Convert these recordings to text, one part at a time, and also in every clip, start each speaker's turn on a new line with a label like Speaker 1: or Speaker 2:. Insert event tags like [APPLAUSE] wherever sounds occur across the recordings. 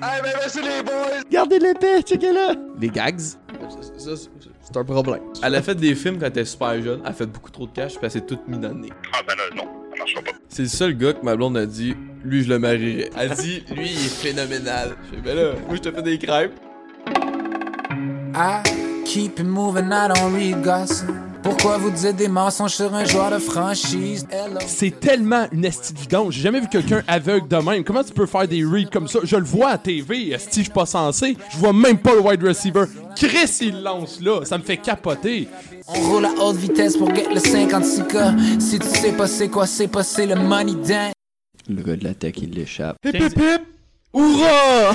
Speaker 1: Hey, ben, merci les boys!
Speaker 2: Gardez l'épée, checkez-le!
Speaker 3: Les gags. Ça, ça, c'est un problème. Elle a fait des films quand elle était super jeune. Elle a fait beaucoup trop de cash, puis elle s'est toute mise dans le nez.
Speaker 1: Ah, ben, non, non, ça marchera pas.
Speaker 3: C'est le seul gars que ma blonde a dit, lui, je le marierais. Elle dit, lui, il est phénoménal. Je fais, ben là, moi, je te fais des crêpes.
Speaker 4: I keep it moving, I don't read gossip. Pourquoi vous dites des mensonges sur un joueur de franchise? Hello.
Speaker 2: C'est tellement une esti de vidange. J'ai jamais vu quelqu'un aveugle de même. Comment tu peux faire des reads comme ça? Je le vois à TV, esti, je suis pas censé. Je vois même pas le wide receiver. Chris, il lance là. Ça me fait capoter.
Speaker 4: On roule à haute vitesse pour get le 56K. Si tu sais pas c'est quoi, c'est pas c'est le money dance.
Speaker 5: Le gars de la tech, il l'échappe.
Speaker 2: Hip hip hip! Hourra!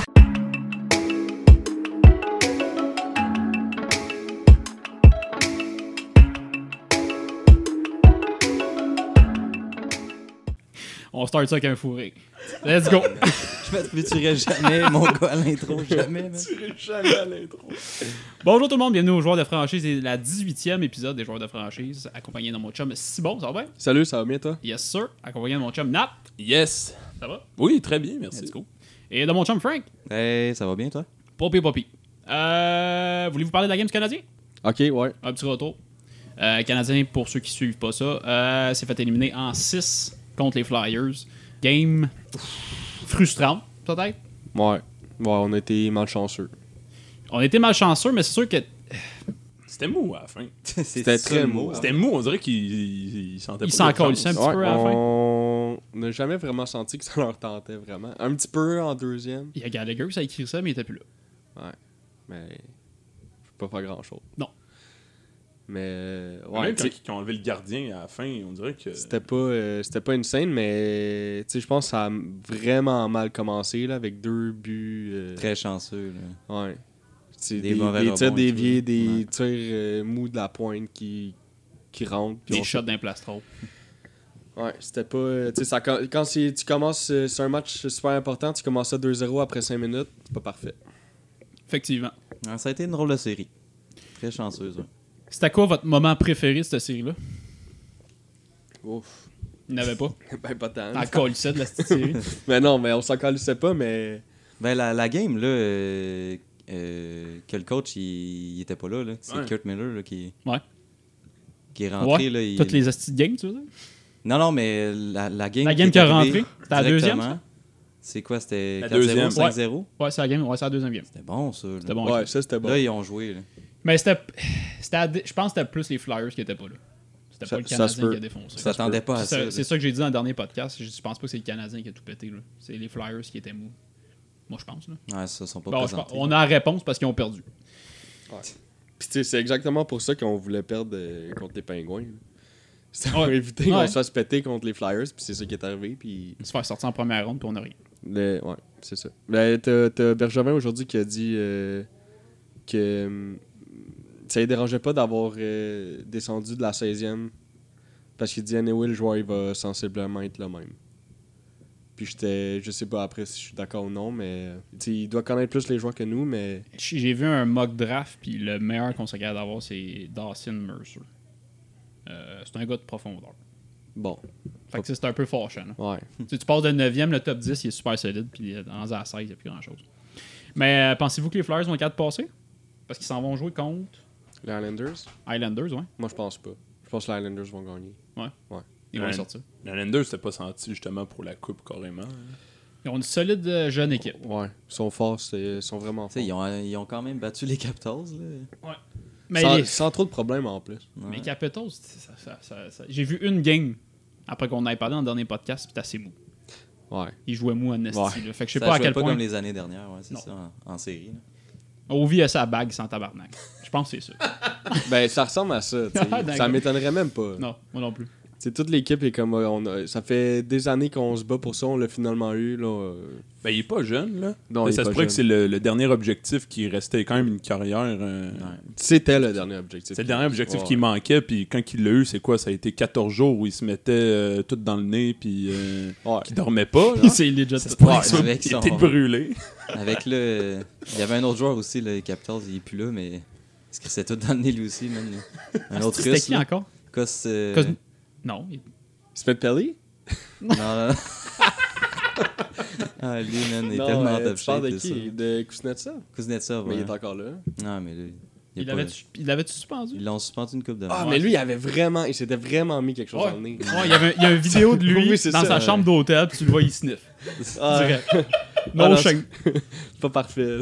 Speaker 6: On start ça avec un fourré. Let's go.
Speaker 5: Je me tuerais jamais, mon gars, à l'intro, jamais. man.
Speaker 6: Bonjour tout le monde, bienvenue aux joueurs de franchise et la 18e épisode des joueurs de franchise, accompagné de mon chum Simon, ça va bien?
Speaker 3: Salut, ça va bien, toi?
Speaker 6: Yes sir, accompagné de mon chum Nat,
Speaker 3: Yes.
Speaker 6: ça va?
Speaker 3: Oui, très bien, merci.
Speaker 6: Let's go. Et de mon chum Frank,
Speaker 5: Hey, ça va bien, toi?
Speaker 6: Poppy Poppy. Euh, voulez-vous parler de la game du Canadien?
Speaker 3: Ok, ouais.
Speaker 6: Un petit retour. Euh, Canadien, pour ceux qui suivent pas ça, euh, s'est fait éliminer en 6 contre les Flyers. Game frustrante, peut-être.
Speaker 3: Ouais. Ouais, on a été malchanceux.
Speaker 6: On était malchanceux, mais c'est sûr que
Speaker 3: C'était mou à la [LAUGHS] fin.
Speaker 5: C'était
Speaker 3: C'était mou, hein. on dirait qu'ils sentait
Speaker 6: Il s'en calissait un petit peu hein, à la fin.
Speaker 3: On n'a jamais vraiment senti que ça leur tentait vraiment. Un petit peu en deuxième,
Speaker 6: il y a Gallagher, ça a écrit ça, mais il était plus là.
Speaker 3: mais je peux pas faire grand chose.
Speaker 6: Non.
Speaker 3: Mais
Speaker 7: Même
Speaker 3: ouais,
Speaker 7: quand
Speaker 3: tu sais,
Speaker 7: ils ont enlevé le gardien à la fin, on dirait que.
Speaker 3: c'était pas euh, c'était pas insane, mais tu sais, je pense que ça a vraiment mal commencé là, avec deux buts. euh,
Speaker 5: Très chanceux, là.
Speaker 3: ouais. Tu sais,
Speaker 5: Des
Speaker 3: Des,
Speaker 5: mauvais
Speaker 3: des
Speaker 5: rebonds et
Speaker 3: tirs
Speaker 5: tout.
Speaker 3: déviés, des
Speaker 5: Ouais.
Speaker 3: tirs euh, mous de la pointe qui, qui rentrent. puis
Speaker 6: Des
Speaker 3: on-
Speaker 6: shots d'un plastron.
Speaker 3: Ouais, c'était pas. euh, Tu sais, ça- quand, quand c'est- tu commences, euh, c'est un match super important, tu commences à 2-0 après 5 minutes, c'est pas parfait.
Speaker 6: Effectivement.
Speaker 5: Ah, ça a été une drôle de série. Très chanceuse, ouais.
Speaker 6: C'était quoi votre moment préféré de cette série-là?
Speaker 3: Ouf.
Speaker 6: Il n'y en avait pas.
Speaker 3: [LAUGHS] Ben, pas tant.
Speaker 6: À colissait de la petite série.
Speaker 3: Mais non, mais on s'en calissait pas, mais.
Speaker 5: Ben, la, la game, là, euh, euh, que le coach, il, il était pas là, là. C'est
Speaker 7: Ouais.
Speaker 5: Kurt Miller, là, qui,
Speaker 6: Ouais.
Speaker 5: qui est rentré,
Speaker 6: ouais.
Speaker 5: là. il-
Speaker 6: Toutes les astuces de game, tu veux dire?
Speaker 5: Non, non, mais la, la game.
Speaker 6: La game
Speaker 5: est
Speaker 6: qui a
Speaker 5: arrivée
Speaker 6: rentré, c'était la deuxième,
Speaker 5: directement. C'est quoi, c'était
Speaker 7: La
Speaker 5: 4-0,
Speaker 7: deuxième.
Speaker 5: 5-0?
Speaker 6: Ouais, c'est la game. Ouais, c'est la deuxième game.
Speaker 5: C'était bon, ça. là.
Speaker 6: C'était bon.
Speaker 3: Ouais, ça c'était bon.
Speaker 5: Là, ils ont joué, là.
Speaker 6: Mais c'était. c'était à dé- Je pense que c'était plus les Flyers qui étaient pas là. C'était
Speaker 3: Ça-
Speaker 6: pas le
Speaker 3: ça se
Speaker 6: Canadien
Speaker 3: peut.
Speaker 6: qui a défoncé.
Speaker 5: Ils s'attendaient pas à
Speaker 6: C'est
Speaker 5: ça.
Speaker 6: ça-
Speaker 5: là.
Speaker 6: C'est ça que j'ai dit dans le dernier podcast. Je je pense pas que c'est le Canadien qui a tout pété. là. C'est les Flyers qui étaient mous. Moi, je pense. Là.
Speaker 5: Ouais, ça, ils sont pas
Speaker 6: Bon, je pense-
Speaker 5: présentés.
Speaker 6: on a la réponse parce qu'ils ont perdu.
Speaker 3: Puis tu sais, c'est exactement pour ça qu'on voulait perdre euh, contre les Pingouins. là. [LAUGHS] C'était pour
Speaker 6: Ouais.
Speaker 3: éviter qu'on
Speaker 6: Ouais.
Speaker 3: se fasse péter contre les Flyers, puis c'est ça qui est arrivé, puis.
Speaker 6: Se faire sortir en première ronde, puis on a rien.
Speaker 3: le- Ouais, c'est ça. Ben, t'as t'as Bergevin aujourd'hui qui a dit euh, que. hum, Ça les dérangeait pas d'avoir euh, descendu de la 16e, parce qu'il dit anyway, le joueur il va sensiblement être le même. Puis j'étais. Je sais pas après si je suis d'accord ou non, mais. euh, tu sais, il doit connaître plus les joueurs que nous, mais.
Speaker 6: J'ai j'ai vu un mock draft, puis le meilleur qu'on se regarde d'avoir, c'est Dawson Mercer. Euh, c'est un gars de profondeur.
Speaker 3: Bon,
Speaker 6: Fait que ça, c'est un peu fâchant. là.
Speaker 3: ouais.
Speaker 6: tu, sais, tu passes de 9e, le top 10, il est super solide, puis euh, rendu à 16, il n'y a plus grand-chose. Mais euh, pensez-vous que les Flyers vont être capables de passer Parce qu'ils s'en vont jouer contre
Speaker 3: Les Islanders
Speaker 6: Islanders, ouais.
Speaker 3: Moi, je pense pas. Je pense que les Islanders vont gagner.
Speaker 6: Ils vont
Speaker 7: Ouais.
Speaker 6: sortir.
Speaker 7: Le Lander, c'était pas senti justement pour la coupe carrément.
Speaker 6: Ils ont une solide euh, jeune équipe.
Speaker 3: Ouais, ils sont forts, c'est- ils sont vraiment
Speaker 5: Tu sais,
Speaker 3: forts.
Speaker 5: ils ont, ils ont quand même battu les Capitals, là.
Speaker 6: Mais
Speaker 3: sans,
Speaker 6: les,
Speaker 3: sans trop de problèmes en plus.
Speaker 5: Oh, Ouais.
Speaker 6: mais Capitals, ça- ça- ça- ça- j'ai vu une game après qu'on ait parlé dans le dernier podcast, puis t'as assez mou.
Speaker 3: Ouais.
Speaker 6: Ils jouaient mou en esti,
Speaker 3: Ouais.
Speaker 6: là. Fait que je sais
Speaker 5: Ça
Speaker 6: pas à
Speaker 5: jouait
Speaker 6: quel
Speaker 5: pas
Speaker 6: point.
Speaker 5: comme les années dernières, ouais, c'est
Speaker 6: Non.
Speaker 5: ça, en, en série. là.
Speaker 6: Ovi a sa bague sans tabarnak. Je pense que c'est ça.
Speaker 3: ben, ça ressemble à ça. tu sais.
Speaker 6: [LAUGHS] Ah, d'accord.
Speaker 3: ça m'étonnerait même pas.
Speaker 6: Non, moi non plus.
Speaker 3: C'est toute l'équipe est comme. euh, On a- ça fait des années qu'on se bat pour ça, on l'a finalement eu. Là, euh,
Speaker 7: Ben, il est pas jeune, là.
Speaker 3: Non,
Speaker 7: Mais
Speaker 3: il est
Speaker 7: ça se
Speaker 3: pas
Speaker 7: pourrait
Speaker 3: jeune.
Speaker 7: que c'est le, le dernier objectif qui restait quand même une carrière. euh,
Speaker 3: C'était le dernier objectif.
Speaker 7: C'est le dernier objectif
Speaker 3: Ouais.
Speaker 7: qui manquait, puis quand il l'a eu, c'est quoi Ça a été 14 jours où il se mettait euh, tout dans le nez, puis [LAUGHS] euh,
Speaker 3: Ouais.
Speaker 7: qu'il dormait pas.
Speaker 6: [LAUGHS]
Speaker 7: là.
Speaker 6: c'est legit.
Speaker 5: C'est pas
Speaker 7: Ouais,
Speaker 5: avec avec
Speaker 7: il
Speaker 5: son-
Speaker 7: était brûlé.
Speaker 5: Avec le. Il y avait un autre joueur aussi, là, les Capitals, il est plus là, mais. Il se crissait tout dans le nez lui aussi, man. Un autre
Speaker 6: Ah, C'était
Speaker 5: russe.
Speaker 6: qui
Speaker 5: là.
Speaker 6: encore
Speaker 5: Cos- euh,
Speaker 6: Cos- Non. il-
Speaker 3: Smith Pelly
Speaker 6: [LAUGHS]
Speaker 5: non, non, non. Ah, lui, man, il est
Speaker 3: Non,
Speaker 5: tellement
Speaker 3: euh,
Speaker 5: out of
Speaker 3: tu parles
Speaker 5: shape.
Speaker 3: de
Speaker 5: c'est
Speaker 3: qui De Kuznetsov
Speaker 5: ça. Kuznetsov,
Speaker 3: Mais
Speaker 5: ouais. Ah,
Speaker 3: il est encore là.
Speaker 5: Non, mais lui. Il, est
Speaker 6: Il
Speaker 5: pas-
Speaker 6: l'avait-tu il l'avait-tu suspendu?
Speaker 5: Ils l'ont suspendu une coupe de.
Speaker 3: Ah,
Speaker 6: Ouais.
Speaker 3: mais lui, il avait vraiment. Il s'était vraiment mis quelque chose
Speaker 6: Ouais.
Speaker 3: dans le nez.
Speaker 6: Ouais, il y avait il y a une vidéo de lui
Speaker 3: [LAUGHS] Oui,
Speaker 6: dans
Speaker 3: c'est
Speaker 6: sa
Speaker 3: ça, ouais.
Speaker 6: chambre d'hôtel, puis tu le vois, il sniff.
Speaker 3: [LAUGHS] Ah,
Speaker 6: Direct.
Speaker 3: Ah,
Speaker 6: No
Speaker 3: non,
Speaker 6: shame.
Speaker 3: c'est pas parfait.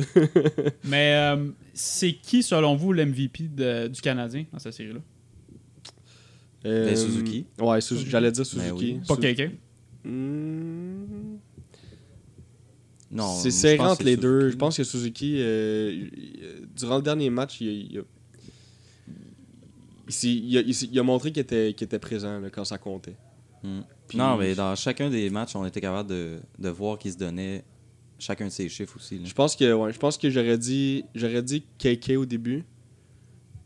Speaker 6: Mais euh, c'est qui, selon vous, l'MVP de- du Canadien dans cette série-là?
Speaker 3: Euh,
Speaker 5: Ben, Suzuki.
Speaker 3: Ouais, Suzu- j'allais dire
Speaker 5: Ben oui.
Speaker 3: Suzuki.
Speaker 6: Pas
Speaker 3: Su-
Speaker 6: quelqu'un?
Speaker 3: Hmm.
Speaker 5: Non,
Speaker 3: C'est
Speaker 5: je
Speaker 3: serré
Speaker 5: pense
Speaker 3: entre
Speaker 5: que
Speaker 3: les
Speaker 5: c'est
Speaker 3: deux.
Speaker 5: Suzuki.
Speaker 3: Je pense que Suzuki, euh, il- il- durant le dernier match, il, il a, il s'est- il a- il s'est- il a montré qu'il était, qu'il était présent là, quand ça comptait.
Speaker 5: Mm.
Speaker 3: Puis-
Speaker 5: Non, mais dans chacun des matchs, on était capable de, de voir qu'ils se donnaient chacun de ses chiffres aussi. là.
Speaker 3: Je pense que, ouais, je pense que j'aurais dit, j'aurais dit KK au début.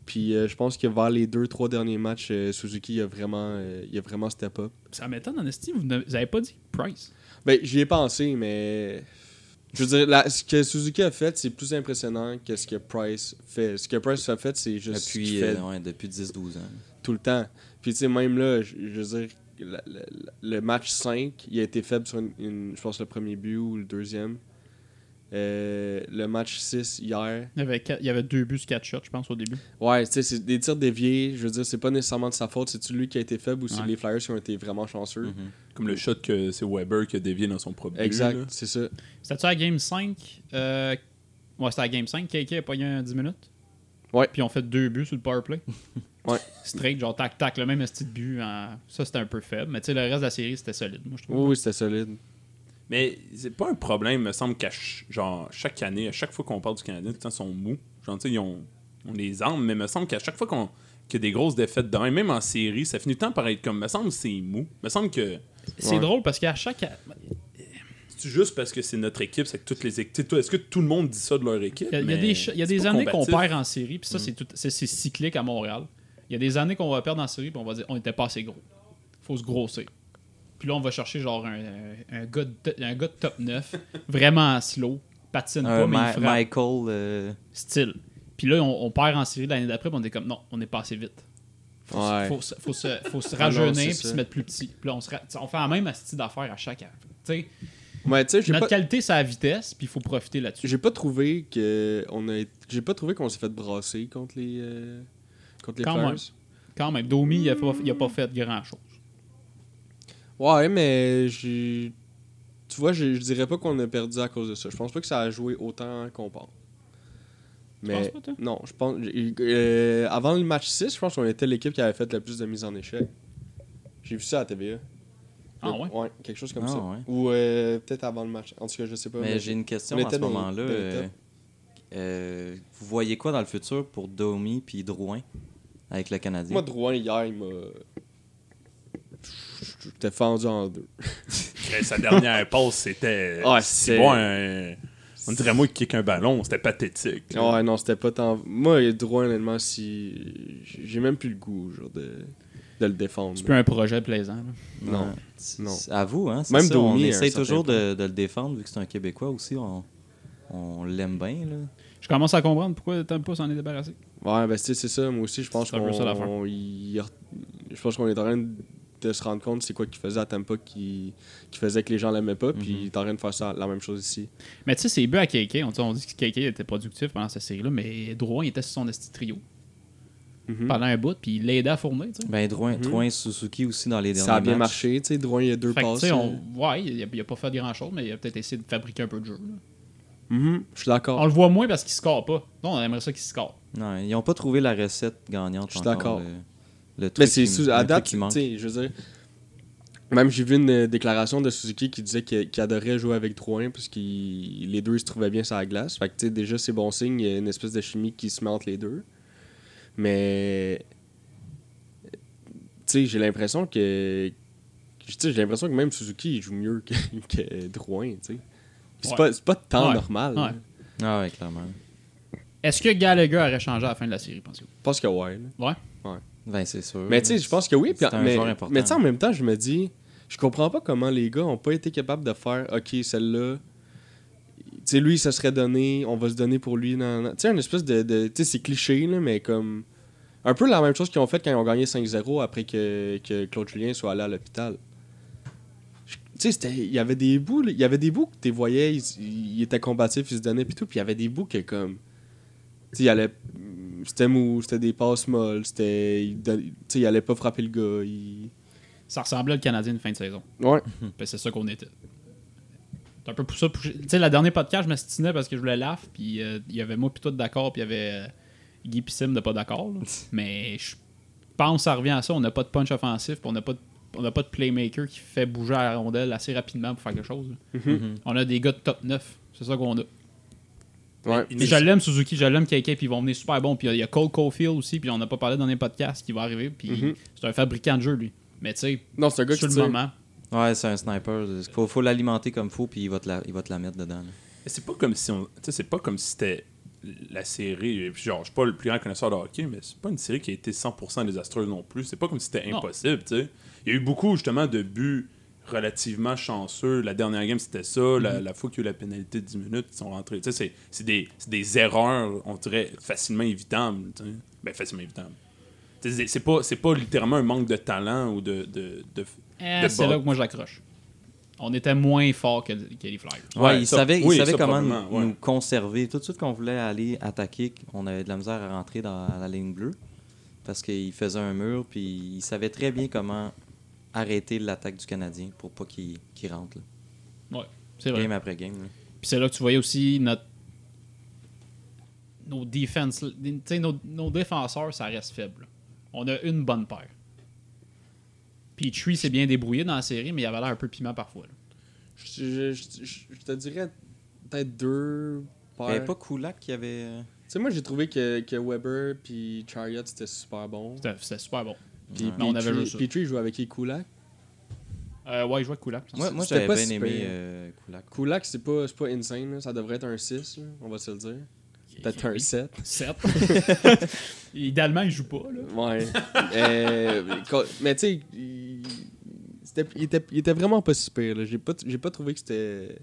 Speaker 3: Puis euh, je pense que vers les deux, trois derniers matchs, euh, Suzuki il a vraiment, euh, il a vraiment step up.
Speaker 6: Ça m'étonne, honnêtement, vous n'avez- vous avez pas dit Price.
Speaker 3: Ben, j'y ai pensé, mais. Je veux dire, la- ce que Suzuki a fait, c'est plus impressionnant que ce que Price fait. Ce que Price a fait, c'est juste. ce qu'il
Speaker 5: Depuis,
Speaker 3: fait
Speaker 5: euh, ouais, depuis 10-12 ans.
Speaker 3: tout le temps. Puis tu sais, même là, je, je veux dire, la- la- la- le match 5, il a été faible sur une, une- je pense, le premier but ou le deuxième. Euh, le match 6 hier.
Speaker 6: Il y avait, quatre- il y avait deux buts, quatre shots, je pense, au début.
Speaker 3: Ouais, tu sais, c'est des tirs déviés. Je veux dire, c'est pas nécessairement de sa faute. C'est-tu lui qui a été faible ou c'est
Speaker 6: Ouais. Mm-hmm.
Speaker 3: les Flyers qui ont été vraiment chanceux?
Speaker 7: Comme le shot que c'est Weber qui a dévié dans son propre but,
Speaker 3: Exact,
Speaker 7: là.
Speaker 3: c'est ça.
Speaker 6: C'était-tu à Game 5? Euh, Ouais, c'était à Game 5. KK a pogné un 10 minutes.
Speaker 3: Ouais.
Speaker 6: Puis on fait deux buts sur le power play.
Speaker 3: Ouais.
Speaker 6: Straight, genre tac-tac, le même petit but. en- Ça, c'était un peu faible. Mais tu sais, le reste de la série, c'était solide, moi, je trouve.
Speaker 3: Oui, oui, c'était solide.
Speaker 7: Mais c'est pas un problème, me semble qu'à ch- genre, chaque année, à chaque fois qu'on parle du Canadien, tout le temps, ils sont mous. Genre, tu sais, ils ont, ont les armes, mais me semble qu'à chaque fois qu'on qu'il y a des grosses défaites dedans, et même en série, ça finit tout le temps par être comme, me semble que c'est mou. Me semble que
Speaker 6: C'est
Speaker 3: Ouais.
Speaker 6: drôle parce qu'à chaque. Il
Speaker 7: c'est juste parce que c'est notre équipe, c'est que toutes les équipes. tu sais, toi, Est-ce que tout le monde dit ça de leur équipe?
Speaker 6: y a, il y a
Speaker 7: Mais
Speaker 6: des, ch- il y a
Speaker 7: c'est
Speaker 6: des
Speaker 7: pas Mm.
Speaker 6: années qu'on
Speaker 7: combatif.
Speaker 6: perd en série, puis ça, c'est tout- c'est c'est cyclique à Montréal. Il y a des années qu'on va perdre en série, puis on va dire on était pas assez gros. faut se grosser. Puis là, on va chercher genre un, un, gars, de, t- un gars de top 9, [LAUGHS] vraiment slow, patine
Speaker 5: Un
Speaker 7: Euh,
Speaker 6: pas, mais il
Speaker 5: Ma-
Speaker 6: frappe.
Speaker 5: Michael. euh,
Speaker 6: style. Puis là, on, on perd en série l'année d'après, puis on est comme non, on est pas assez vite. Faut, se-
Speaker 3: Ouais.
Speaker 6: faut, se- faut se, faut
Speaker 3: [LAUGHS]
Speaker 6: se
Speaker 3: Ah non,
Speaker 6: rajeunir
Speaker 3: c'est
Speaker 6: puis
Speaker 3: ça.
Speaker 6: se mettre plus petit. Puis là, on, se ra- on fait la même astuce d'affaires à chaque année. Tu
Speaker 3: Mais tu sais,
Speaker 6: sais,
Speaker 3: j'ai
Speaker 6: notre
Speaker 3: pas.
Speaker 6: qualité, c'est la vitesse, puis il faut profiter là-dessus.
Speaker 3: J'ai pas trouvé que on a été- j'ai pas trouvé qu'on s'est fait brasser contre les euh, contre les
Speaker 6: Quand
Speaker 3: Flyers.
Speaker 6: même. Quand même, Domi, il a, pas- il a pas fait grand-chose.
Speaker 3: Ouais, mais j'ai tu vois, je, je dirais pas qu'on a perdu à cause de ça. Je pense pas que ça a joué autant qu'on pense. Mais
Speaker 6: penses pas, toi?
Speaker 3: non, je pense j'ai- euh, avant le match 6, je pense qu'on était l'équipe qui avait fait le plus de mises en échec. J'ai vu ça à TVA.
Speaker 6: Ah
Speaker 3: Le-
Speaker 6: ouais?
Speaker 3: quelque chose comme
Speaker 5: Ah
Speaker 3: ça.
Speaker 5: ouais.
Speaker 3: Ou euh, peut-être avant le match. En tout cas, je sais pas.
Speaker 5: Mais
Speaker 3: mais-
Speaker 5: j'ai une question
Speaker 3: on
Speaker 5: à
Speaker 3: était
Speaker 5: ce
Speaker 3: dans-
Speaker 5: moment-là.
Speaker 3: dans le
Speaker 5: euh,
Speaker 3: top.
Speaker 5: euh, vous voyez quoi dans le futur pour Domi puis Drouin avec le Canadien?
Speaker 3: Moi, Drouin, hier, il m'a. J'étais fendu en deux.
Speaker 7: Eh, Sa dernière passe, c'était.
Speaker 3: Ouais,
Speaker 7: c'est
Speaker 3: c'est-
Speaker 7: bon, un- On dirait moi qui kick un ballon, c'était pathétique. là.
Speaker 3: Ouais, non, c'était pas tant. Moi, Drouin, honnêtement, si. J'ai même plus le goût, genre, de, de le défendre.
Speaker 6: C'est plus un projet plaisant. là.
Speaker 5: Ouais.
Speaker 3: non,
Speaker 5: C'est-
Speaker 3: non.
Speaker 5: c'est À vous, hein? c'est
Speaker 3: Même
Speaker 5: ça,
Speaker 3: Domi,
Speaker 5: on
Speaker 3: à un
Speaker 5: essaye
Speaker 3: certain
Speaker 5: toujours de, de le défendre vu que c'est un Québécois aussi. On, on l'aime bien, là.
Speaker 6: Je commence à comprendre pourquoi t'aimes pas s'en est débarrassé.
Speaker 3: Ouais, ben, tu sais, c'est ça. Moi aussi, je pense
Speaker 6: C'est un peu
Speaker 3: qu'on.
Speaker 6: ça, l'affaire.
Speaker 3: on- il- Je pense qu'on est en train de se rendre compte c'est quoi qu'il faisait à Tampa qui, qui faisait que les gens l'aimaient pas,
Speaker 6: Mhm.
Speaker 3: puis il est en train de faire ça, la même chose ici.
Speaker 6: Mais tu sais, c'est buts à KK. On, on dit que KK était productif pendant cette série-là, mais Drouin était sur son esti trio
Speaker 3: Mhm.
Speaker 6: pendant un bout, puis il l'aidait à fournir. tu sais.
Speaker 5: Ben, Drouin, Drouin, Suzuki aussi dans les derniers
Speaker 3: Ça a bien
Speaker 5: matchs.
Speaker 3: marché, tu sais. Drouin, il y a deux
Speaker 6: Fait que, tu
Speaker 3: passes.
Speaker 6: sais, on...
Speaker 3: euh.
Speaker 6: ouais, il a, il a pas fait grand-chose, mais il a peut-être essayé de fabriquer un peu de jeu. là.
Speaker 3: Mhm, Je suis d'accord.
Speaker 6: On le voit moins parce qu'il score pas. Non, on aimerait ça qu'il score.
Speaker 5: Non, ils n'ont pas trouvé la recette gagnante.
Speaker 3: Je suis d'accord.
Speaker 5: encore, Le, le truc
Speaker 3: Mais c'est
Speaker 5: qui-
Speaker 3: sous-
Speaker 5: le
Speaker 3: à
Speaker 5: truc
Speaker 3: date,
Speaker 5: qui
Speaker 3: tu
Speaker 5: manque.
Speaker 3: sais, je veux dire. Même j'ai vu une euh, déclaration de Suzuki qui disait qu'il qu'il adorait jouer avec Drouin parce que les deux ils se trouvaient bien sur la glace. Fait que tu sais, déjà c'est bon signe, il y a une espèce de chimie qui se met entre les deux. Mais tu sais, j'ai l'impression que tu sais, j'ai l'impression que même Suzuki il joue mieux que, [LAUGHS] que Drouin, tu sais. Puis C'est
Speaker 6: Ouais.
Speaker 3: pas, c'est pas tant
Speaker 6: Ouais.
Speaker 3: normal. là.
Speaker 6: Ouais.
Speaker 5: Ah, ouais, clairement.
Speaker 6: Est-ce que Gallagher aurait changé à la fin de la série, pensez-vous?
Speaker 3: Je pense que ouais. là.
Speaker 6: Ouais.
Speaker 5: Ben, c'est sûr.
Speaker 3: Mais tu sais, je pense que oui. puis-
Speaker 5: C'est un
Speaker 3: mais
Speaker 5: joueur important.
Speaker 3: mais tu sais, en même temps, je me dis, je comprends pas comment les gars ont pas été capables de faire, OK, celle-là, tu sais, lui, ça serait donné, on va se donner pour lui. nan, nan. Tu sais, une espèce de. de- tu sais, c'est cliché, là, mais comme. Un peu la même chose qu'ils ont fait quand ils ont gagné 5-0 après que, que Claude Julien soit allé à l'hôpital. Je- Tu sais, c'était- il y avait des bouts, là, il y avait des bouts que tu voyais, ils, ils étaient combatifs, ils se donnaient, puis tout, puis il y avait des bouts que comme. Tu sais, il allait. C'était mou, c'était des passes molles, c'était. il don- Tu sais, il allait pas frapper le gars. il-
Speaker 6: Ça ressemblait le Canadien de fin de saison.
Speaker 3: Ouais.
Speaker 6: Puis c'est ça qu'on était. C'est un peu pour ça. pour- Tu sais, la dernière podcast, je m'astinais parce que je voulais laf, puis euh, il y avait moi puis toi de d'accord, puis il y avait euh, Guy puis Sim de pas d'accord. là. Mais je pense que ça revient à ça. On n'a pas de punch offensif, puis on n'a pas de on n'a pas de playmaker qui fait bouger la rondelle assez rapidement pour faire quelque chose. là. On a des gars de top 9. C'est ça qu'on a.
Speaker 3: Ouais.
Speaker 6: Mais je l'aime Suzuki, je l'aime KK, puis ils vont venir super bons. Puis il y a- il y a Cole Caulfield aussi, puis on n'a pas parlé dans les podcasts qui va arriver. Puis c'est un fabricant de jeu, lui. Mais tu sais,
Speaker 3: Non, c'est Mm-hmm. un gars
Speaker 6: sur
Speaker 3: qui
Speaker 6: le
Speaker 3: tire.
Speaker 6: moment,
Speaker 5: Ouais, c'est un sniper. Il faut, faut l'alimenter comme faut, puis il va te la, il va te la mettre dedans. là.
Speaker 7: Mais C'est pas comme si on. tu sais, c'est pas comme si c'était la série. et puis genre, je suis pas le plus grand connaisseur de hockey, mais c'est pas une série qui a été 100% désastreuse non plus. C'est pas comme si c'était
Speaker 6: Non.
Speaker 7: impossible, tu sais. Il y a eu beaucoup, justement, de buts relativement chanceux. La dernière game, c'était ça. La, la fois qu'il y a eu la pénalité de 10 minutes, ils sont rentrés. Tu sais, c'est- c'est des, c'est des erreurs, on dirait, facilement évitables, tu sais. Ben, facilement évitables. Tu sais, C'est c'est pas, c'est pas littéralement un manque de talent ou de. de, de-
Speaker 6: Eh,
Speaker 7: de
Speaker 6: c'est
Speaker 7: bas.
Speaker 6: là que moi je l'accroche. On était moins fort que, que les Flyers.
Speaker 5: Ouais,
Speaker 7: Ouais,
Speaker 5: il
Speaker 7: ça-
Speaker 5: savait, il
Speaker 7: oui,
Speaker 5: savait
Speaker 7: ça,
Speaker 5: comment
Speaker 7: probablement,
Speaker 5: nous,
Speaker 7: ouais.
Speaker 5: nous conserver. Tout de suite qu'on voulait aller attaquer, on avait de la misère à rentrer dans la ligne bleue parce qu'il faisait un mur, puis il savait très bien comment arrêter l'attaque du Canadien pour pas qu'il qu'il rentre. là.
Speaker 6: Ouais, c'est vrai.
Speaker 5: Game après game. là.
Speaker 6: Puis c'est là que tu voyais aussi notre nos défenses, tu sais, nos, nos défenseurs, ça reste faible. On a une bonne paire. Petrie s'est bien débrouillé dans la série, mais il avait l'air un peu piment parfois. là.
Speaker 3: Je, je- je- je- je te dirais peut-être deux.
Speaker 5: Il
Speaker 6: Ben,
Speaker 3: paires.
Speaker 5: n'y avait pas Kulak qui avait. euh,
Speaker 3: Tu sais, moi, j'ai trouvé que, que Weber puis Chariot, c'était super bon.
Speaker 6: C'était- C'était super bon.
Speaker 3: Puis
Speaker 6: Mais on avait
Speaker 3: Petrie-
Speaker 6: juste ça.
Speaker 3: Petrie jouait avec les Kulak.
Speaker 6: Euh, ouais, il jouait Kulak.
Speaker 5: Moi, moi
Speaker 3: c'était
Speaker 5: j'avais
Speaker 3: pas
Speaker 5: bien
Speaker 3: si
Speaker 5: aimé
Speaker 3: pire.
Speaker 5: euh, Kulak.
Speaker 3: Kulak, c'est pas, c'est pas insane. là. Ça devrait être un 6, là, on va se le dire. Peut-être un 7.
Speaker 6: 7. [LAUGHS] Idéalement, il joue pas. Là.
Speaker 3: Ouais. [LAUGHS] Euh, co- mais tu sais, il, c'était- il était, il était vraiment pas si pire. là. J'ai pas, t- j'ai pas trouvé que c'était.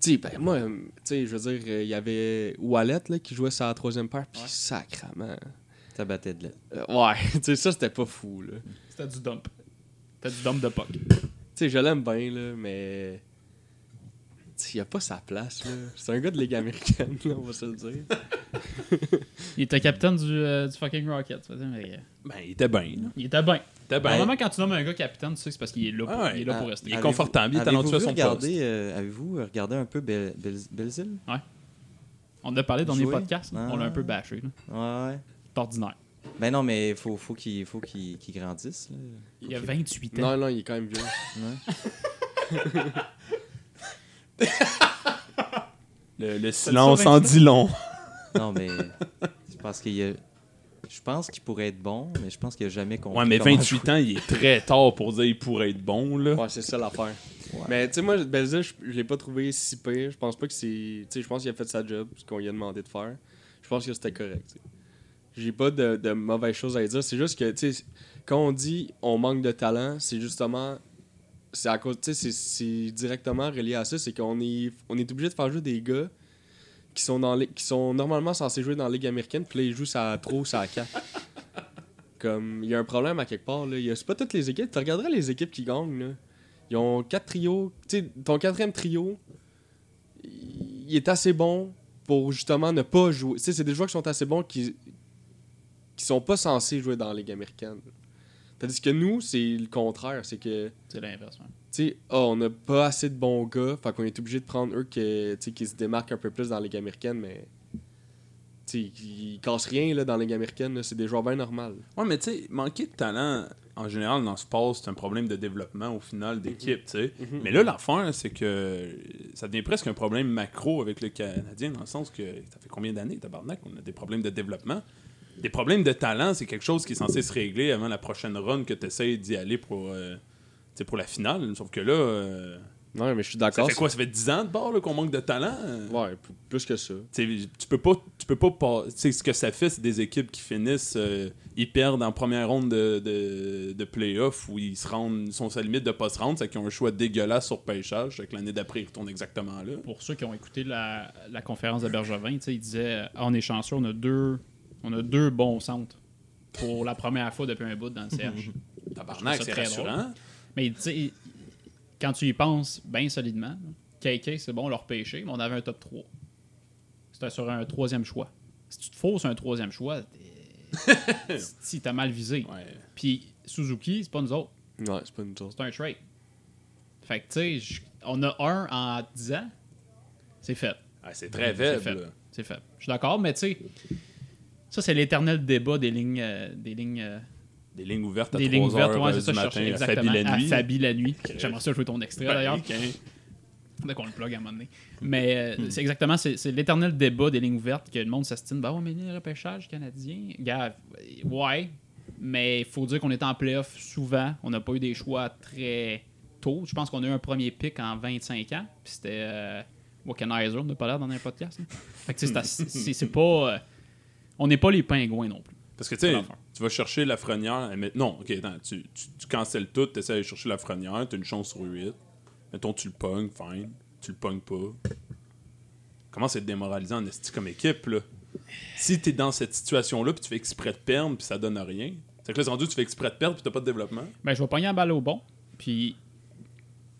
Speaker 3: Tu sais, ben moi, euh, tu sais, je veux dire, euh, il y avait Wallet là, qui jouait sa troisième paire, puis sacrament.
Speaker 5: Ça battait de l'aile.
Speaker 3: Euh, ouais, [LAUGHS] tu sais, ça c'était pas fou. là. Tu
Speaker 6: C'était du dump. C'était du dump de puck.
Speaker 3: sais, je l'aime bien, là, mais. Tu sais, il a pas sa place. là. C'est un gars de Ligue américaine, là, on va se le dire.
Speaker 6: Il était capitaine du, euh, du fucking Rocket. tu vois, mais, euh,
Speaker 7: Ben, il était bien. là.
Speaker 6: Il était bien.
Speaker 7: Il était bien.
Speaker 6: Normalement, quand tu nommes un gars capitaine, tu sais que c'est parce qu'il est là pour,
Speaker 7: Ben, Ah ouais.
Speaker 6: il est là
Speaker 5: Ah,
Speaker 6: pour rester.
Speaker 7: Il est confortable, il est talentueux à son poste.
Speaker 5: regardé, euh, Avez-vous regardé un peu Bel- Bel- Belzile
Speaker 6: On en a parlé dans les
Speaker 5: Jouer.
Speaker 6: podcasts, là. on l'a un peu bâché. là.
Speaker 5: Ouais, ouais.
Speaker 6: C'est ordinaire.
Speaker 5: Ben non, mais faut, faut qu'il faut qu'il qu'il grandisse. là.
Speaker 6: Il a 28 ans.
Speaker 3: Non, non, il est quand même vieux.
Speaker 7: Le, le silence
Speaker 6: silence
Speaker 7: en
Speaker 6: en
Speaker 7: dit long.
Speaker 5: Non, mais c'est parce qu'il y a. Je pense qu'il pourrait être bon, mais je pense qu'il a jamais compris.
Speaker 7: Ouais, mais
Speaker 5: comment
Speaker 7: 28 ans, il est très tard pour dire qu'il pourrait être bon, là.
Speaker 3: Ouais, c'est ça l'affaire. Mais tu sais, moi, Belzil, je, je l'ai pas trouvé si pire. Je pense pas que c'est. Tu sais, je pense qu'il a fait sa job, ce qu'on lui a demandé de faire. Je pense que c'était correct. tu sais. J'ai pas de, de mauvaises choses à dire. C'est juste que, tu sais, quand on dit on manque de talent, c'est justement. C'est à cause. Tu sais, c'est- c'est directement relié à ça. C'est qu'on est, on est obligé de faire jouer des gars qui sont, dans les, qui sont normalement censés jouer dans la Ligue américaine, puis là, ils jouent ça à trop, ça à 4. Comme, il y a un problème à quelque part. là. Il y a- C'est pas toutes les équipes. Tu regarderas les équipes qui gagnent, là. Ils ont quatre trios. Tu sais, ton quatrième trio, il est assez bon pour justement ne pas jouer. Tu sais, c'est des joueurs qui sont assez bons qui, qui sont pas censés jouer dans la Ligue américaine. Tandis que nous, c'est le contraire. C'est que, tu
Speaker 6: C'est l'inverse. hein. ouais.
Speaker 3: sais, ah, on n'a pas assez de bons gars, fait qu'on est obligé de prendre eux que, tu sais, qui se démarquent un peu plus dans la Ligue américaine, mais. tu sais, Ils cassent rien là, dans la Ligue américaine, là. c'est des joueurs bien normaux.
Speaker 7: Ouais, mais tu sais, manquer de talent, en général, dans le sport, c'est un problème de développement au final d'équipe, tu sais. Mais là, l'affaire, c'est que ça devient presque un problème macro avec le Canadien, dans le sens que ça fait combien d'années, tabarnak, on a des problèmes de développement. Des problèmes de talent, c'est quelque chose qui est censé se régler avant la prochaine run que tu essaies d'y aller pour, euh, tu sais, pour la finale. Sauf que là, euh,
Speaker 3: Non, mais je suis
Speaker 7: ça
Speaker 3: d'accord.
Speaker 7: fait quoi? Ça fait 10 ans de bord là, qu'on manque de talent?
Speaker 3: Ouais, p- plus que ça.
Speaker 7: Tu sais, tu peux pas tu peux pas pas- tu sais, ce que ça fait c'est des équipes qui finissent euh, ils perdent en première ronde de, de, de playoff où ils se rendent sont à la limite de pas se rendre c'est qu'ils ont un choix dégueulasse sur pêchage c'est que l'année d'après ils retournent exactement là
Speaker 6: Pour ceux qui ont écouté la, la conférence de Bergevin, tu sais, il disait Ah, on est chanceux, on a deux, on a deux bons centres pour la première fois depuis un bout dans le CH.
Speaker 7: tabarnak
Speaker 6: Je trouve ça
Speaker 7: c'est
Speaker 6: très
Speaker 7: rassurant
Speaker 6: Mais tu sais, il- quand tu y penses bien solidement, KK, c'est bon, on l'a repêché, mais on avait un top 3. C'était sur un troisième choix. Si tu te fausses un troisième choix,
Speaker 7: [LAUGHS]
Speaker 6: t'es- si t'as mal visé.
Speaker 7: Ouais.
Speaker 6: Puis Suzuki, c'est pas nous autres,
Speaker 3: Ouais, c'est pas une chose.
Speaker 6: c'est un trade. Fait que, tu sais, je- on a un en 10 ans, c'est fait.
Speaker 7: Ah, c'est très
Speaker 6: C'est
Speaker 7: faible.
Speaker 6: fait.
Speaker 7: là.
Speaker 6: C'est fait. Je suis d'accord, mais tu sais, ça, c'est l'éternel débat des lignes. euh, des lignes euh,
Speaker 7: Des lignes ouvertes à
Speaker 6: des
Speaker 7: 3
Speaker 6: lignes
Speaker 7: heures
Speaker 6: ouvertes, ouais, c'est
Speaker 7: euh, du
Speaker 6: ça, je
Speaker 7: matin,
Speaker 6: cherchais
Speaker 7: à Fabi
Speaker 6: exactement.
Speaker 7: la nuit. Euh,
Speaker 6: À Fabi la nuit. J'aimerais ça jouer ton extrait
Speaker 7: Ben, Hmm.
Speaker 6: d'ailleurs.
Speaker 7: quand-
Speaker 6: Faudrait qu'on le plug à un moment donné. Mais euh, c'est exactement, c'est c'est l'éternel débat des lignes ouvertes que le monde s'astine. Bah ouais, mais le repêchage canadien, gars, ouais. Mais il faut dire qu'on est en playoff souvent. On n'a pas eu des choix très tôt. Je pense qu'on a eu un premier pic en 25 ans. Puis c'était euh, Wakanizer, on n'a pas l'air dans un podcast. là. Fait que tu sais,
Speaker 7: [LAUGHS]
Speaker 6: c'est assez- c'est c'est pas. euh, on n'est pas les pingouins non plus.
Speaker 7: Parce que tu sais,
Speaker 6: l'enfer.
Speaker 7: tu vas chercher la frenière. Mais non, ok, attends, tu, tu, tu cancelles tout, tu essaies d'aller chercher la frenière, t'as une chance sur 8. Mettons, tu le pognes, fine. Tu le pognes pas. Comment c'est démoralisant en esti comme équipe, là? Si t'es dans cette situation-là, puis tu fais exprès de perdre, puis ça donne rien. C'est que là, c'est rendu, tu fais exprès de perdre, puis t'as pas de développement.
Speaker 6: Ben, je vais pogner la balle au bon. Puis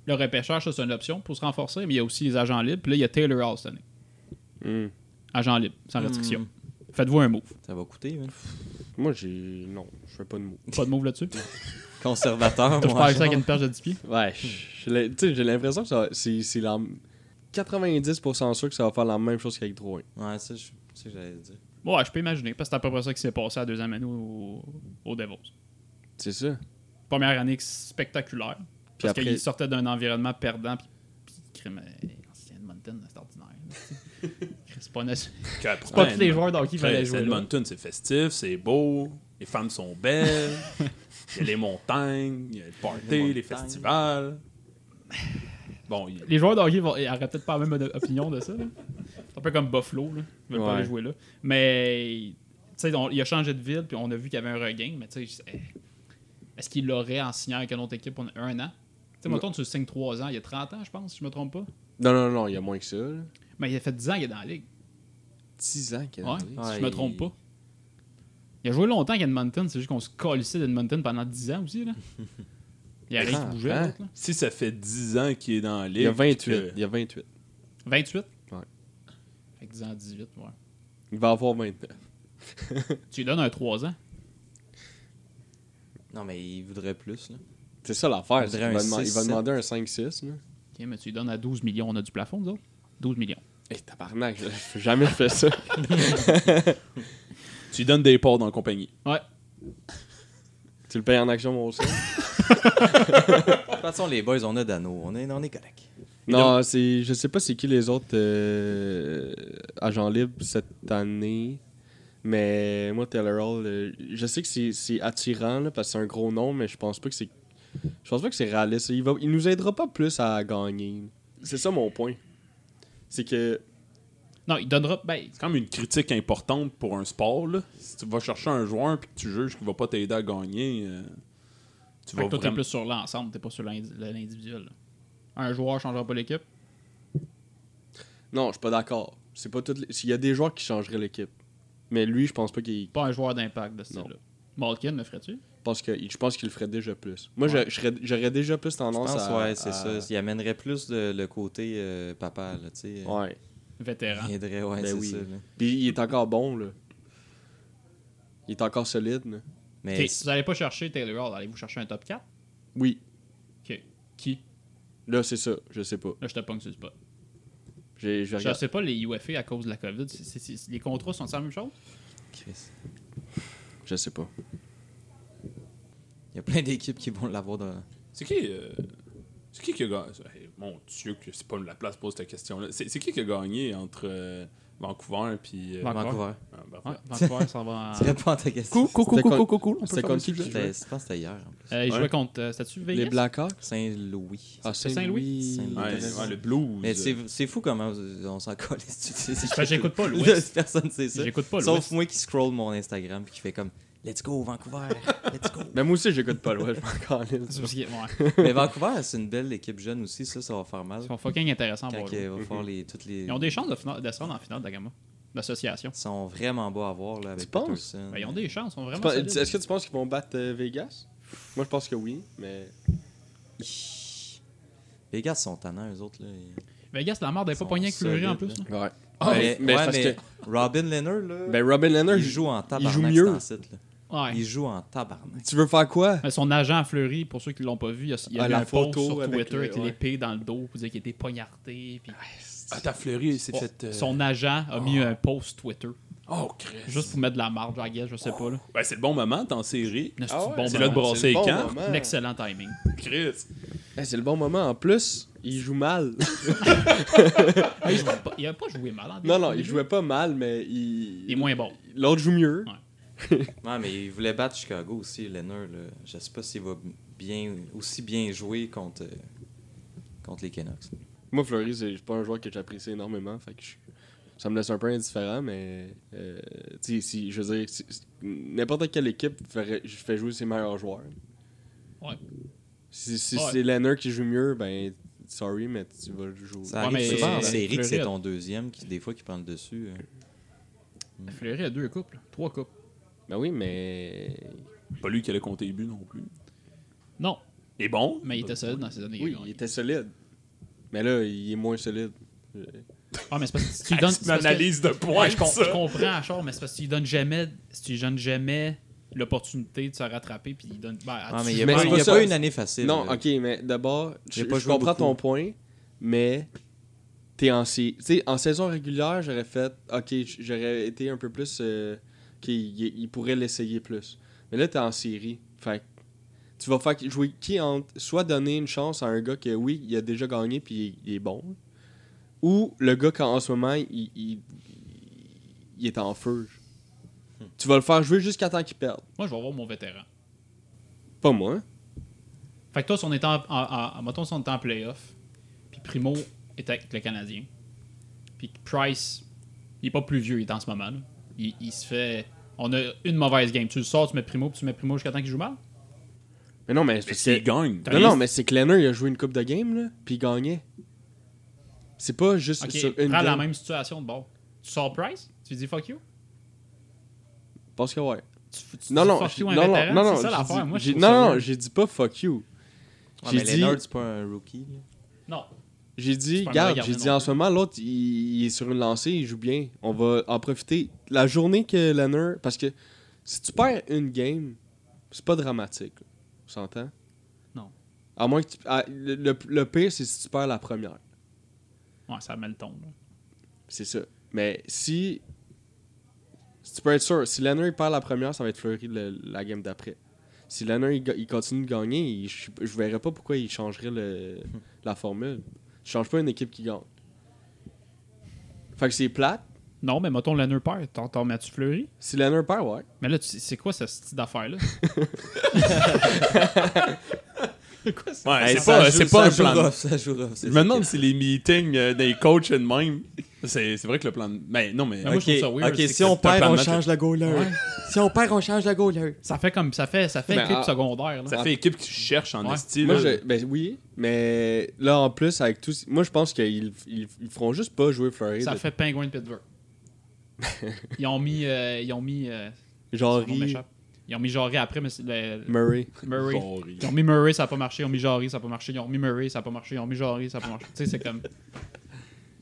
Speaker 6: le repêchage, ça, c'est une option pour se renforcer. Mais il y a aussi les agents libres. Puis là, il y a Taylor Hall cette année.
Speaker 3: Hmm.
Speaker 6: Agent libre, sans restriction. Faites-vous un move.
Speaker 5: Ça va coûter, hein. man.
Speaker 3: Moi, j'ai. Non, je fais pas de mots.
Speaker 6: Pas de move
Speaker 3: [LAUGHS]
Speaker 6: là-dessus.
Speaker 5: Conservateur,
Speaker 6: Touche pas
Speaker 5: moi.
Speaker 6: avec ça avec une perche de 10 pieds.
Speaker 3: Ouais, j'ai l'im- tu sais, j'ai l'impression que ça- c'est c'est la. 90% sûr que ça va faire la même chose qu'avec 3
Speaker 5: Ouais, ça, je- c'est ce que j'allais dire.
Speaker 6: Ouais, je peux imaginer. Parce que c'est à peu près ça qui s'est passé à deux années au, au Devils.
Speaker 3: C'est ça.
Speaker 6: Première année spectaculaire.
Speaker 3: Puis
Speaker 6: parce
Speaker 3: après-
Speaker 6: qu'il sortait d'un environnement perdant. Puis, puis crime, euh, l'ancien Edmonton, c'est ordinaire. là, tu
Speaker 3: [LAUGHS]
Speaker 6: sais. C'est pas, une- c'est
Speaker 7: C'est
Speaker 6: pas tous les joueurs d'hockey qui
Speaker 7: Après,
Speaker 6: fallait jouer. là.
Speaker 7: Edmonton, c'est festif, c'est beau, les femmes sont belles,
Speaker 6: [LAUGHS]
Speaker 7: il y a les montagnes, il y a le party,
Speaker 5: Les
Speaker 7: les,
Speaker 5: montagnes.
Speaker 7: festivals. Bon, il-
Speaker 6: les joueurs d'hockey vont- ils auraient peut-être pas la même od- opinion de ça. là. C'est un peu comme Buffalo, là. ils veulent pas
Speaker 3: Ouais.
Speaker 6: aller jouer là. Mais tu sais, on- il a changé de ville, puis on a vu qu'il y avait un regain, mais tu sais, eh, est-ce qu'il l'aurait en signant avec une autre équipe en un an? Tu sais,
Speaker 3: Non.
Speaker 6: mettons, tu le signes 3 ans, il y a 30 ans, je pense, si je me trompe pas.
Speaker 3: Non, non, non, il y a moins que ça. là.
Speaker 6: Mais il a fait 10 ans qu'il est dans la ligue.
Speaker 3: 10 ans qu'il y a
Speaker 6: Ouais,
Speaker 3: dans la ligue.
Speaker 6: si je me
Speaker 5: Ouais,
Speaker 6: trompe
Speaker 5: il-
Speaker 6: pas. Il a joué longtemps avec Edmonton, c'est juste qu'on se colissait d'Edmonton pendant 10 ans aussi. Là. Il y a rien qui
Speaker 3: Ah,
Speaker 6: bougeait.
Speaker 3: hein?
Speaker 6: l'autre, là.
Speaker 7: si ça fait 10 ans qu'il est dans la ligue.
Speaker 3: Il y a 28.
Speaker 7: que-
Speaker 3: Il y a 28.
Speaker 6: 28?
Speaker 3: Ouais.
Speaker 6: Fait que 10 ans, 18, ouais.
Speaker 3: Il va avoir 29.
Speaker 6: Tu lui donnes un 3 ans.
Speaker 5: Non, mais il voudrait plus, là.
Speaker 3: C'est ça l'affaire.
Speaker 5: Il
Speaker 3: c'est
Speaker 5: voudrait
Speaker 3: qu'il va
Speaker 5: un
Speaker 3: demander- Il va
Speaker 5: 6-7.
Speaker 3: demander un 5-6. là.
Speaker 6: Ok, mais tu lui donnes à 12 millions. On a du plafond, nous autres? 12 millions.
Speaker 3: Hey, tabarnak, je- j'ai jamais fait [LAUGHS] ça.
Speaker 7: Tu lui donnes des ports dans la compagnie.
Speaker 6: Ouais.
Speaker 3: tu le payes en action, mon aussi.
Speaker 5: De toute façon, les boys, on a Dano. On est, on est correct.
Speaker 3: non, c'est, je sais pas c'est qui les autres euh, agents libres cette année. Mais moi, Taylor Hall, euh, je sais que c'est, c'est attirant là, parce que c'est un gros nom, mais je pense pas que c'est. Je pense pas que c'est réaliste. Il, va, il nous aidera pas plus à gagner. C'est ça mon point. C'est que.
Speaker 6: Non, il donnera. Ben,
Speaker 7: C'est quand même une critique importante pour un sport. Là. Si tu vas chercher un joueur et que tu juges qu'il va pas t'aider à gagner, euh, tu
Speaker 6: fait
Speaker 7: vas
Speaker 6: que toi, t'es
Speaker 7: vraiment-
Speaker 6: plus sur l'ensemble, t'es pas sur l'indi- l'individuel. là. Un joueur changera pas l'équipe.
Speaker 3: Non, je suis pas d'accord. C'est pas toutes les- Il y a des joueurs qui changeraient l'équipe. Mais lui, je pense pas qu'il
Speaker 6: Pas un joueur d'impact de ce
Speaker 3: Non.
Speaker 6: style-là. Malkin, le ferais-tu?
Speaker 3: pense que je pense qu'il le ferait déjà plus. Moi,
Speaker 6: Ouais.
Speaker 3: je- je serais- j'aurais déjà plus
Speaker 5: Je
Speaker 3: tendance
Speaker 5: pense,
Speaker 3: à.
Speaker 5: ouais, c'est
Speaker 3: à-
Speaker 5: ça. Il amènerait plus de- le côté euh, papa, là, tu sais.
Speaker 3: Ouais.
Speaker 6: Vétéran.
Speaker 5: Il aiderait, ouais,
Speaker 3: Ben
Speaker 5: c'est
Speaker 3: oui.
Speaker 5: ça. là.
Speaker 3: Puis il est encore bon là. Il est encore solide. là.
Speaker 5: Mais
Speaker 6: Ok, si vous allez pas chercher Taylor Hall, allez-vous chercher un top 4?
Speaker 3: Oui.
Speaker 6: Ok. Qui?
Speaker 3: Là, c'est ça. Je sais pas.
Speaker 6: Là, je te pogne sur le spot.
Speaker 3: J'ai je
Speaker 6: Je
Speaker 3: regarde.
Speaker 6: sais pas, les UFA à cause de la COVID, c'est- c'est- c'est- les contrats sont la même chose?
Speaker 5: Chris,
Speaker 3: Je sais pas.
Speaker 5: il y a plein d'équipes qui vont l'avoir dans.
Speaker 7: C'est qui euh, C'est qui qui a gagné Eh, Mon Dieu, que c'est pas la place pour cette question-là. C'est c'est qui qui a gagné entre euh, Vancouver euh, ah, et.
Speaker 6: Vancouver.
Speaker 5: Vancouver.
Speaker 7: ben,
Speaker 6: Ouais, Vancouver, ça
Speaker 5: [LAUGHS]
Speaker 6: va en...
Speaker 5: Tu réponds à ta question.
Speaker 2: Coucou, coucou,
Speaker 3: C'était
Speaker 2: coucou,
Speaker 3: con-
Speaker 2: coucou.
Speaker 3: c'était contre qui qui
Speaker 5: C'était- Je pense que c'était hier, en plus.
Speaker 6: Euh, il
Speaker 3: Ouais.
Speaker 6: jouait contre. euh, C'était-tu Vegas?
Speaker 3: Les Blackhawks
Speaker 5: Saint-Louis.
Speaker 3: Ah,
Speaker 6: Saint-Louis.
Speaker 3: Saint-Louis.
Speaker 5: Saint-Louis.
Speaker 7: Ouais,
Speaker 5: Canadiens.
Speaker 7: ouais, le blues.
Speaker 5: Mais c'est c'est fou comment on s'en colle. [LAUGHS]
Speaker 6: Ben, j'écoute pas l'Ouest.
Speaker 5: Personne sait ça.
Speaker 6: J'écoute pas l'Ouest.
Speaker 5: Sauf moi qui scroll mon Instagram puis qui fait comme Let's go Vancouver,
Speaker 6: [LAUGHS]
Speaker 5: let's go.
Speaker 3: Mais moi aussi, j'écoute pas l'Ouest. Je m'en [LAUGHS] calisse.
Speaker 6: C'est parce qu'il- ouais.
Speaker 5: Mais Vancouver, c'est une belle équipe jeune aussi, ça, ça va faire mal.
Speaker 6: Ils sont fucking intéressants
Speaker 5: Quand
Speaker 6: pour
Speaker 5: il va faire les, toutes les.
Speaker 6: Mhm. Ils ont des chances de, fina- de se rendre en finale de la Gamma, d'association.
Speaker 5: Ils sont vraiment beaux à voir là, avec
Speaker 3: Tu penses?
Speaker 5: Peterson.
Speaker 6: Ben, ils ont des chances, ils sont
Speaker 3: Tu
Speaker 6: vraiment.
Speaker 3: penses-
Speaker 6: solides.
Speaker 3: Est-ce que tu penses qu'ils vont battre euh, Vegas Moi, je pense que oui, mais.
Speaker 5: Vegas sont tannants, eux autres. Là. Ils
Speaker 6: Vegas, la merde, elle est pas
Speaker 5: sont
Speaker 6: pognée avec Fleury en plus.
Speaker 5: solides, là.
Speaker 6: là.
Speaker 3: Ouais.
Speaker 5: mais,
Speaker 3: Ah, mais
Speaker 5: ouais,
Speaker 3: parce
Speaker 5: mais Robin Leonard, là,
Speaker 3: Ben, Robin Leonard,
Speaker 5: il joue en tabarnak.
Speaker 3: joue mieux.
Speaker 5: c'est un site, là.
Speaker 6: Ouais.
Speaker 5: Il joue en tabarnak.
Speaker 3: Tu veux faire quoi?
Speaker 6: Euh, Son agent à Fleury, pour ceux qui l'ont pas vu, il y a, il y a
Speaker 3: Ah,
Speaker 6: eu
Speaker 3: la
Speaker 6: un post
Speaker 3: photo
Speaker 6: sur
Speaker 3: avec
Speaker 6: Twitter
Speaker 3: le-
Speaker 6: avec
Speaker 3: ouais.
Speaker 6: l'épée dans le dos pour dire qu'il était poignardé. puis-
Speaker 7: Ah, ta fleurie, il s'est
Speaker 6: Oh,
Speaker 7: fait. euh,
Speaker 6: Son agent a mis
Speaker 3: ah.
Speaker 6: un post Twitter
Speaker 7: Oh, Christ.
Speaker 6: juste pour mettre de la marge, I guess, je sais pas. Là.
Speaker 7: Ben, c'est le bon moment, t'es en série.
Speaker 6: N'est-ce
Speaker 3: Ah
Speaker 6: que
Speaker 3: ouais,
Speaker 6: bon
Speaker 7: c'est là de
Speaker 6: moment?
Speaker 7: brasser les
Speaker 3: bon
Speaker 7: camps.
Speaker 3: moment.
Speaker 6: Un excellent timing.
Speaker 7: Chris.
Speaker 3: Eh, c'est le bon moment. En plus, il joue mal. [LAUGHS]
Speaker 6: Ah, il, jouait pas- il a pas joué mal. en
Speaker 3: non, non,
Speaker 6: début.
Speaker 3: il jouait pas mal, mais il.
Speaker 6: Il est moins bon.
Speaker 3: L'autre joue mieux.
Speaker 6: Ouais.
Speaker 5: Ouais, mais il voulait battre Chicago aussi, Leonard. Là. Je sais pas s'il va bien, aussi bien jouer contre, euh, contre les Canucks.
Speaker 3: Moi, Fleury, c'est c'est pas un joueur que j'apprécie énormément. Fait que je- ça me laisse un peu indifférent, mais. euh, tu sais, si, je veux dire, si- si- n'importe quelle équipe ferait, je fais jouer ses meilleurs joueurs. Mm.
Speaker 6: Ouais.
Speaker 3: Si, si
Speaker 6: Ouais.
Speaker 3: c'est Leonard qui joue mieux, ben, sorry, mais tu vas le jouer.
Speaker 5: Ça
Speaker 6: Ouais,
Speaker 5: arrive
Speaker 6: mais
Speaker 5: souvent en
Speaker 6: c'est-
Speaker 5: série que c'est
Speaker 6: Fleury a-
Speaker 5: ton deuxième qui, des fois, qui prend le dessus. hein.
Speaker 6: Fleury a deux couples, trois couples.
Speaker 3: Ben oui, mais.
Speaker 7: Pas lui qui allait compter les buts non plus.
Speaker 6: Non,
Speaker 7: Il est bon.
Speaker 6: mais il était solide dans ces années.
Speaker 3: Oui, il était solide. Mais là, il est moins solide.
Speaker 6: Ah, mais c'est parce que si tu lui donnes.
Speaker 7: C'est
Speaker 6: c'est
Speaker 7: une
Speaker 6: parce que-
Speaker 7: analyse de
Speaker 6: Ouais,
Speaker 7: points,
Speaker 6: je, com-
Speaker 7: ça.
Speaker 6: je comprends, Charles, mais c'est parce que tu lui donnes jamais, si tu lui donnes jamais l'opportunité de se rattraper, puis il donne. Ben,
Speaker 5: Ah,
Speaker 6: tu-
Speaker 5: mais il n'y a,
Speaker 3: Mais
Speaker 5: pas,
Speaker 3: c'est
Speaker 5: il
Speaker 3: pas
Speaker 5: y a
Speaker 3: ça.
Speaker 5: pas une année facile.
Speaker 3: Non,
Speaker 5: là.
Speaker 3: ok, mais d'abord, je,
Speaker 5: J'ai pas
Speaker 3: je
Speaker 5: joué
Speaker 3: comprends
Speaker 5: beaucoup.
Speaker 3: ton point, mais t'es en, sé- tu sais, en saison régulière, j'aurais fait, ok, j- j'aurais été un peu plus, euh, ok, il, il pourrait l'essayer plus. Mais là, t'es en série, fait que tu vas faire jouer qui entre, soit donner une chance à un gars que oui, il a déjà gagné puis il, il est bon, ou le gars qu'en en ce moment, il, il, il est en feu. Tu vas le faire jouer jusqu'à temps qu'il perde.
Speaker 6: Moi, je vais voir mon vétéran.
Speaker 3: Pas moi. hein.
Speaker 6: Fait que toi, si on était en, en, en- mettons, si on était en playoff, puis Primo était avec le Canadien, puis Price, il est pas plus vieux, il est en ce moment. là. Il, il se fait. On a une mauvaise game. Tu le sors, tu mets Primo, puis tu mets Primo jusqu'à temps qu'il joue mal.
Speaker 3: Mais non, mais c'est
Speaker 7: Mais
Speaker 3: parce
Speaker 7: s'il
Speaker 3: que-
Speaker 7: gagne.
Speaker 3: Non, non, mais c'est que Leonard, il a joué une coupe de game, là, puis il gagnait. C'est pas juste
Speaker 6: Ok,
Speaker 3: sur
Speaker 6: prends
Speaker 3: une
Speaker 6: la
Speaker 3: game.
Speaker 6: même situation de bord. Tu sors Price, tu dis fuck you.
Speaker 3: Je pense que ouais.
Speaker 6: Tu, tu- tu
Speaker 3: Non,
Speaker 6: dis
Speaker 3: non,
Speaker 6: fuck
Speaker 3: j'ai-
Speaker 6: you à un
Speaker 3: non, non,
Speaker 6: vétéran,
Speaker 3: non, non,
Speaker 6: c'est ça
Speaker 3: j'ai
Speaker 6: l'affaire.
Speaker 3: dit-
Speaker 6: Moi, je
Speaker 3: j'ai-
Speaker 6: trouve
Speaker 3: non,
Speaker 6: ça
Speaker 3: non,
Speaker 6: weird.
Speaker 3: j'ai dit pas fuck you.
Speaker 5: Ouais,
Speaker 3: J'ai
Speaker 5: mais
Speaker 3: dit,
Speaker 5: Leonard, c'est pas un rookie. là.
Speaker 6: non.
Speaker 3: j'ai dit,
Speaker 6: c'est pas un
Speaker 3: regarde,
Speaker 6: gardien
Speaker 3: j'ai
Speaker 6: non
Speaker 3: dit en
Speaker 6: plus.
Speaker 3: ce moment, l'autre, il, il est sur une lancée, il joue bien. On va en profiter. La journée que Leonard, parce que si tu perds une game, c'est pas dramatique. là. On s'entend?
Speaker 6: Non.
Speaker 3: À moins que tu- à- le, le- le pire, c'est si tu perds la première.
Speaker 6: Ouais, ça met le ton. là.
Speaker 3: C'est ça. Mais si. si tu peux être sûr, si Leonard il perd la première, ça va être Fleury le- la game d'après. Si Leonard il, ga- il continue de gagner, il- je je verrais pas pourquoi il changerait le, la formule. Tu changes pas une équipe qui gagne. Fait que c'est plate.
Speaker 6: Non, mais mettons Leonard perd. T'en t'en mets-tu Fleury?
Speaker 3: Si Leonard perd, ouais.
Speaker 6: Mais là, tu sais- c'est quoi ce style d'affaire-là?
Speaker 7: Ouais,
Speaker 5: Hey,
Speaker 7: c'est pas,
Speaker 5: ça
Speaker 7: c'est
Speaker 5: joue-
Speaker 7: pas un
Speaker 5: ça joue
Speaker 7: plan. de-
Speaker 5: rough, ça joue rough,
Speaker 7: Je
Speaker 5: c'est
Speaker 7: me
Speaker 5: ça.
Speaker 7: demande si les meetings euh, des coachs et de même. C'est c'est vrai que le plan. de- Mais non, mais.
Speaker 6: Mais moi, je trouve ça weird.
Speaker 5: Ok,
Speaker 6: c'est
Speaker 5: si
Speaker 6: que
Speaker 5: on
Speaker 7: c'est un
Speaker 5: perd,
Speaker 7: plan
Speaker 5: on
Speaker 7: de match.
Speaker 5: change la goaler. Si on perd, on change la goaler.
Speaker 6: Ça fait comme ça fait ça fait
Speaker 3: Ben,
Speaker 6: équipe
Speaker 3: ah,
Speaker 6: secondaire là.
Speaker 7: Ça fait équipe qui cherche en
Speaker 6: Ouais.
Speaker 7: esti.
Speaker 3: Moi,
Speaker 7: là.
Speaker 3: je- ben oui, mais là en plus, avec tout. Moi je pense qu'ils ils, ils feront juste pas jouer Fleury.
Speaker 6: Ça
Speaker 3: de-
Speaker 6: fait pingouin de Pittsburgh. ils ont mis euh, ils ont mis euh, son
Speaker 3: Genre,
Speaker 6: nom m'échappe. ils ont mis Jarry après mais c'est le- le-
Speaker 3: Murray.
Speaker 6: Murray.
Speaker 7: Sorry.
Speaker 6: Ils ont mis Murray, ça a pas marché, ils ont mis Jarry, ça a pas marché, ils ont mis Murray, ça a pas marché, ils ont mis Jarry, ça a pas marché. tu sais c'est comme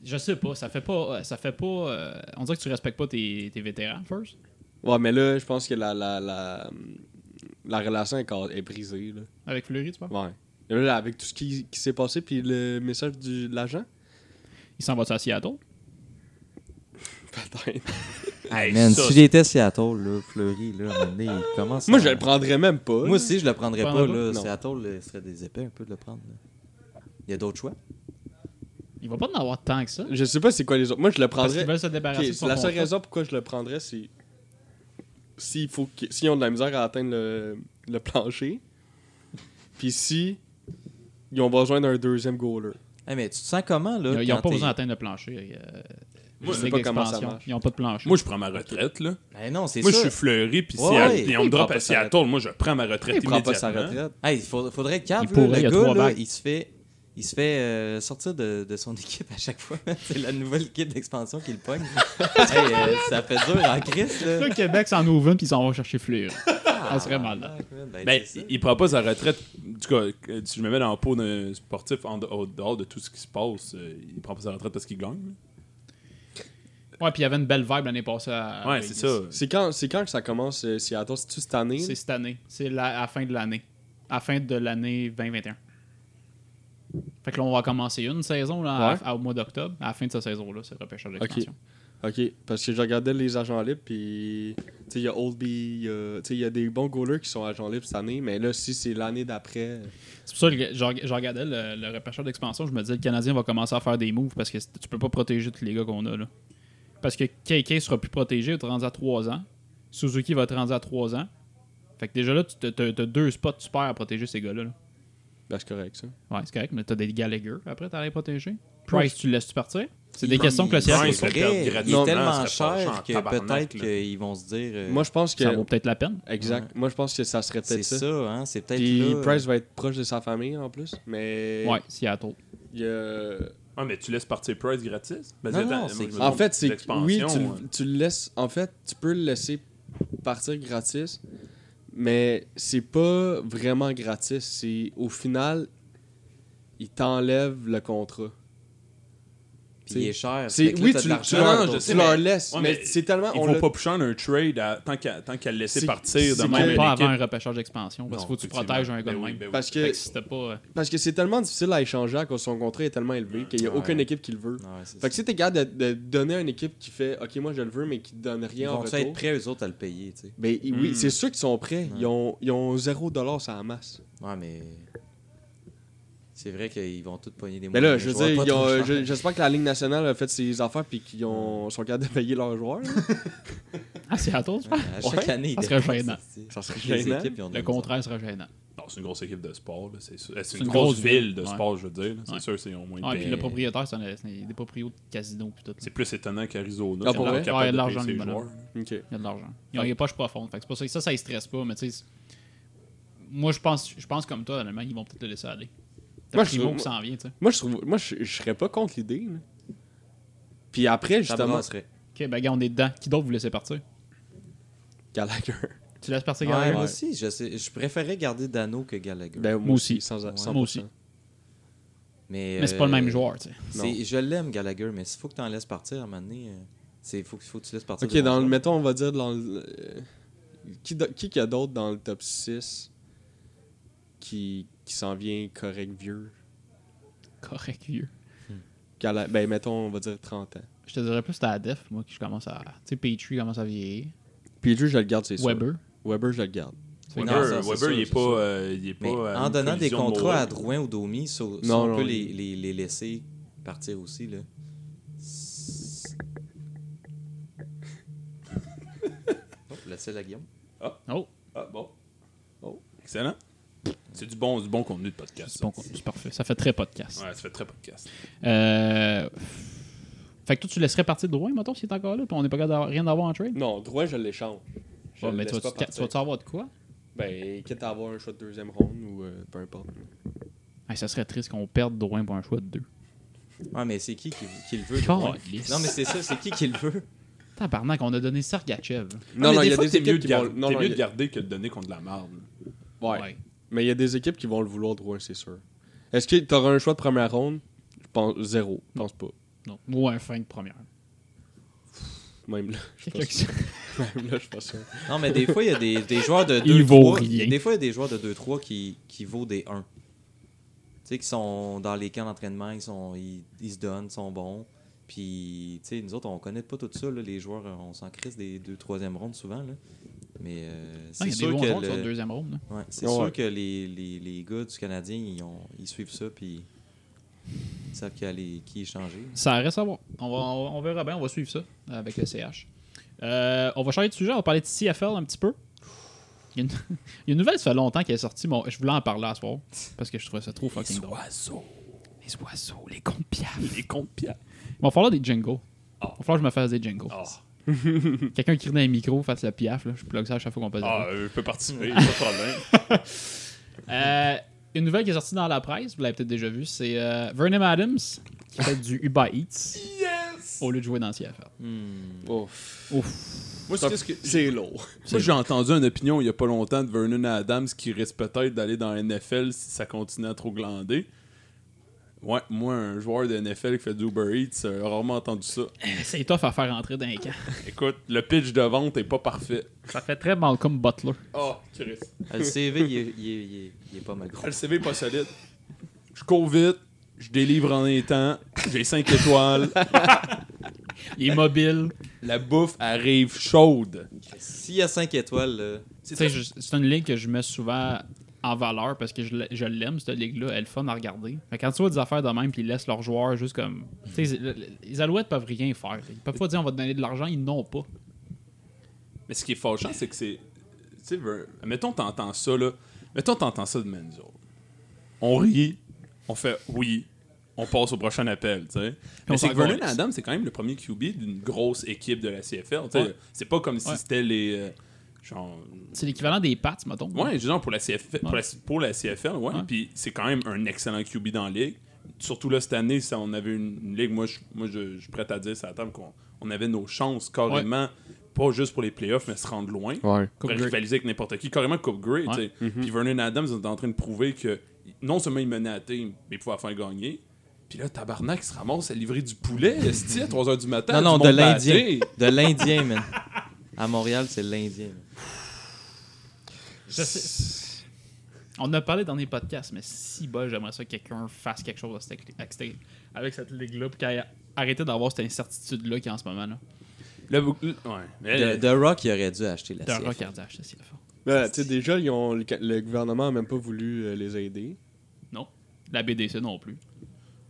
Speaker 6: je sais pas, ça fait pas euh, ça fait pas euh, on dirait que tu respectes pas tes, tes vétérans first.
Speaker 3: Ouais, mais là, je pense que la, la, la, la relation est ca- est brisée. Là.
Speaker 6: Avec Fleury, tu vois.
Speaker 3: Ouais. Là, là, avec tout ce qui, qui s'est passé, puis le message du- de l'agent.
Speaker 6: Il s'en va à Seattle.
Speaker 3: Peut-être.
Speaker 7: Hey,
Speaker 5: Man,
Speaker 7: ça,
Speaker 5: si j'étais Seattle, là, Fleury, là, à un moment donné, il commence
Speaker 3: Moi,
Speaker 5: à-
Speaker 3: je le prendrais même pas.
Speaker 5: Moi aussi, je le prendrais
Speaker 6: Prends
Speaker 5: pas,
Speaker 6: pas?
Speaker 5: là.
Speaker 3: Non.
Speaker 5: Seattle, là, ce serait des épais un peu de le prendre, là. Il y a d'autres choix.
Speaker 6: Il va pas en avoir tant que ça.
Speaker 3: je sais pas c'est quoi les autres. Moi, je le
Speaker 6: Parce qu'ils
Speaker 3: prendrais.
Speaker 6: veulent se débarrasser
Speaker 3: Ok,
Speaker 6: de
Speaker 3: c'est
Speaker 6: son
Speaker 3: la seule
Speaker 6: contrat.
Speaker 3: raison pourquoi je le prendrais, c'est. S'il faut que- s'ils ont de la misère à atteindre le, le plancher, puis si ils ont besoin d'un deuxième goaler.
Speaker 5: Hey, mais tu te sens comment, là?
Speaker 6: Ils n'ont
Speaker 5: quand
Speaker 6: pas
Speaker 5: t'es-
Speaker 6: besoin d'atteindre le plancher. euh,
Speaker 7: Moi, je
Speaker 3: sais
Speaker 6: Ligue
Speaker 3: pas comment ça
Speaker 6: d'expansion.
Speaker 3: marche.
Speaker 6: Ils n'ont pas de plancher.
Speaker 7: Moi, je prends ma retraite, là.
Speaker 5: Hey, non, c'est
Speaker 7: Moi, je
Speaker 5: ça.
Speaker 7: suis fleuri, puis si
Speaker 5: Ouais,
Speaker 7: à-
Speaker 5: ouais.
Speaker 7: puis on
Speaker 3: Il
Speaker 7: me drop
Speaker 3: prend
Speaker 7: à
Speaker 3: pas sa
Speaker 7: Seattle, moi, je prends ma retraite
Speaker 3: Il prend pas sa
Speaker 7: immédiatement.
Speaker 3: retraite.
Speaker 5: Hey, il faut- faudrait être calme,
Speaker 6: Il
Speaker 5: là.
Speaker 6: pourrait, il y a
Speaker 5: le gars,
Speaker 6: trois
Speaker 5: là,
Speaker 6: vagues.
Speaker 5: il se fait... Il se fait euh, sortir de, de son [LAUGHS] équipe à chaque fois. c'est la nouvelle équipe d'expansion qui
Speaker 6: [LAUGHS]
Speaker 5: le pogne. Hey, euh, ça fait dur en crise, là.
Speaker 6: Le Québec s'en ouvre une, puis ils s'en vont chercher Fleur. Ça serait mal.
Speaker 5: Ah, ben,
Speaker 7: Ben,
Speaker 5: c'est ça.
Speaker 7: il il prend pas sa retraite. Du cas, euh, si je me mets dans le pot d'un sportif en de- au dehors de tout ce qui se passe, euh, il prend pas sa retraite parce qu'il gagne.
Speaker 6: Ouais, puis il y avait une belle vibe l'année passée à. à
Speaker 7: là. Ouais,
Speaker 6: Vegas.
Speaker 7: c'est ça.
Speaker 3: C'est quand, c'est quand que ça commence, euh, Seattle? C'est-tu cette année?
Speaker 6: C'est cette année. C'est la, à la fin de l'année. À la fin de l'année 2021. Fait que là, on va commencer une saison là, à-
Speaker 3: Ouais.
Speaker 6: à- au mois d'octobre. À la fin de cette saison-là, c'est le repêchage d'expansion.
Speaker 3: Ok, parce que je regardais les agents libres, puis tu sais, il y a Oldby, il y a- tu sais, il y a des bons goalers qui sont agents libres cette année, mais là, si c'est l'année d'après,
Speaker 6: C'est pour ça que je reg- je regardais le, le repêchage d'expansion. Je me disais, le Canadien va commencer à faire des moves parce que c'est- tu peux pas protéger tous les gars qu'on a. Là. Parce que KK sera plus protégé, il va être rendu à 3 ans. Suzuki va être rendu à 3 ans. Fait que déjà là, tu as deux spots super à protéger ces gars-là. là.
Speaker 3: ben, c'est correct, ça.
Speaker 6: Ouais, c'est correct, mais t'as des Gallagher après, t'as les protéger. Price, tu le laisses-tu partir C'est des
Speaker 5: Il-
Speaker 6: questions que le
Speaker 5: il-
Speaker 6: CF
Speaker 7: Price,
Speaker 6: se pose.
Speaker 7: le perdre
Speaker 5: il
Speaker 7: gratuitement,
Speaker 5: est tellement
Speaker 7: ça serait fâchant en
Speaker 5: cher que
Speaker 7: tabarnak,
Speaker 5: peut-être
Speaker 7: là.
Speaker 5: qu'ils vont se dire. euh,
Speaker 3: Moi, je pense que.
Speaker 6: Ça vaut peut-être la peine.
Speaker 3: Exact. Moi, je pense que ça serait
Speaker 5: c'est
Speaker 3: peut-être ça.
Speaker 5: ça, hein. C'est peut-être.
Speaker 3: Puis
Speaker 5: là,
Speaker 3: Price va être proche de sa famille en plus, mais.
Speaker 6: Ouais, Seattle.
Speaker 3: il y a-
Speaker 7: Ah, mais tu laisses partir Price gratis? Ben,
Speaker 5: Non,
Speaker 7: attends,
Speaker 5: non,
Speaker 7: moi,
Speaker 5: c'est-
Speaker 7: je me
Speaker 3: En
Speaker 7: trompe,
Speaker 3: fait, c'est
Speaker 7: l'expansion,
Speaker 3: oui, tu,
Speaker 7: euh,
Speaker 3: le- tu le laisses. En fait, tu peux le laisser partir gratis, mais c'est pas vraiment gratis. C'est au final, il t'enlève le contrat.
Speaker 5: Puis il est cher.
Speaker 3: C'est-
Speaker 5: Fait que là,
Speaker 3: oui,
Speaker 5: t'as
Speaker 3: tu,
Speaker 5: de
Speaker 3: tu
Speaker 5: l'argent
Speaker 3: leur,
Speaker 5: dans ton-
Speaker 3: tu
Speaker 7: sais,
Speaker 3: leur
Speaker 7: mais-
Speaker 3: laisses,
Speaker 7: ouais,
Speaker 3: mais,
Speaker 7: mais
Speaker 3: c'est tellement
Speaker 7: Ils
Speaker 3: on
Speaker 7: vont
Speaker 3: l'a-
Speaker 7: pas pusher un trade à- tant qu'à tant qu'à le laisser
Speaker 3: C'est-
Speaker 7: partir de
Speaker 3: c'est
Speaker 7: même
Speaker 6: Même pas
Speaker 7: une
Speaker 6: avant un
Speaker 7: équipe.
Speaker 6: repêchage d'expansion parce qu'il
Speaker 7: Non,
Speaker 6: faut que tu
Speaker 7: effectivement.
Speaker 6: protèges un gars de
Speaker 7: Ben oui,
Speaker 6: même.
Speaker 7: ben oui.
Speaker 3: parce
Speaker 6: Fait
Speaker 3: que
Speaker 6: que c'était pas. euh,
Speaker 3: parce que c'est tellement difficile à échanger à cause son contrat est tellement élevé qu'il y a
Speaker 5: Ouais.
Speaker 3: aucune équipe qui le veut.
Speaker 5: Ouais, c'est
Speaker 3: Fait que
Speaker 5: ça.
Speaker 3: si t'es capable de, de donner à une équipe qui fait OK, moi je le veux, mais qui te donne
Speaker 5: Ils
Speaker 3: rien en
Speaker 5: vont
Speaker 3: retour.
Speaker 5: être prêts, Hmm. eux autres, à le payer, tu sais.
Speaker 3: Ben i- oui,
Speaker 7: Mm.
Speaker 3: c'est sûr qu'ils sont prêts. Ils ont, ils ont 0 dollar sur la masse.
Speaker 5: Ouais, mais. C'est vrai qu'ils vont tous pogner des
Speaker 3: Mais là,
Speaker 5: moyens de
Speaker 3: je veux
Speaker 5: joueurs
Speaker 3: dire,
Speaker 5: pas
Speaker 3: ils ont- euh,
Speaker 5: trop chers.
Speaker 3: je- j'espère que la Ligue nationale a fait ses affaires puis qu'ils ont, sont capables de payer leurs joueurs.
Speaker 5: [LAUGHS]
Speaker 3: là.
Speaker 6: Ah, Seattle, tu penses?
Speaker 5: À chaque
Speaker 3: Ouais.
Speaker 5: année, ils
Speaker 6: Ça serait
Speaker 5: dépensent,
Speaker 6: gênant.
Speaker 5: c'est-
Speaker 3: Ça serait
Speaker 5: les
Speaker 3: gênant.
Speaker 5: équipes, ils ont
Speaker 6: Le
Speaker 5: de la misère.
Speaker 6: contraire serait gênant.
Speaker 7: Non, c'est une grosse équipe de sport, là, c'est sûr. Eh, C'est une, grosse, ville de
Speaker 6: ouais.
Speaker 7: sport, je veux dire. là. C'est
Speaker 6: Ouais.
Speaker 7: sûr, c'est au moins
Speaker 6: Ouais,
Speaker 7: payé.
Speaker 6: Ah, puis le propriétaire, c'est un- c'est des proprios de casino. Puis tout, là.
Speaker 7: C'est plus étonnant qu'Arizona.
Speaker 3: Ah,
Speaker 7: qui
Speaker 3: pour
Speaker 7: sont
Speaker 3: vrai?
Speaker 7: capables
Speaker 6: Ouais,
Speaker 7: de
Speaker 6: l'argent
Speaker 7: payer
Speaker 6: du
Speaker 7: ses
Speaker 6: bonhomme.
Speaker 7: joueurs.
Speaker 3: Ok.
Speaker 6: Il y a de l'argent. Ils ont des poches profondes. Fait que c'est pour ça que ça, ça les stresse pas. Mais tu sais, moi, je pense, je pense comme toi, honnêtement, ils vont peut-être le laisser aller. T'as
Speaker 3: Moi,
Speaker 6: le
Speaker 3: je-
Speaker 6: primo
Speaker 3: moi-
Speaker 6: qui s'en vient, tu sais.
Speaker 3: Moi, je, trouve, moi je, je serais pas contre l'idée. là. Puis après,
Speaker 5: Ça
Speaker 3: justement,
Speaker 5: brasserait.
Speaker 6: Ok, ben, gars, on est dedans. Qui d'autre vous laissez partir
Speaker 3: Gallagher.
Speaker 6: Tu laisses partir
Speaker 5: Ouais,
Speaker 6: Gallagher?
Speaker 5: Moi aussi, je, sais- je préférais garder Dano que Gallagher.
Speaker 3: Ben,
Speaker 6: Moi aussi.
Speaker 3: Sans,
Speaker 5: Ouais.
Speaker 3: sans
Speaker 6: Moi aussi.
Speaker 5: mais
Speaker 6: Mais c'est pas le
Speaker 5: euh,
Speaker 6: même joueur, tu sais. [LAUGHS]
Speaker 5: c'est- Je l'aime, Gallagher, mais s'il faut que tu en laisses partir à un moment donné, euh, c'est- faut, que- faut que tu laisses partir.
Speaker 3: Ok,
Speaker 5: des bons
Speaker 3: dans le,
Speaker 5: joueurs.
Speaker 3: mettons, on va dire dans le- euh, qui, do- qui qu'il y a d'autre dans le top 6 qui, qui s'en vient correct vieux?
Speaker 6: Correct, vieux.
Speaker 3: Gala- ben, mettons, on va dire 30 ans.
Speaker 6: Je te dirais plus c'était à Def, moi, que je commence à. Tu sais, Petrie commence à vieillir.
Speaker 3: Petrie, je le garde, c'est sûr.
Speaker 6: Weber.
Speaker 3: Weber, je le garde.
Speaker 5: Oui,
Speaker 7: Weber,
Speaker 5: non, ça, c'est
Speaker 7: Weber,
Speaker 5: sûr,
Speaker 7: il est
Speaker 5: c'est
Speaker 7: pas.
Speaker 5: sûr.
Speaker 7: euh, il est pas
Speaker 5: Mais
Speaker 7: à
Speaker 5: en
Speaker 7: une
Speaker 5: donnant des
Speaker 7: collision
Speaker 5: contrats
Speaker 7: morale.
Speaker 5: à Drouin ou Domi, ça- ça,
Speaker 3: Non,
Speaker 5: on
Speaker 3: non,
Speaker 5: peut
Speaker 3: il-
Speaker 5: les, les- les laisser partir aussi. [LAUGHS] Là. C'est- Oh, laissez la Guillaume.
Speaker 6: Oh,
Speaker 7: Ah, bon. Oh, excellent. C'est du bon, du bon contenu de podcast.
Speaker 6: c'est bon, c'est parfait. Ça fait très podcast.
Speaker 7: ça. Ouais, ça fait très podcast.
Speaker 6: Euh... Fait que toi, tu laisserais partir de droit, mettons, s'il est encore là, puis on n'est pas capable d'avoir- rien d'avoir en trade.
Speaker 3: Non, droit, je l'échange. Je
Speaker 6: Ouais,
Speaker 3: le
Speaker 6: mais
Speaker 3: laisse
Speaker 6: tu
Speaker 3: pas
Speaker 6: vas- tu
Speaker 3: partir.
Speaker 6: vas-tu avoir de quoi
Speaker 3: Ben, quitte à avoir un choix de deuxième ronde ou euh, peu importe.
Speaker 6: Hey, Ça serait triste qu'on perde Drouin pour un choix de deux.
Speaker 5: Ouais, mais c'est qui qui, qui le veut Drouin?
Speaker 6: Calisse.
Speaker 5: Non, mais c'est ça, c'est qui qui le veut
Speaker 6: Tabarnak, on a donné Sergachev.
Speaker 7: Non, non, il y a
Speaker 3: équipes
Speaker 7: mieux de
Speaker 3: qui
Speaker 7: gar-
Speaker 3: vont- non,
Speaker 7: t'es
Speaker 3: non,
Speaker 7: mieux
Speaker 3: il y
Speaker 7: de
Speaker 3: a-
Speaker 7: garder que de donner contre de la marde.
Speaker 3: Ouais.
Speaker 6: Ouais.
Speaker 3: Mais il y a des équipes qui vont le vouloir droit, c'est sûr. Est-ce que t'auras un choix de première ronde Je pense zéro. Je pense pas.
Speaker 6: Non. Ou un fin de première.
Speaker 3: Même là, je
Speaker 6: Quelqu'un [LAUGHS]
Speaker 3: pense
Speaker 6: qui-
Speaker 3: Même là, je suis pas sûr.
Speaker 5: Non, mais des fois, il y a des, des joueurs de 2-3.
Speaker 6: Il vaut rien.
Speaker 5: Des fois, il y a des joueurs de 2-3 qui, qui vaut des 1. Tu sais, qui sont dans les camps d'entraînement, ils, sont, ils, ils se donnent, ils sont bons. Puis, tu sais, nous autres, on connaît pas tout ça. là. les joueurs, euh, on s'en crisse des 2-3e rondes souvent. Là. Mais euh,
Speaker 6: Ah,
Speaker 5: c'est
Speaker 6: Il y a des
Speaker 5: sûr
Speaker 6: bons
Speaker 5: que,
Speaker 6: joueurs qui sont
Speaker 5: le-
Speaker 6: en deuxième ronde. là.
Speaker 5: ouais, c'est
Speaker 3: Ouais.
Speaker 5: sûr que les, les, les gars du Canadien, ils, ont- ils suivent ça. Puis, ils savent qui, aller,
Speaker 3: [LAUGHS]
Speaker 5: qui échanger.
Speaker 6: Ça reste à voir. On, va, on, on verra bien, on va suivre ça avec le CH. Euh, on va changer de sujet, on va parler de CFL un petit peu. Il y a une, [LAUGHS] il y a une nouvelle, ça fait longtemps qu'elle est sortie, mais on- je voulais en parler à ce soir parce que je trouvais ça trop fucking drôle.
Speaker 7: oiseaux.
Speaker 6: Les oiseaux, les comptes piaf.
Speaker 7: Les comptes pieds.
Speaker 6: Il va falloir des jingles. Il va falloir que je me fasse des jingles.
Speaker 7: Ah,
Speaker 6: Quelqu'un qui crie dans les micros, fasse le
Speaker 7: [LAUGHS]
Speaker 6: piaf. là. Je plug ça à chaque fois qu'on passe.
Speaker 7: ah euh, je peux participer, pas de problème.
Speaker 6: Euh, une nouvelle qui est sortie dans la presse, vous l'avez peut-être déjà vu, c'est euh, Vernon Adams qui fait du Uber Eats
Speaker 7: Yes!
Speaker 6: au lieu de jouer dans CFL.
Speaker 7: Moi, c'est qu'est-ce que-
Speaker 3: C'est lourd.
Speaker 7: Moi, j'ai entendu une opinion il y a pas longtemps de Vernon Adams qui risque peut-être d'aller dans la NFL si ça continue à trop glander. Ouais, moi, un joueur de NFL qui fait du Uber Eats, euh, rarement entendu [LAUGHS] ça.
Speaker 6: C'est tough à faire entrer dans les camp.
Speaker 7: Écoute, le pitch de vente est pas parfait.
Speaker 6: Ça fait très Malcolm Butler.
Speaker 7: Oh, Chris.
Speaker 5: Le CV, il est, il est- il est- il est pas mal gros.
Speaker 7: Le CV est pas solide. Je cours vite, je délivre en un temps, j'ai 5 [LAUGHS] étoiles,
Speaker 6: Il est mobile.
Speaker 7: la bouffe arrive chaude.
Speaker 5: S'il y a 5 étoiles, là,
Speaker 6: Tu sais, je- C'est une ligue que je mets souvent en valeur parce que je l'ai- je l'aime, cette ligue-là. Elle est fun à regarder. Fait que quand tu vois des affaires de même puis ils laissent leurs joueurs juste comme. tu sais, le- le- les Alouettes peuvent rien faire. Ils peuvent pas dire on va te donner de l'argent, ils n'ont pas.
Speaker 7: Mais ce qui est fâchant, c'est que c'est. Tu sais, Ver- mettons, t'entends ça, là. Mettons, t'entends ça de Menzo. On rit, on fait oui, on passe au prochain appel, tu sais. Mais
Speaker 6: on
Speaker 7: c'est
Speaker 6: s'en
Speaker 7: que Vernon
Speaker 6: calisse.
Speaker 7: Adams, c'est quand même le premier QB d'une grosse équipe de la CFL, tu sais.
Speaker 6: Ouais.
Speaker 7: C'est pas comme si
Speaker 6: Ouais.
Speaker 7: c'était les. euh, genre.
Speaker 6: C'est l'équivalent des Pats, mettons.
Speaker 7: Ouais, disons, pour la, CFL, pour la, pour la CFL, ouais.
Speaker 6: Ouais.
Speaker 7: Puis c'est quand même un excellent QB dans la ligue. Surtout là, cette année, ça, on avait une, une ligue, moi, je, moi je, je suis prêt à dire, ça table qu'on on avait nos chances carrément, pas juste pour les playoffs, mais se rendre loin.
Speaker 3: Ouais.
Speaker 7: Pour
Speaker 6: Coupe Grey.
Speaker 7: Ben, rivaliser avec n'importe qui. Carrément Coupe Grey, tu sais.
Speaker 5: Mm-hmm.
Speaker 7: Puis Vernon Adams est en train de prouver que non seulement il menait la team, mais il pouvait enfin gagner. Puis là, tabarnak, il se ramasse à livrer du
Speaker 5: [LAUGHS]
Speaker 7: poulet, esti, à 3h du matin. du
Speaker 5: Non, non, de
Speaker 7: monde
Speaker 5: l'Indien.
Speaker 7: batté.
Speaker 5: De l'Indien, man. À Montréal, c'est l'Indien. man.
Speaker 6: Je sais- On a parlé dans les podcasts, mais si bol, j'aimerais ça que quelqu'un fasse quelque chose à cette- avec cette, avec cette ligue-là pour qu'elle arrête d'avoir cette incertitude-là qui est en ce moment. là.
Speaker 7: Ben, Le- le- ouais. Mais-
Speaker 6: Euh,
Speaker 5: The, The Rock, il aurait dû acheter la
Speaker 6: D'un
Speaker 5: CFL.
Speaker 6: regardage, c'est CFL.
Speaker 3: Ben, tu sais, déjà, ils ont, le, le gouvernement a même pas voulu euh, les aider.
Speaker 6: Non. La BDC non plus.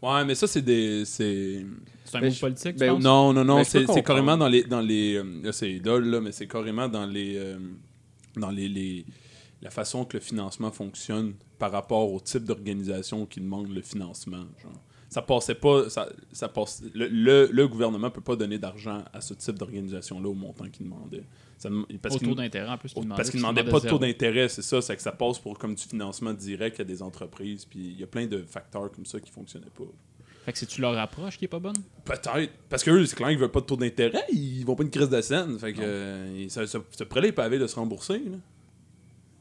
Speaker 7: ouais, mais ça, c'est des. c'est-
Speaker 6: C'est un
Speaker 3: Ben,
Speaker 6: mot
Speaker 3: je-
Speaker 6: politique, tu
Speaker 3: ben,
Speaker 6: penses?
Speaker 7: Non, non, non,
Speaker 3: Mais je peux
Speaker 7: c'est c'est
Speaker 3: comprendre.
Speaker 7: carrément dans les. Dans les euh, là, c'est idole, là, mais c'est carrément dans les. euh, dans les, les- La façon que le financement fonctionne par rapport au type d'organisation qui demande le financement. genre. Ça passait pas. Ça, ça passe, le, le, le gouvernement peut pas donner d'argent à ce type d'organisation-là au montant qu'il demandait. Ça dem- parce
Speaker 6: Au
Speaker 7: qu'il-
Speaker 6: taux d'intérêt en plus.
Speaker 7: au-
Speaker 6: qu'il
Speaker 7: parce qu'il demandait pas de taux d'intérêt, c'est ça. C'est que ça passe pour comme du financement direct à des entreprises. Puis il y a plein de facteurs comme ça qui fonctionnaient pas.
Speaker 6: zéro. Fait que c'est-tu leur approche qui est pas bonne?
Speaker 7: Peut-être. Parce que eux, c'est clair qu'ils veulent pas de taux d'intérêt, ils vont pas une crise de scène. Fait que euh, ils- ça, ça, ça pourrait les paver de se rembourser. Là.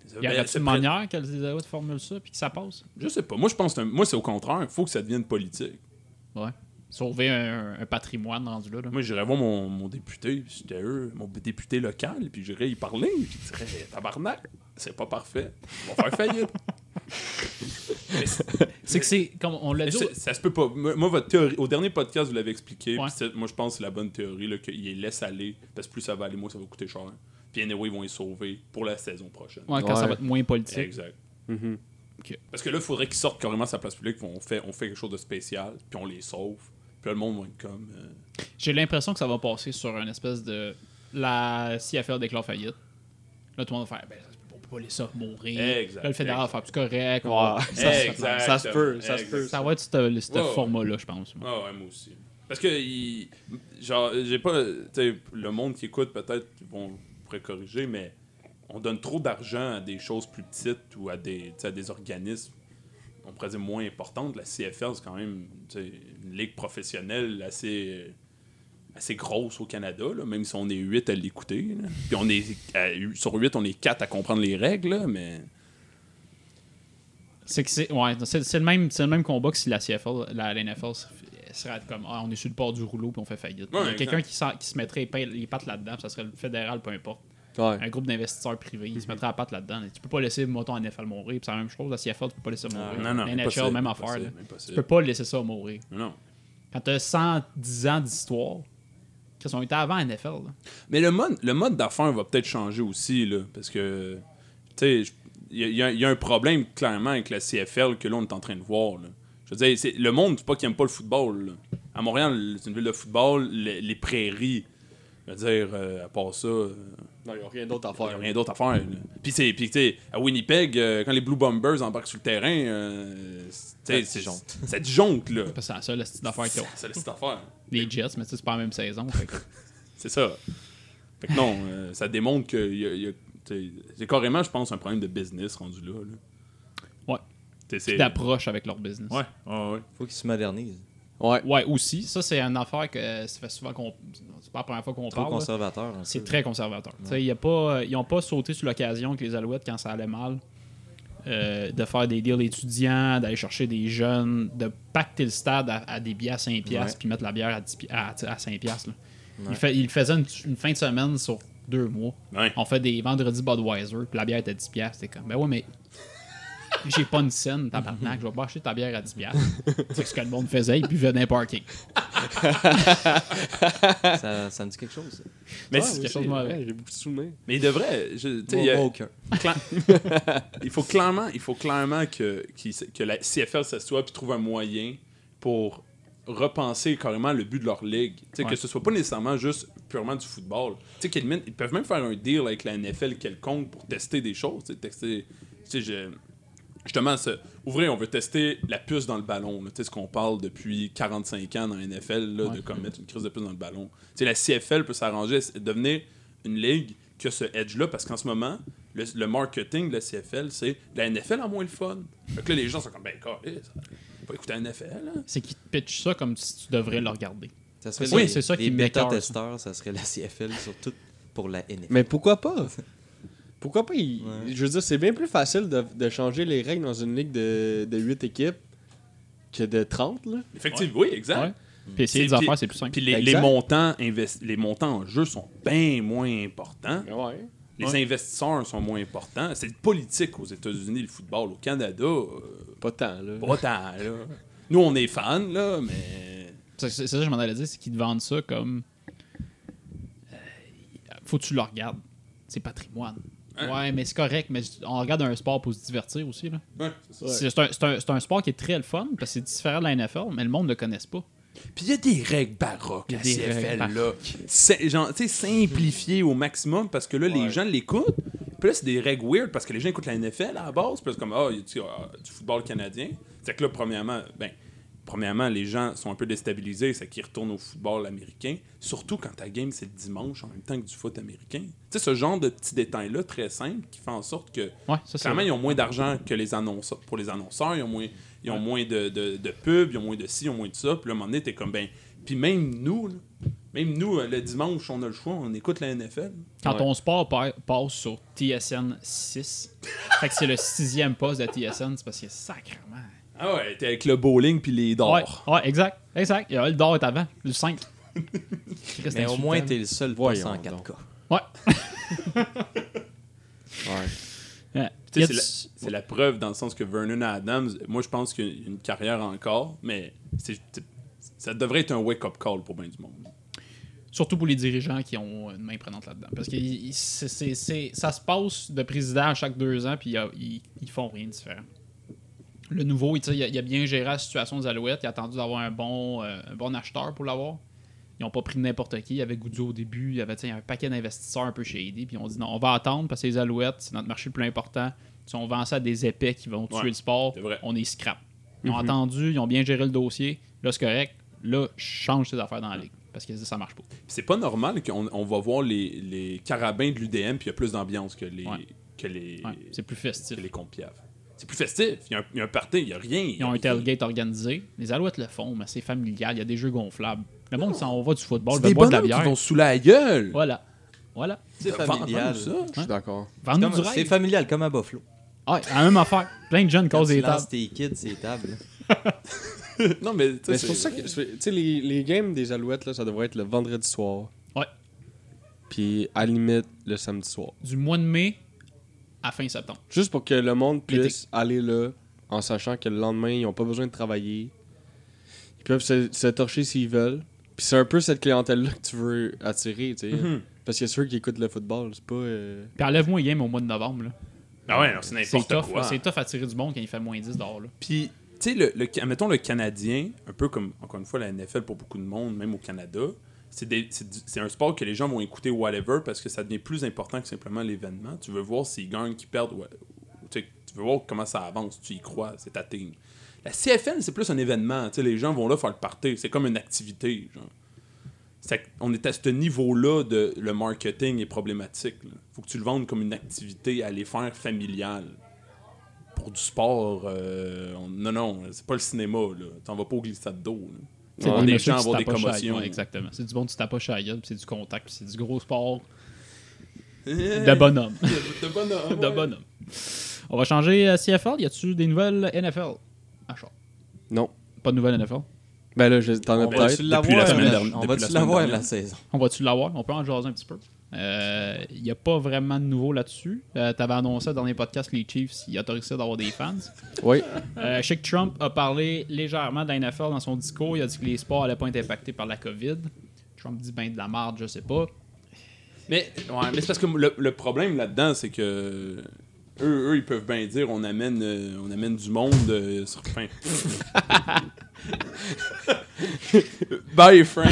Speaker 7: Ça-
Speaker 6: Il y
Speaker 7: ben,
Speaker 6: a
Speaker 7: ça
Speaker 6: une
Speaker 7: pourrait-
Speaker 6: manière que les Alouettes formulent ça puis que ça passe?
Speaker 7: Je sais pas. Moi, je pense que c'est un- moi, c'est au contraire. Il faut que ça devienne politique.
Speaker 6: Ouais. Sauver un, un patrimoine rendu là. là.
Speaker 7: Moi, j'irais voir mon, mon député, puis c'était eux, mon député local, puis j'irais y parler, puis je dirais tabarnak, c'est pas parfait. On va faire faillite.
Speaker 6: [LAUGHS]
Speaker 7: Mais c'est-
Speaker 6: C'est que c'est, comme on l'a
Speaker 7: mais
Speaker 6: dit,
Speaker 7: c'est- ça se peut pas. Moi, moi, votre théorie, au dernier podcast, vous l'avez expliqué.
Speaker 6: Ouais.
Speaker 7: puis c'est- Moi, je pense que c'est la bonne théorie, là, qu'ils les laissent aller, parce que plus ça va aller, moins ça va coûter cher. Puis anyway, ils vont les sauver pour la saison prochaine.
Speaker 6: ouais, quand ça
Speaker 3: Ouais.
Speaker 6: va être moins politique.
Speaker 7: Exact.
Speaker 6: Ok.
Speaker 7: Parce que là, il faudrait qu'ils sortent carrément sa place publique, puis on fait, on fait quelque chose de spécial, puis on les sauve. Puis là, le monde va être comme. euh,
Speaker 6: J'ai l'impression que ça va passer sur une espèce de. La CFL déclare faillite. Là, tout le monde va faire. Ben, on peut pas laisser ça mourir.
Speaker 7: Exact,
Speaker 6: Là, le fédéral va faire plus correct. on-
Speaker 3: Ça, se-
Speaker 7: Exactement.
Speaker 3: ça se peut, ça se peut.
Speaker 6: Ça va être ce, ce
Speaker 7: Ouais, ouais.
Speaker 6: format-là, je pense. moi.
Speaker 7: Ah ouais, moi aussi. Parce que, il- genre, j'ai pas. tu sais, le monde qui écoute, peut-être, ils vont pourraient corriger, mais on donne trop d'argent à des choses plus petites ou à des, tu sais, à des organismes, on pourrait dire, moins importantes. La CFL, c'est quand même tu sais, une ligue professionnelle assez assez grosse au Canada, là, même si on est 8 à l'écouter. là. Puis on est à- sur 8, on est 4 à comprendre les règles, là, mais
Speaker 6: C'est que c'est. Ouais, c'est c'est le, même- c'est le même combat que si la CFL, la, la NFL se- serait comme. Ah, on est sur le port du rouleau puis on fait faillite.
Speaker 7: Ouais,
Speaker 6: Il y a
Speaker 7: exact.
Speaker 6: Quelqu'un qui, s'en- qui se mettrait les pa- les pattes là-dedans, puis ça serait le fédéral, peu importe.
Speaker 3: Ouais.
Speaker 6: un groupe d'investisseurs privés,
Speaker 7: Mhm.
Speaker 6: ils se mettraient la patte là-dedans. Tu peux pas laisser moton NFL mourir, puis c'est la même chose, la CFL, tu peux pas laisser ça mourir.
Speaker 7: Ah, non, non,
Speaker 6: la
Speaker 7: impossible,
Speaker 6: NHL, même
Speaker 7: impossible,
Speaker 6: affaire. là. Tu
Speaker 7: impossible.
Speaker 6: peux pas laisser ça mourir.
Speaker 7: non.
Speaker 6: Quand t'as 110 ans d'histoire, qu'ils ont été avant la NFL, là.
Speaker 7: Mais le mode, le mode d'affaires va peut-être changer aussi, là, parce que, tu sais, je- il y, a- il y a- il y a un problème clairement avec la CFL que là, on est en train de voir. Là. Je veux dire, c'est- le monde, c'est pas qu'il aime pas le football. là. À Montréal, c'est une ville de football, les, les prairies. Je veux dire, euh, à part ça, euh,
Speaker 3: Non, ils n'ont rien d'autre à
Speaker 7: il y a
Speaker 3: faire.
Speaker 7: rien d'autre à faire. là. Puis, c'est- puis, tu sais, à Winnipeg, euh, quand les Blue Bombers embarquent sur le terrain, euh, c'est- tu sais,
Speaker 5: Ça disjoncte.
Speaker 7: c'est- ça disjoncte, là.
Speaker 6: parce que c'est la seule petite affaire qu'ils ont.
Speaker 7: C'est la petite affaire.
Speaker 6: Les Jets, mais tu sais, c'est pas la même saison. fait
Speaker 7: [LAUGHS]
Speaker 6: que-
Speaker 7: C'est ça. Fait que non, euh, ça démontre que y a- y a- t'sais, c'est carrément, je pense, un problème de business rendu là. là.
Speaker 6: ouais.
Speaker 7: T'essaies-
Speaker 6: d'approche avec leur business.
Speaker 7: Ouais, ouais, ouais.
Speaker 5: faut qu'ils se modernisent.
Speaker 3: Ouais.
Speaker 6: Ouais, aussi. Ça, c'est une affaire que euh, ça fait souvent qu'on. C'est pas la première fois qu'on
Speaker 5: Trop
Speaker 6: parle. là.
Speaker 5: conservateur. un
Speaker 6: C'est
Speaker 5: peu.
Speaker 6: très conservateur. Tu sais, y a pas, euh, ils n'ont pas sauté sur l'occasion que les Alouettes, quand ça allait mal, euh, de faire des deals étudiants, d'aller chercher des jeunes, de pacter le stade à, à des billets à 5$
Speaker 5: Ouais.
Speaker 6: puis mettre la bière à, 10 pi- à, à 5$. là.
Speaker 5: Ouais.
Speaker 6: Ils, fait- ils faisaient une, une fin de semaine sur deux mois.
Speaker 7: Ouais.
Speaker 6: On fait des vendredis Budweiser, puis la bière était 10$. piastres. C'était comme, ben ouais, mais [LAUGHS] j'ai pas une scène, tabarnak, je vais pas acheter ta bière à 10$. piastres. c'est ce que le monde faisait, ils buvaient dans les parkings.
Speaker 5: Ça, ça me dit quelque chose. ça.
Speaker 7: Mais,
Speaker 3: Ah,
Speaker 7: c'est-
Speaker 3: oui,
Speaker 6: quelque
Speaker 3: c'est
Speaker 6: chose de mauvais.
Speaker 3: vrai, J'ai beaucoup de souvenirs.
Speaker 7: mais il devrait. je- tu sais, il
Speaker 5: Moi,
Speaker 7: y a-
Speaker 5: moi, aucun.
Speaker 7: Cla- il faut clairement, il faut clairement que, qu'il s- que la CFL s'assoie et trouve un moyen pour repenser carrément le but de leur ligue. Tu sais,
Speaker 6: Ouais.
Speaker 7: Que ce soit pas nécessairement juste purement du football. Tu sais, qu'ils mettent- ils peuvent même faire un deal avec la NFL quelconque pour tester des choses. tu sais, Tester, tu sais, je- justement, ce, ouvrir, on veut tester la puce dans le ballon. là. Tu sais, ce qu'on parle depuis 45 ans dans la NFL, là, de comme mettre une crise de puce dans le ballon. Tu sais, la CFL peut s'arranger, s- devenir une ligue qui a ce edge-là, parce qu'en ce moment, le, le marketing de la CFL, c'est la NFL a moins le fun. Fait que là, les gens sont comme, ben, calé, ça, on va écouter la NFL. hein.
Speaker 6: C'est qu'ils te pitchent ça comme si tu devrais le regarder.
Speaker 5: Ça serait
Speaker 6: Oui,
Speaker 5: les,
Speaker 6: c'est ça qui
Speaker 5: les
Speaker 6: m'écoeure, ça.
Speaker 5: bêta-testeurs, ça serait la CFL, surtout pour la NFL.
Speaker 3: Mais pourquoi pas? Pourquoi pas? il-
Speaker 5: Ouais.
Speaker 3: Je veux dire, c'est bien plus facile de, de changer les règles dans une ligue de, de 8 équipes que de 30, là.
Speaker 7: Effectivement, oui, exact.
Speaker 6: Ouais. Puis essayer des
Speaker 7: C'est- puis-
Speaker 6: affaires, c'est plus simple.
Speaker 7: Puis les, les
Speaker 3: Exact.
Speaker 7: montants investi- les montants en jeu sont bien moins importants.
Speaker 3: Ouais.
Speaker 7: Les investisseurs sont moins importants. C'est politique aux États-Unis, le football. Au Canada, euh,
Speaker 3: Pas tant, là.
Speaker 7: Pas tant, là. Nous, on est fans, là, mais.
Speaker 6: C'est c'est ça que je m'en allais dire, c'est qu'ils te vendent ça comme. euh, faut que tu le regardes. C'est patrimoine.
Speaker 7: Hein?
Speaker 6: Ouais, mais c'est correct, mais on regarde un sport pour se divertir aussi. là.
Speaker 7: Ouais,
Speaker 6: C'est c'est un, c'est un- c'est un sport qui est très le fun parce que c'est différent de la NFL, mais le monde ne le connaisse pas.
Speaker 7: Puis il y a des règles baroques
Speaker 6: Il y
Speaker 7: à
Speaker 6: a des
Speaker 7: CFL,
Speaker 6: règles
Speaker 7: là. C'est- Genre, tu sais, simplifié au maximum parce que là, les gens l'écoutent. Puis là, c'est des règles weird parce que les gens écoutent la NFL à la base. Puis là, c'est comme, ah, il y a du- ah, du football canadien. C'est que là, premièrement, ben. Premièrement, les gens sont un peu déstabilisés, c'est qu'ils retournent au football américain, surtout quand ta game c'est le dimanche en même temps que du foot américain. Tu sais, ce genre de petits détails-là très simples qui font en sorte que
Speaker 6: Ouais, ça c'est.
Speaker 7: Clairement, ils ont moins d'argent que les annonceurs. Pour les annonceurs, ils ont moins, ils ont moins de, de, de pubs, ils ont moins de ci, ils ont moins de ça. Puis là, à un moment donné, t'es comme, ben. Puis même nous, là, même nous, euh, le dimanche, on a le choix, on écoute la NFL.
Speaker 6: Quand ton sport pa- passe sur TSN 6, [LAUGHS] fait que c'est le sixième poste de TSN, c'est parce que sacrément.
Speaker 7: Ah ouais, t'es avec le bowling puis les
Speaker 6: Ouais,
Speaker 7: d'or.
Speaker 6: ouais, exact, exact. Et, euh, Le d'or est avant, le
Speaker 7: [LAUGHS]
Speaker 6: 5.
Speaker 5: Mais au moins, t'es le seul poste
Speaker 3: Voyons
Speaker 5: en
Speaker 3: donc.
Speaker 5: 4K.
Speaker 6: Ouais.
Speaker 3: Ouais.
Speaker 6: Ouais.
Speaker 7: Tu
Speaker 6: Y a
Speaker 7: sais, C'est
Speaker 6: du-
Speaker 7: la, c'est la preuve dans le sens que Vernon Adams, moi, je pense qu'il y a une carrière encore, mais c'est- c'est- ça devrait être un wake-up call pour bien du monde.
Speaker 6: Surtout pour les dirigeants qui ont une main prenante là-dedans. Parce que il- il- c'est- c'est- c'est- ça se passe de président à chaque deux ans, puis il y a- ils ils font rien de différent. Le nouveau, il, tu sais, il a, il a bien géré la situation des Alouettes. Il a attendu d'avoir un, bon, euh, un bon acheteur pour l'avoir. Ils n'ont pas pris n'importe qui. Il y avait Goudzio au début. Il y avait tu sais, un paquet d'investisseurs un peu chez AD. Puis on dit non, on va attendre parce que les Alouettes, c'est notre marché le plus important. Si on vend ça à des épais qui vont tuer
Speaker 7: Ouais,
Speaker 6: le sport,
Speaker 7: c'est vrai. Mhm.
Speaker 6: on est scrap. Ils ont attendu, ils ont bien géré le dossier. Là, c'est correct. Là, change tes affaires dans la ligue. Parce que ça marche pas.
Speaker 7: Puis c'est pas normal qu'on on va voir les, les carabins de l'UDM, puis il y a plus d'ambiance que les.
Speaker 6: Ouais.
Speaker 7: Que les
Speaker 6: Ouais, c'est plus
Speaker 7: que
Speaker 6: festif.
Speaker 7: les compiaves. C'est plus festif. Il y, a un, il y a un party, il y a rien.
Speaker 6: Ils ont un tailgate organisé. Les Alouettes le font, mais c'est familial. Il y a des jeux gonflables. Le
Speaker 7: Ah.
Speaker 6: monde s'en va du football, veut boire de la bière.
Speaker 7: sous la gueule.
Speaker 6: Voilà. Voilà.
Speaker 5: C'est familial.
Speaker 7: ça.
Speaker 3: Je suis d'accord.
Speaker 6: Vends-nous du
Speaker 5: Comme- C'est
Speaker 6: rêve.
Speaker 5: familial, comme à Buffalo.
Speaker 6: Ah, la même affaire. Plein de jeunes
Speaker 5: Quand
Speaker 6: causent
Speaker 5: tu
Speaker 6: des
Speaker 5: lances
Speaker 6: tables.
Speaker 5: tes kids, c'est table.
Speaker 7: non, mais, tu sais,
Speaker 3: Mais c'est pour ça que, tu sais, les, les games des Alouettes, là, ça devrait être le vendredi soir.
Speaker 6: Ouais.
Speaker 3: Puis, à la limite, le samedi soir.
Speaker 6: Du mois de mai à fin septembre.
Speaker 3: Juste pour que le monde
Speaker 6: L'été.
Speaker 3: puisse aller là en sachant que le lendemain, ils n'ont pas besoin de travailler. Ils peuvent se, se torcher s'ils veulent. Puis c'est un peu cette clientèle-là que tu veux attirer, tu sais. Parce que ceux qui écoutent le football, c'est pas... euh,
Speaker 6: Puis enlève-moi les games au mois de novembre. là.
Speaker 7: Ah ouais, non, c'est
Speaker 6: C'est
Speaker 7: n'importe
Speaker 6: tough.
Speaker 7: quoi. Ah,
Speaker 6: là. C'est tough à tirer du monde quand il fait moins 10 dehors. là.
Speaker 7: Puis, tu sais, le, le- mettons le Canadien, un peu comme, encore une fois, la NFL pour beaucoup de monde, même au Canada, c'est des- c'est du- c'est un sport que les gens vont écouter whatever parce que ça devient plus important que simplement l'événement. Tu veux voir s'ils gagnent, qu'ils perdent. ouais, ou tu sais, tu veux voir comment ça avance. Tu y crois, c'est ta team. La CFL, c'est plus un événement. tu sais, les gens vont là faire le party. C'est comme une activité. Genre. C'est- on est à ce niveau-là de le marketing est problématique. là. Faut que tu le vendes comme une activité à aller faire familiale. pour du sport. euh, on- non, non, c'est pas le cinéma. là. T'en vas pas au glissade d'eau. là.
Speaker 6: C'est
Speaker 7: Voir
Speaker 6: des
Speaker 7: des
Speaker 6: messieurs
Speaker 7: gens
Speaker 6: qui se
Speaker 7: avoir des
Speaker 6: tapochent à la
Speaker 7: commotions.
Speaker 6: gueule, exactement. C'est du bon, tu tapoches à la gueule, puis c'est du contact, puis c'est du gros sport de
Speaker 7: De
Speaker 6: bonhomme.
Speaker 7: De bonhomme.
Speaker 6: de hein?
Speaker 7: ouais.
Speaker 6: bonhomme. On va changer euh, CFL. Y a-tu des nouvelles NFL Ah, chaud.
Speaker 3: Non.
Speaker 6: Pas de nouvelles NFL.
Speaker 3: Ben là, je- t'en as
Speaker 5: On
Speaker 3: peut-être.
Speaker 5: va-tu l'avoir
Speaker 7: la semaine
Speaker 5: la-
Speaker 7: dernière-
Speaker 5: euh, on
Speaker 7: depuis
Speaker 5: va-tu
Speaker 7: la semaine
Speaker 5: l'avoir,
Speaker 7: dernière.
Speaker 5: la saison?
Speaker 6: On va-tu l'avoir On peut en jaser un petit peu. Il n'y a pas vraiment de nouveau là-dessus. Euh, T'avais annoncé dans les podcasts que les Chiefs y autorisaient d'avoir des fans.
Speaker 3: Oui.
Speaker 6: Euh, je sais que Trump a parlé légèrement de la NFL dans son discours. Il a dit que les sports n'allaient pas être impactés par la COVID. Trump dit ben de la marde, je sais pas.
Speaker 7: Mais, ouais, mais c'est parce que le, le problème là-dedans, c'est que eux, eux, ils peuvent bien dire on amène, euh, on amène du monde euh, sur [LAUGHS] fin. Bye, Frank.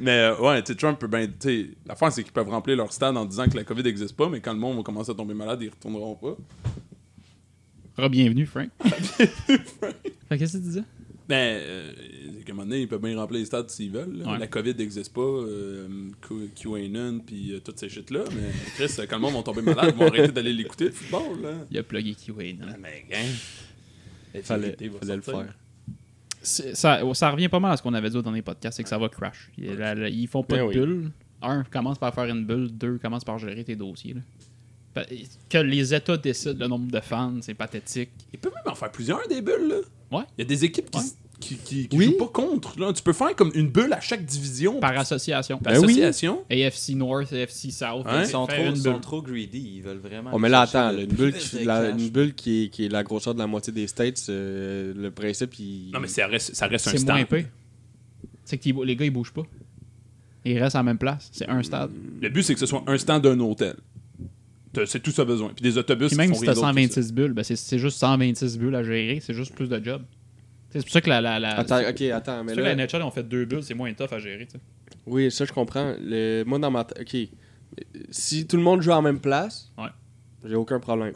Speaker 7: mais euh, ouais, tu sais, Trump peut bien. tu sais, L'affaire, c'est qu'ils peuvent remplir leur stade en disant que la COVID n'existe pas, mais quand le monde va commencer à tomber malade, ils retourneront pas.
Speaker 6: Re-bienvenue, Frank. Fait que Qu'est-ce que tu disais
Speaker 7: Ben, euh, c'est qu'à un moment donné, ils peuvent bien remplir les stades s'ils veulent. là.
Speaker 6: Ouais.
Speaker 7: La COVID n'existe pas, euh, Q- QAnon, puis euh, toutes ces shit-là. Mais Chris, euh, quand le monde va tomber malade, ils vont arrêter d'aller l'écouter, le football. Là.
Speaker 6: Il a plugué Kiwi. non?
Speaker 7: Mais, hein, la
Speaker 3: Fallait,
Speaker 7: vérité va
Speaker 3: fallait le
Speaker 7: sortir.
Speaker 3: faire.
Speaker 6: C'est- ça, ça revient pas mal à ce qu'on avait dit au dernier podcast, c'est que ça va crash. Il- la- la- ils font pas
Speaker 3: Ben
Speaker 6: de
Speaker 3: oui.
Speaker 6: bulle. Un, commence par faire une bulle. Deux, commence par gérer tes dossiers. là. Pa- Que les États décident le nombre de fans, c'est pathétique.
Speaker 7: Ils peuvent même en faire plusieurs des bulles. Là.
Speaker 6: Ouais.
Speaker 7: Il y a des équipes qui,
Speaker 6: Ouais.
Speaker 7: s- qui, qui- qui
Speaker 3: Oui.
Speaker 7: jouent pas contre. Là. Tu peux faire comme une bulle à chaque division, par,
Speaker 6: Par association.
Speaker 3: Ben oui.
Speaker 7: association.
Speaker 6: AFC North, AFC South.
Speaker 7: Hein?
Speaker 5: Ils
Speaker 6: faire
Speaker 5: sont trop,
Speaker 6: une
Speaker 5: ils sont
Speaker 6: bulle.
Speaker 5: trop greedy. Ils veulent vraiment.
Speaker 3: Oh, mais là,
Speaker 5: chercher
Speaker 3: attends,
Speaker 5: le
Speaker 3: là, une bulle, qui,
Speaker 5: plus
Speaker 3: fait
Speaker 5: de
Speaker 3: la-
Speaker 5: cash.
Speaker 3: une bulle qui, est, qui est la grosseur de la moitié des States, euh, le principe, il.
Speaker 7: Non, mais ça reste, ça reste un
Speaker 6: C'est moins
Speaker 7: stand.
Speaker 6: épais. C'est que t'y- les gars, ils bougent pas. Ils restent à la même place. C'est un stade.
Speaker 7: Le but, c'est que ce soit un stand d'un hôtel. T'as- C'est tout ça besoin. Puis des autobus
Speaker 6: Puis
Speaker 7: qui
Speaker 6: même
Speaker 7: font
Speaker 6: si
Speaker 7: rien
Speaker 6: t'as
Speaker 7: d'autre que ça.
Speaker 6: 126 bulles, ben c'est- c'est juste 126 bulles à gérer. C'est juste plus de job. C'est pour ça que la- la- la,
Speaker 3: Attends, ok, attends, mais
Speaker 6: C'est
Speaker 3: là.
Speaker 6: la NHL, on fait deux bulles, c'est moins tough à gérer. tu sais.
Speaker 3: Oui, ça, je comprends. Le... Moi, dans ma. t- Ok. Euh, Si tout le monde joue en même place,
Speaker 6: Ouais.
Speaker 3: j'ai aucun problème.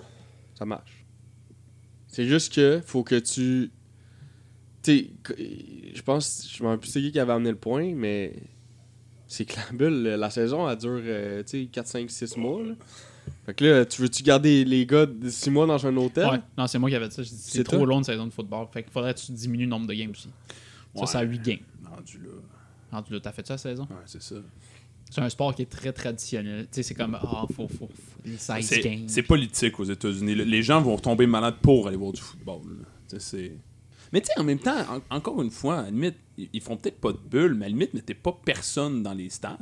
Speaker 3: Ça marche. C'est juste que, faut que tu. Tu sais, qu- je pense. Je m'en rappelle plus c'est qui qui avait amené le point, mais. C'est que la bulle, la saison, elle dure, euh, tu sais, 4, 5, 6 mois. là. Fait que là, tu veux-tu garder les gars 6 mois dans un hôtel?
Speaker 6: Ouais. Non, c'est moi qui avais dit ça. j'ai dit, C'est
Speaker 3: C'est
Speaker 6: trop
Speaker 3: toi?
Speaker 6: long de saison de football. Fait qu'il faudrait que tu diminues le nombre de games aussi. Ça,
Speaker 7: Ouais.
Speaker 6: c'est à 8 games.
Speaker 7: Rendu là.
Speaker 6: Rendu là, t'as fait ça la saison?
Speaker 7: Ouais, c'est ça.
Speaker 6: C'est un sport qui est très traditionnel. Tu sais, c'est comme, ah, faut, faut, faut, les 16
Speaker 7: C'est-
Speaker 6: games.
Speaker 7: C'est politique aux États-Unis. là. Les gens vont tomber malades pour aller voir du football. là. Tu sais, c'est- Mais tu sais, en même temps, en- encore une fois, à la limite, ils ils font peut-être pas de bulles, mais à la limite, mettez pas personne dans les stands.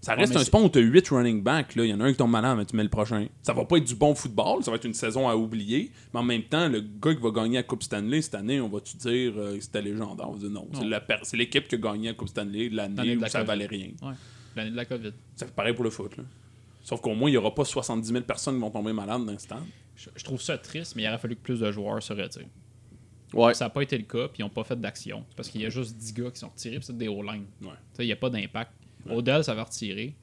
Speaker 7: Ça reste
Speaker 6: mais
Speaker 7: un
Speaker 6: c'est-
Speaker 7: sport où tu as 8 running backs. là. Il y en a un qui tombe malade, mais tu mets le prochain. Ça va pas être du bon football, ça va être une saison à oublier. Mais en même temps, le gars qui va gagner la Coupe Stanley cette année, on va-tu dire euh, que c'était légendaire? On va dire non. C'est la per- C'est l'équipe qui a gagné la Coupe Stanley de
Speaker 6: L'année
Speaker 7: l'année
Speaker 6: de
Speaker 7: où
Speaker 6: la
Speaker 7: ça
Speaker 6: COVID.
Speaker 7: valait rien.
Speaker 6: Ouais, l'année de la COVID.
Speaker 7: Ça fait pareil pour le foot. Là. Sauf qu'au moins, il n'y aura pas 70 000 personnes qui vont tomber malades dans ce temps.
Speaker 6: Je, je trouve ça triste, mais il aurait fallu que plus de joueurs se retirent.
Speaker 3: Ouais.
Speaker 6: Ça n'a pas été le cas, puis ils n'ont pas fait d'action. C'est Parce qu'il y a juste 10 gars qui sont retirés, puis c'est des O-line. Tu
Speaker 7: Ouais.
Speaker 6: sais, Il n'y a pas d'impact. Odell, ça va retirer.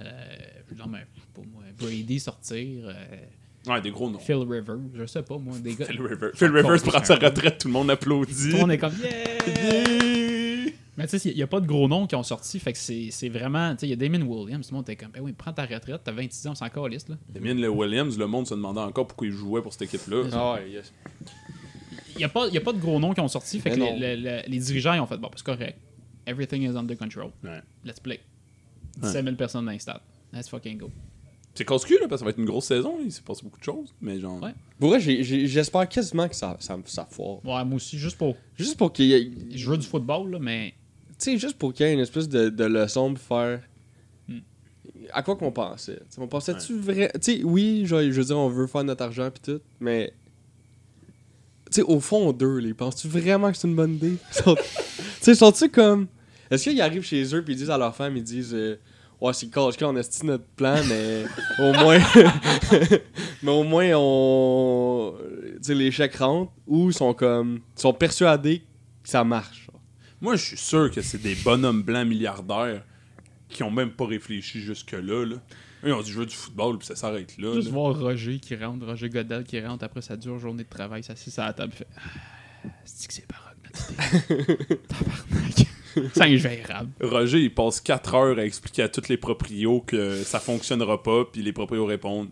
Speaker 6: Euh, non, mais pour moi, Brady sortir. euh,
Speaker 7: Ouais, des gros noms.
Speaker 6: Phil Rivers, je sais pas moi, des gars.
Speaker 7: Phil Rivers. Phil Rivers prend sa retraite, tout le monde applaudit.
Speaker 6: Tout le monde est comme yeah! Mais tu sais, il n'y a pas de gros noms qui ont sorti, fait que c'est c'est vraiment. Tu sais, il y a Damon Williams, tout le monde était comme, ben oui, prends ta retraite, t'as 26 ans, c'est encore liste là.
Speaker 7: Damien le Williams, le monde se demandait encore pourquoi il jouait pour cette équipe-là.
Speaker 3: Ah ouais, yes.
Speaker 6: Il n'y a, pas- y a pas de gros noms qui ont sorti, fait que
Speaker 3: Mais
Speaker 6: les,
Speaker 3: non.
Speaker 6: le- le- les dirigeants ils ont fait, bon, ben, c'est correct, everything is under control,
Speaker 7: Ouais.
Speaker 6: let's play. 17 000 personnes dans les stades, let's fucking go.
Speaker 7: C'est casse-cul, là, parce que ça va être une grosse saison. Il s'est passé beaucoup de choses. Mais genre.
Speaker 6: Ouais.
Speaker 3: Pour vrai, j'ai- j'ai- j'espère quasiment que ça, ça, ça foire.
Speaker 6: Ouais, moi aussi, juste pour.
Speaker 3: Juste pour qu'il y ait.
Speaker 6: Je veux du football, là, mais.
Speaker 3: tu sais, juste pour qu'il y ait une espèce de, de leçon pour faire. À quoi qu'on pensait Tu sais, On pensait-tu vrai. Tu sais, oui, genre, je veux dire, on veut faire notre argent pis tout, mais. Tu sais, au fond, d'eux, là, ils pensent-tu vraiment que c'est une bonne idée Sont- Tu sais, sont-tu comme. Est-ce qu'ils arrivent chez eux pis ils disent à leur femme, ils disent. euh, Ouais, c'est cash qu'on a sti notre plan, mais au moins. [LAUGHS] mais au moins, on. Tu sais, les chèques rentrent ou ils sont comme. Ils sont persuadés que ça marche. genre.
Speaker 7: Moi, je suis sûr que c'est des bonhommes blancs milliardaires qui ont même pas réfléchi jusque-là. Là. Eux, Ils ont dit je veux du football, puis ça s'arrête là.
Speaker 6: Juste
Speaker 7: là.
Speaker 6: voir Roger qui rentre, Roger Godel qui rentre après sa dure journée de travail, s'assit à la table, il fait Ah, C'est que c'est baroque, notre idée. Tabarnak. [LAUGHS] Singe gérable.
Speaker 7: Roger, il passe 4 heures à expliquer à tous les proprios que ça fonctionnera pas, puis les proprios répondent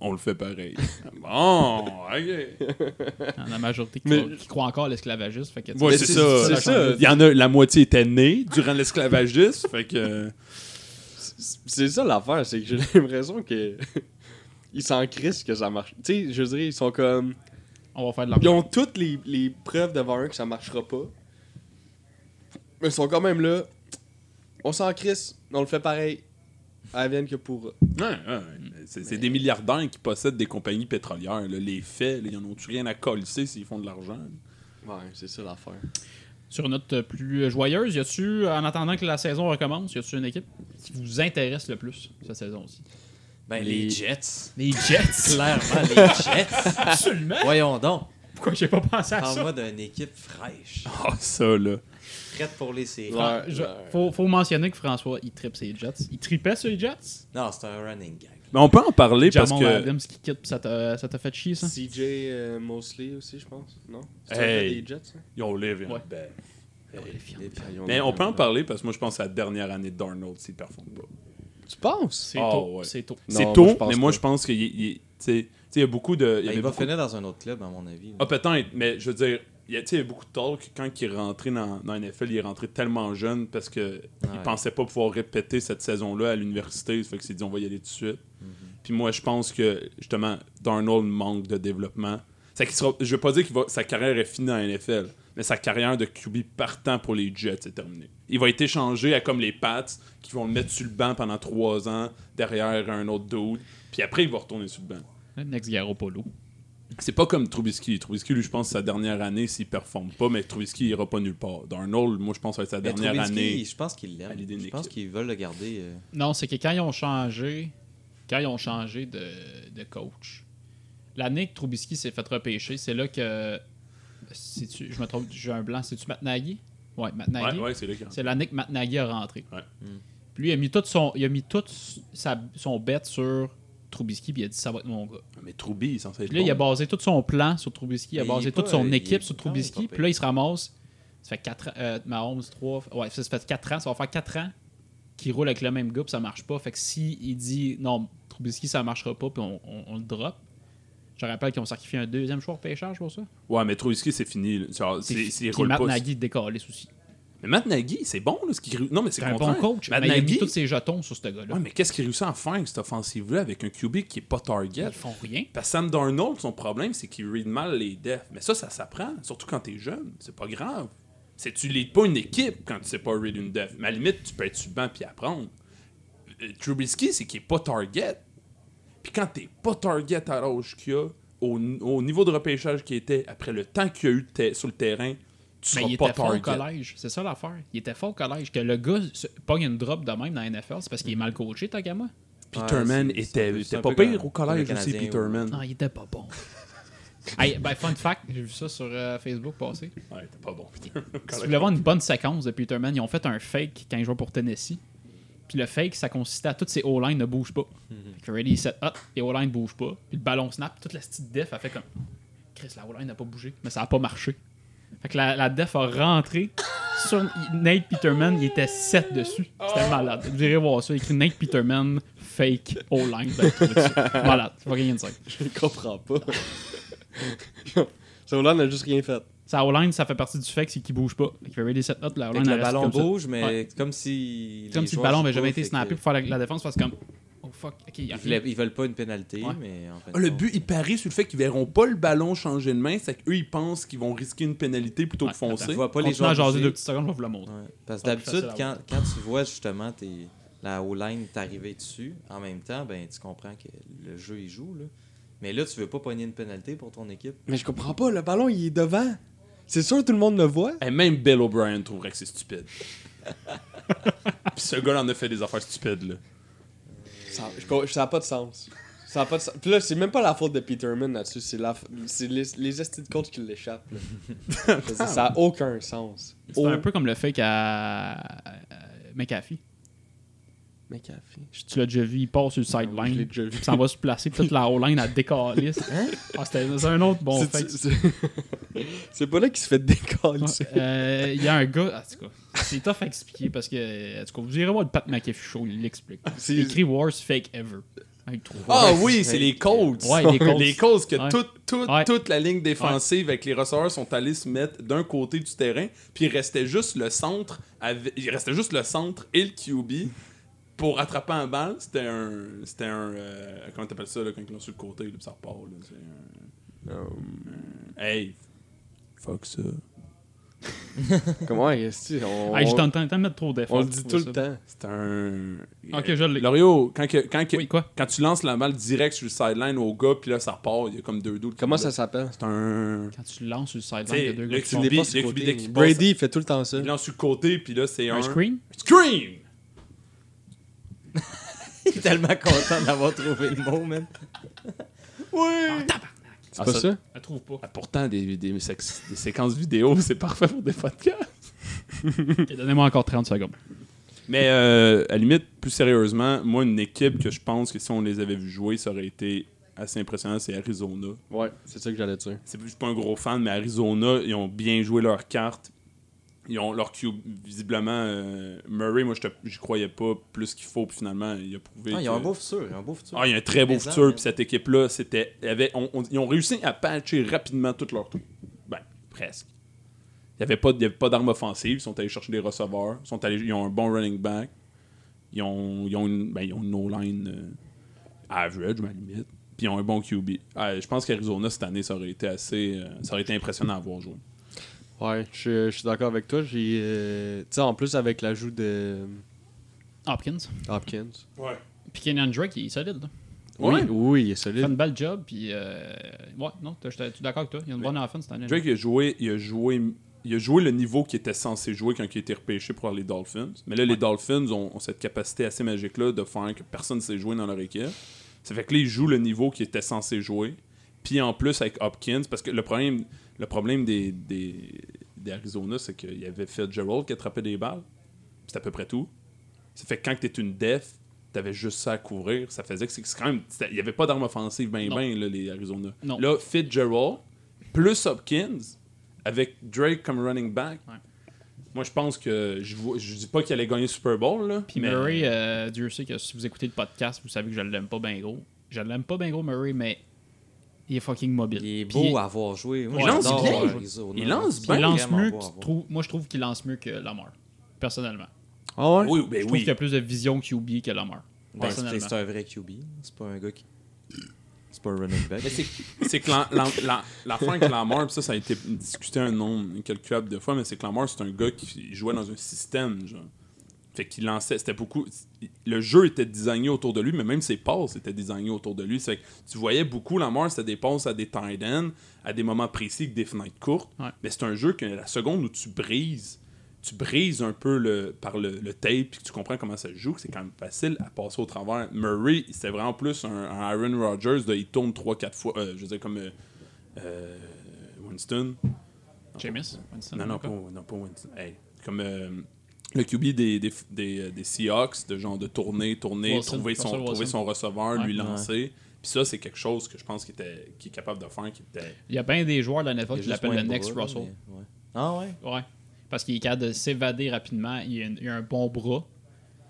Speaker 7: on le fait [LAUGHS] pareil. bon, ok.
Speaker 6: Dans la majorité qui,
Speaker 3: Mais-
Speaker 6: croit, qui croit encore à l'esclavagisme. Fait que, tu
Speaker 7: Moi,
Speaker 3: Mais
Speaker 7: c'est
Speaker 3: c'est-
Speaker 7: ça.
Speaker 3: c'est ça.
Speaker 7: Il y en a, la moitié était née durant l'esclavagisme, fait que.
Speaker 3: C'est- C'est ça l'affaire, c'est que j'ai [LAUGHS] l'impression que. ils s'en crissent que ça marche. Tu sais, je dirais, ils sont comme.
Speaker 6: sais, on va faire de
Speaker 3: Ils
Speaker 6: l'argent.
Speaker 3: ont toutes les, les preuves devant eux que ça marchera pas. Mais ils sont quand même là. On s'en crisse, on le fait pareil. À vienne que pourra.
Speaker 7: Ouais, ouais, ouais. C'est c'est des milliardaires qui possèdent des compagnies pétrolières. là. Les faits, là, ils n'en ont-tu rien à colisser s'ils font de l'argent?
Speaker 3: Ouais, c'est ça l'affaire.
Speaker 6: Sur une note plus joyeuse, y a-tu, en attendant que la saison recommence, y a-tu une équipe qui vous intéresse le plus cette saison aussi
Speaker 5: Ben,
Speaker 3: les
Speaker 5: les Jets.
Speaker 6: Les Jets
Speaker 3: [LAUGHS]
Speaker 5: Clairement, les Jets.
Speaker 6: [LAUGHS] Absolument
Speaker 7: [LAUGHS]
Speaker 5: Voyons donc.
Speaker 6: Pourquoi j'ai pas pensé à ça
Speaker 5: Parle-moi d'une équipe fraîche.
Speaker 7: Ah, ça, là.
Speaker 5: Prête pour les séries.
Speaker 3: Ouais.
Speaker 6: Fran- je- faut, faut mentionner que François, il tripe ses Jets. Il tripait sur les Jets
Speaker 5: Non, c'est un running gag. Ben,
Speaker 7: Mais on peut en parler
Speaker 6: Jamon
Speaker 7: parce que.
Speaker 6: Adams qui quitte, ça t'a ça t'a fait chier ça
Speaker 3: CJ euh, Mosley aussi, je pense. Non C'est
Speaker 7: Hey.
Speaker 3: un des Jets, ça?
Speaker 7: Yo, live in
Speaker 6: Ouais.
Speaker 7: bed.
Speaker 5: Les Jets.
Speaker 7: Mais on peut en parler parce que moi, je pense à la dernière année de Darnold s'il performe pas.
Speaker 3: Tu penses
Speaker 6: C'est
Speaker 7: Ah,
Speaker 6: tôt,
Speaker 7: ouais.
Speaker 6: c'est tôt.
Speaker 3: Non,
Speaker 7: C'est
Speaker 3: moi,
Speaker 7: tôt,
Speaker 3: je pense
Speaker 7: mais moi,
Speaker 3: pas.
Speaker 7: je pense qu'il y- il y- tu sais- tu sais, il y a beaucoup de.
Speaker 5: Ben,
Speaker 7: avait
Speaker 5: il va
Speaker 7: beaucoup-
Speaker 5: finir dans un autre club, à mon avis.
Speaker 7: Ah, peut-être, mais je veux dire, il y a, tu sais, il y a beaucoup de talk. Quand il est rentré dans, dans NFL, il est rentré tellement jeune parce que il
Speaker 5: Ouais.
Speaker 7: pensait pas pouvoir répéter cette saison-là à l'université. Ça fait que s'est dit, on va y aller tout de suite. Puis moi, je pense que, justement, Darnold manque de développement. C'est qu'il sera- je veux pas dire que sa carrière est finie dans la NFL, mais sa carrière de QB partant pour les Jets est terminée. Il va être échangé à comme les Pats qui vont le mettre sur le banc pendant trois ans derrière un autre dude. Puis après, il va retourner sur le banc.
Speaker 6: Next Garoppolo.
Speaker 7: C'est pas comme Trubisky. Trubisky, lui, je pense, sa dernière année, s'il performe pas, mais Trubisky, il ira pas nulle part. Darnold, moi, je pense, ça va être sa
Speaker 5: Mais
Speaker 7: dernière
Speaker 5: Ben, Trubisky,
Speaker 7: année.
Speaker 5: Je pense qu'ils l'aiment.
Speaker 7: à l'idée d'une
Speaker 5: Je pense
Speaker 7: équipe.
Speaker 5: qu'ils veulent le garder. euh,
Speaker 6: Non, c'est que quand ils ont changé, quand ils ont changé de, de coach, l'année que Trubisky s'est fait repêcher, c'est là que. si tu- je me trompe, j'ai un blanc. C'est-tu Matt Nagy? Ouais, Matt Nagy.
Speaker 7: Ouais, ouais, c'est le cas.
Speaker 6: C'est l'année que Matt Nagy a rentré.
Speaker 7: Ouais.
Speaker 6: Puis lui, il a mis toute son, il a mis toute sa, son bet sur Trubisky, puis il a dit ça va être mon gars.
Speaker 7: Mais Truby, il est censé être.
Speaker 6: Puis là, il a
Speaker 7: bon. Ben,
Speaker 6: basé tout son plan sur Trubisky, il a
Speaker 5: Mais il
Speaker 6: basé
Speaker 5: est
Speaker 6: toute
Speaker 5: pas-
Speaker 7: euh,
Speaker 6: son
Speaker 5: il est-
Speaker 6: équipe sur
Speaker 5: non,
Speaker 6: Trubisky,
Speaker 5: il est pas
Speaker 6: puis là, il se ramasse. Ça fait 4 ans, euh, Mahomes, 3, ouais, ça, ça fait 4 ans, ça va faire 4 ans qu'il roule avec le même gars, puis ça marche pas. Fait que si il dit non, Trubisky, ça marchera pas, puis on, on- on le drop. Je rappelle qu'ils ont sacrifié un deuxième choix au pêchage pour ça.
Speaker 7: Ouais, mais Trubisky, c'est fini. là. C'est- c'est-
Speaker 6: Puis-
Speaker 7: c'est- il
Speaker 6: puis
Speaker 7: roule
Speaker 6: Matt
Speaker 7: pas.
Speaker 6: Nagy décolle aussi.
Speaker 7: Mais Matt Nagy, c'est bon, là, ce qu'il réu- Non, mais c'est
Speaker 6: C'est un
Speaker 7: le
Speaker 6: bon
Speaker 7: contraire.
Speaker 6: coach,
Speaker 7: Matt
Speaker 6: mais il a mis
Speaker 7: Nagy.
Speaker 6: tous ses jetons sur ce gars-là.
Speaker 7: Ouais, mais qu'est-ce qu'il réussit à faire avec cette offensive-là avec un QB qui est pas target?
Speaker 6: Ils font rien.
Speaker 7: Parce que Sam Darnold, son problème, c'est qu'il read mal les defs. Mais ça, ça s'apprend, surtout quand t'es jeune. C'est pas grave. C'est tu leads pas une équipe quand tu sais pas read une def. Mais à la limite, tu peux être sur le banc puis apprendre. Euh, Trubisky, c'est qu'il est pas target. Puis quand t'es pas target à l'âge qu'il a, au, au niveau de repêchage qu'il était, après le temps qu'il a eu de ter- sur le terrain, tu
Speaker 6: Mais
Speaker 7: seras
Speaker 6: Ben, il
Speaker 7: pas
Speaker 6: était fort au
Speaker 7: target.
Speaker 6: collège. C'est ça l'affaire. Il était fort au collège. Que le gars se- pogne une drop de même dans la NFL, c'est parce qu'il est mal coaché, Tagama.
Speaker 7: Peterman
Speaker 5: Ouais, c'est-
Speaker 7: était,
Speaker 5: c'est-
Speaker 7: était
Speaker 5: c'est un
Speaker 7: pas
Speaker 5: peu
Speaker 7: pire
Speaker 5: comme-
Speaker 7: au collège
Speaker 5: comme le
Speaker 7: aussi,
Speaker 5: Canadien,
Speaker 7: Peterman.
Speaker 6: Non, il était pas bon. [LAUGHS] hey, ben, fun fact, j'ai vu ça sur euh, Facebook passer.
Speaker 7: Ouais, il était pas bon, [LAUGHS] Peterman. au
Speaker 6: Si vous
Speaker 7: collège.
Speaker 6: voulez voir une bonne séquence de Peterman, ils ont fait un fake quand ils jouaient pour Tennessee. Puis le fake, ça consistait à toutes ces O-line ne bougent pas.
Speaker 7: Mhm.
Speaker 6: Fait que Ready, set up, les O-line ne bougent pas. Puis le ballon snap, toute la petite def a fait comme Chris, la O-line n'a pas bougé, mais ça n'a pas marché. Fait que la, la def a rentré sur Nate Peterman, il était 7 dessus. C'était malade. Vous irez voir ça, écrit Nate Peterman, fake O-line. Ben, Vous allez trouver ça. malade, ça va rien dire.
Speaker 3: Je comprends pas. [LAUGHS] ça là, on a juste rien fait.
Speaker 6: Sa O-line, ça fait partie du fake, c'est qu'il bouge pas. Fait que Ready, set up, la
Speaker 5: Fait
Speaker 6: O-line
Speaker 5: que
Speaker 6: elle
Speaker 5: le
Speaker 6: reste
Speaker 5: ballon
Speaker 6: comme ça.
Speaker 5: bouge, mais
Speaker 6: Ouais.
Speaker 5: comme si.
Speaker 6: C'est comme
Speaker 5: les
Speaker 6: si le
Speaker 5: joueurs
Speaker 6: ballon
Speaker 5: jouent
Speaker 6: avait
Speaker 5: pas,
Speaker 6: jamais été
Speaker 5: fait
Speaker 6: snappé
Speaker 5: que
Speaker 6: pour faire la, la défense parce que comme oh fuck ok il
Speaker 5: Ils,
Speaker 6: arrive.
Speaker 5: voulaient- ils veulent pas une pénalité,
Speaker 6: Ouais.
Speaker 5: mais en fait.
Speaker 7: Ah, Le but, il parie sur le fait qu'ils verront pas le ballon changer de main, c'est qu'eux, ils pensent qu'ils vont risquer une pénalité plutôt que
Speaker 6: Ouais, attends,
Speaker 7: foncer.
Speaker 5: vois pas
Speaker 6: Continuez
Speaker 5: les
Speaker 6: à
Speaker 5: joueurs.
Speaker 6: jaser
Speaker 5: bouger.
Speaker 6: deux petites secondes je vais vous le montrer
Speaker 5: Ouais. Parce que
Speaker 6: Ah, plus
Speaker 5: d'habitude,
Speaker 6: facile à
Speaker 5: quand, quand tu vois justement tes, la O-line t'arriver dessus, en même temps, ben tu comprends que le jeu il joue. Là. Mais là, tu veux pas pogner une pénalité pour ton équipe.
Speaker 3: Mais je comprends pas, le ballon, il est devant. C'est sûr, tout le monde le voit.
Speaker 7: Et Eh, même Bill O'Brien trouverait que c'est stupide. [LAUGHS] Puis ce gars en a fait des affaires stupides, là.
Speaker 3: Ça, je co- ça a pas de sens. Ça a pas de sens. Puis là, c'est même pas la faute de Peterman là-dessus. C'est la f- c'est les, les estis de coach qui l'échappent. là. [LAUGHS] Je veux dire, ça a aucun sens.
Speaker 5: Oh.
Speaker 6: c'est un peu comme le fake à à- à McAfee
Speaker 3: McAfee.
Speaker 6: Tu l'as déjà vu, il part sur le
Speaker 3: Ouais, Ah je l'ai
Speaker 6: sideline.
Speaker 3: déjà vu.
Speaker 6: puis s'en va se placer, puis toute la O-line, elle
Speaker 5: [LAUGHS]
Speaker 6: décalisse.
Speaker 5: Hein?
Speaker 6: Ah, c'était c'est un autre bon
Speaker 3: C'est-
Speaker 6: fait.
Speaker 3: c'est- C'est [LAUGHS] pas là qu'il se fait décoller.
Speaker 6: Ouais, euh, Il y a un gars, en tout cas, c'est tough à expliquer parce que, en tout cas, vous irez voir le Pat McAfee show, il l'explique.
Speaker 3: C'est-
Speaker 6: Il écrit Worst Fake Ever. Avec trois.
Speaker 7: Ah
Speaker 5: Ouais,
Speaker 7: oui,
Speaker 5: c'est
Speaker 7: c'est
Speaker 5: vrai.
Speaker 7: les Colts.
Speaker 6: Ouais, les Colts.
Speaker 7: Les Colts que
Speaker 6: Ouais.
Speaker 7: toute, toute,
Speaker 6: Ouais.
Speaker 7: toute la ligne défensive avec les receveurs sont allés se mettre d'un côté du terrain, puis il restait juste le centre, avec- il restait juste le centre et le QB pour attraper un bal. C'était un, c'était un, euh, comment t'appelles ça là, quand ils l'ont sur le côté, là, puis ça repart. là, c'est un- hey, fuck ça.
Speaker 3: Comment est-ce que on,
Speaker 6: Hey, je t'entends t'entends mettre trop d'efforts.
Speaker 3: on le dit
Speaker 6: pour
Speaker 3: tout le
Speaker 6: ça.
Speaker 3: temps.
Speaker 7: C'est un.
Speaker 6: Ok, je l'ai.
Speaker 7: Loriot, quand, que- quand, que-
Speaker 6: Oui, quoi?
Speaker 7: quand tu lances la balle direct sur le sideline au gars, puis là ça repart, il y a comme deux doutes.
Speaker 3: Comment ça s'appelle
Speaker 7: C'est un.
Speaker 6: Quand tu lances sur le
Speaker 7: Tu sais,
Speaker 6: sideline de deux
Speaker 7: le
Speaker 6: gars qui
Speaker 7: cul
Speaker 6: font
Speaker 7: des-
Speaker 6: un
Speaker 7: Bi-
Speaker 3: sur
Speaker 7: le
Speaker 3: côté.
Speaker 7: QB dès qu'il
Speaker 3: Brady,
Speaker 7: passe-
Speaker 3: il fait tout le temps ça.
Speaker 7: Il lance sur le côté, puis là, c'est un...
Speaker 6: screen,
Speaker 7: Scream!
Speaker 5: Je suis [LAUGHS] tellement content d'avoir trouvé le mot, man.
Speaker 3: C'est pas ça
Speaker 6: elle trouve pas.
Speaker 7: Ah, pourtant, des, des, sex- des séquences vidéo, [LAUGHS] c'est parfait pour des podcasts.
Speaker 6: Et Donnez-moi encore 30 secondes.
Speaker 7: Mais euh, à la limite, plus sérieusement, moi, une équipe que je pense que si on les avait vus jouer, ça aurait été assez impressionnant, c'est Arizona.
Speaker 3: Ouais, c'est ça que j'allais dire.
Speaker 7: C'est je suis pas un gros fan, mais Arizona, ils ont bien joué leur carte. Ils ont leur cube, visiblement. euh, Murray, moi, je te- j'y croyais pas plus qu'il faut, puis finalement, il a prouvé.
Speaker 5: Ah, il y a
Speaker 7: que-
Speaker 5: un beau futur, il y a un beau futur.
Speaker 7: Ah, il y a un très beau
Speaker 5: Mais
Speaker 7: futur.
Speaker 5: en-
Speaker 7: Puis cette équipe-là, c'était. il y avait- on- on- ils ont réussi à patcher rapidement tout leur trou. Ben, presque. Il n'y avait pas, de- il y avait pas d'armes offensives. Ils sont allés chercher des receveurs. Ils, sont allés, ils ont un bon running back. Ils ont, ils ont une, ben, ils ont une O-line euh, average, à la limite. Puis ils ont un bon QB. Ah, je pense qu'Arizona, cette année, ça aurait été assez. euh, ça aurait été impressionnant à voir jouer.
Speaker 3: Ouais, je, je suis d'accord avec toi. J'ai, euh, tu sais, en plus avec l'ajout de
Speaker 6: Hopkins.
Speaker 3: Hopkins.
Speaker 7: Ouais.
Speaker 6: Puis Kenyan Drake, il est solide. là.
Speaker 3: Oui,
Speaker 7: Ouais.
Speaker 3: oui, il
Speaker 6: Il
Speaker 3: est
Speaker 6: fait
Speaker 3: solide.
Speaker 6: une belle job. Puis, euh, ouais, non, t'as- j'étais je suis d'accord avec toi. Il y a une bonne offense cette année.
Speaker 7: Drake, il a joué. Il a joué il a joué le niveau qu'il était censé jouer quand il a été repêché pour les Dolphins. Mais là, les Dolphins ont, ont cette capacité assez magique-là de faire que personne ne sait jouer dans leur équipe. Ça fait que là, ils jouent le niveau qu'ils étaient censés jouer. Puis en plus, avec Hopkins, parce que le problème, le problème des, des, des Arizona, c'est qu'il y avait Fitzgerald qui attrapait des balles. C'est à peu près tout. Ça fait que quand tu es une def, tu avais juste ça à couvrir. Ça faisait que c'est que c'est quand même. c'était- Il n'y avait pas d'armes offensives ben
Speaker 6: Non.
Speaker 7: ben, là, les Arizona.
Speaker 6: Non.
Speaker 7: Là, Fitzgerald, plus Hopkins, avec Drake comme running back.
Speaker 6: Ouais.
Speaker 7: Moi, je pense que. Je vois- je dis pas qu'il allait gagner le Super Bowl, là.
Speaker 6: Puis
Speaker 7: mais-
Speaker 6: Murray, euh, Dieu sait que si vous écoutez le podcast, vous savez que je l'aime pas bien gros. Je l'aime pas bien gros, Murray, mais il est fucking mobile.
Speaker 5: Il est
Speaker 6: Puis
Speaker 5: beau à voir jouer. Moi,
Speaker 7: Il lance
Speaker 5: j'adore euh,
Speaker 7: bien.
Speaker 5: Arizona.
Speaker 7: Il lance
Speaker 5: C'est
Speaker 6: il lance
Speaker 5: vraiment
Speaker 6: mieux.
Speaker 5: beau à Ben,
Speaker 6: que tu
Speaker 5: voir.
Speaker 6: trouves- moi, je trouve qu'il lance mieux que Lamar, personnellement.
Speaker 3: Ah ouais.
Speaker 7: Oui, ben
Speaker 6: je trouve
Speaker 7: oui.
Speaker 6: qu'il a plus de vision QB que Lamar,
Speaker 5: Ben, c'est
Speaker 6: personnellement.
Speaker 5: c'est un vrai QB. C'est pas un gars qui. C'est pas un running back.
Speaker 7: Mais c'est c'est que la, la, la, l'affaire avec Lamar, pis ça, ça a été discuté un nombre incalculable de fois, mais c'est que Lamar, c'est un gars qui jouait dans un système, genre. Fait qu'il lançait, c'était beaucoup. Le jeu était designé autour de lui, mais même ses passes étaient designées autour de lui. C'est que tu voyais beaucoup Lamar, c'était des passes à des tight ends, à des moments précis, avec des fenêtres courtes.
Speaker 6: Ouais.
Speaker 7: Mais c'est un jeu que la seconde où tu brises, tu brises un peu le, par le, le tape, puis que tu comprends comment ça se joue, que c'est quand même facile à passer au travers. Murray, c'est vraiment plus un, un Aaron Rodgers, de, il tourne 3-4 fois, euh, je veux dire, comme euh, euh, Winston.
Speaker 6: Jameis, Winston,
Speaker 7: Non, non, pas,
Speaker 6: d'accord.
Speaker 7: non, pas Winston. Hey, comme euh, le QB des, des, des, euh, des Seahawks, de genre de tourner, tourner,
Speaker 6: Wilson,
Speaker 7: trouver, son,
Speaker 6: Russell Wilson.
Speaker 7: trouver son receveur, lui
Speaker 6: Ouais.
Speaker 7: lancer. Puis ça, c'est quelque chose que je pense qu'il était, qu'il est capable de faire. Qui était...
Speaker 6: Il y a bien des joueurs de la
Speaker 5: Il
Speaker 6: NFL
Speaker 5: a
Speaker 6: qui
Speaker 5: juste
Speaker 6: l'appellent
Speaker 5: moins
Speaker 6: le
Speaker 5: de
Speaker 6: Next
Speaker 5: bras,
Speaker 6: Russell.
Speaker 5: mais- ouais. Ah ouais?
Speaker 6: Ouais. Parce qu'il est capable de s'évader rapidement. Il a, une- il a un bon bras.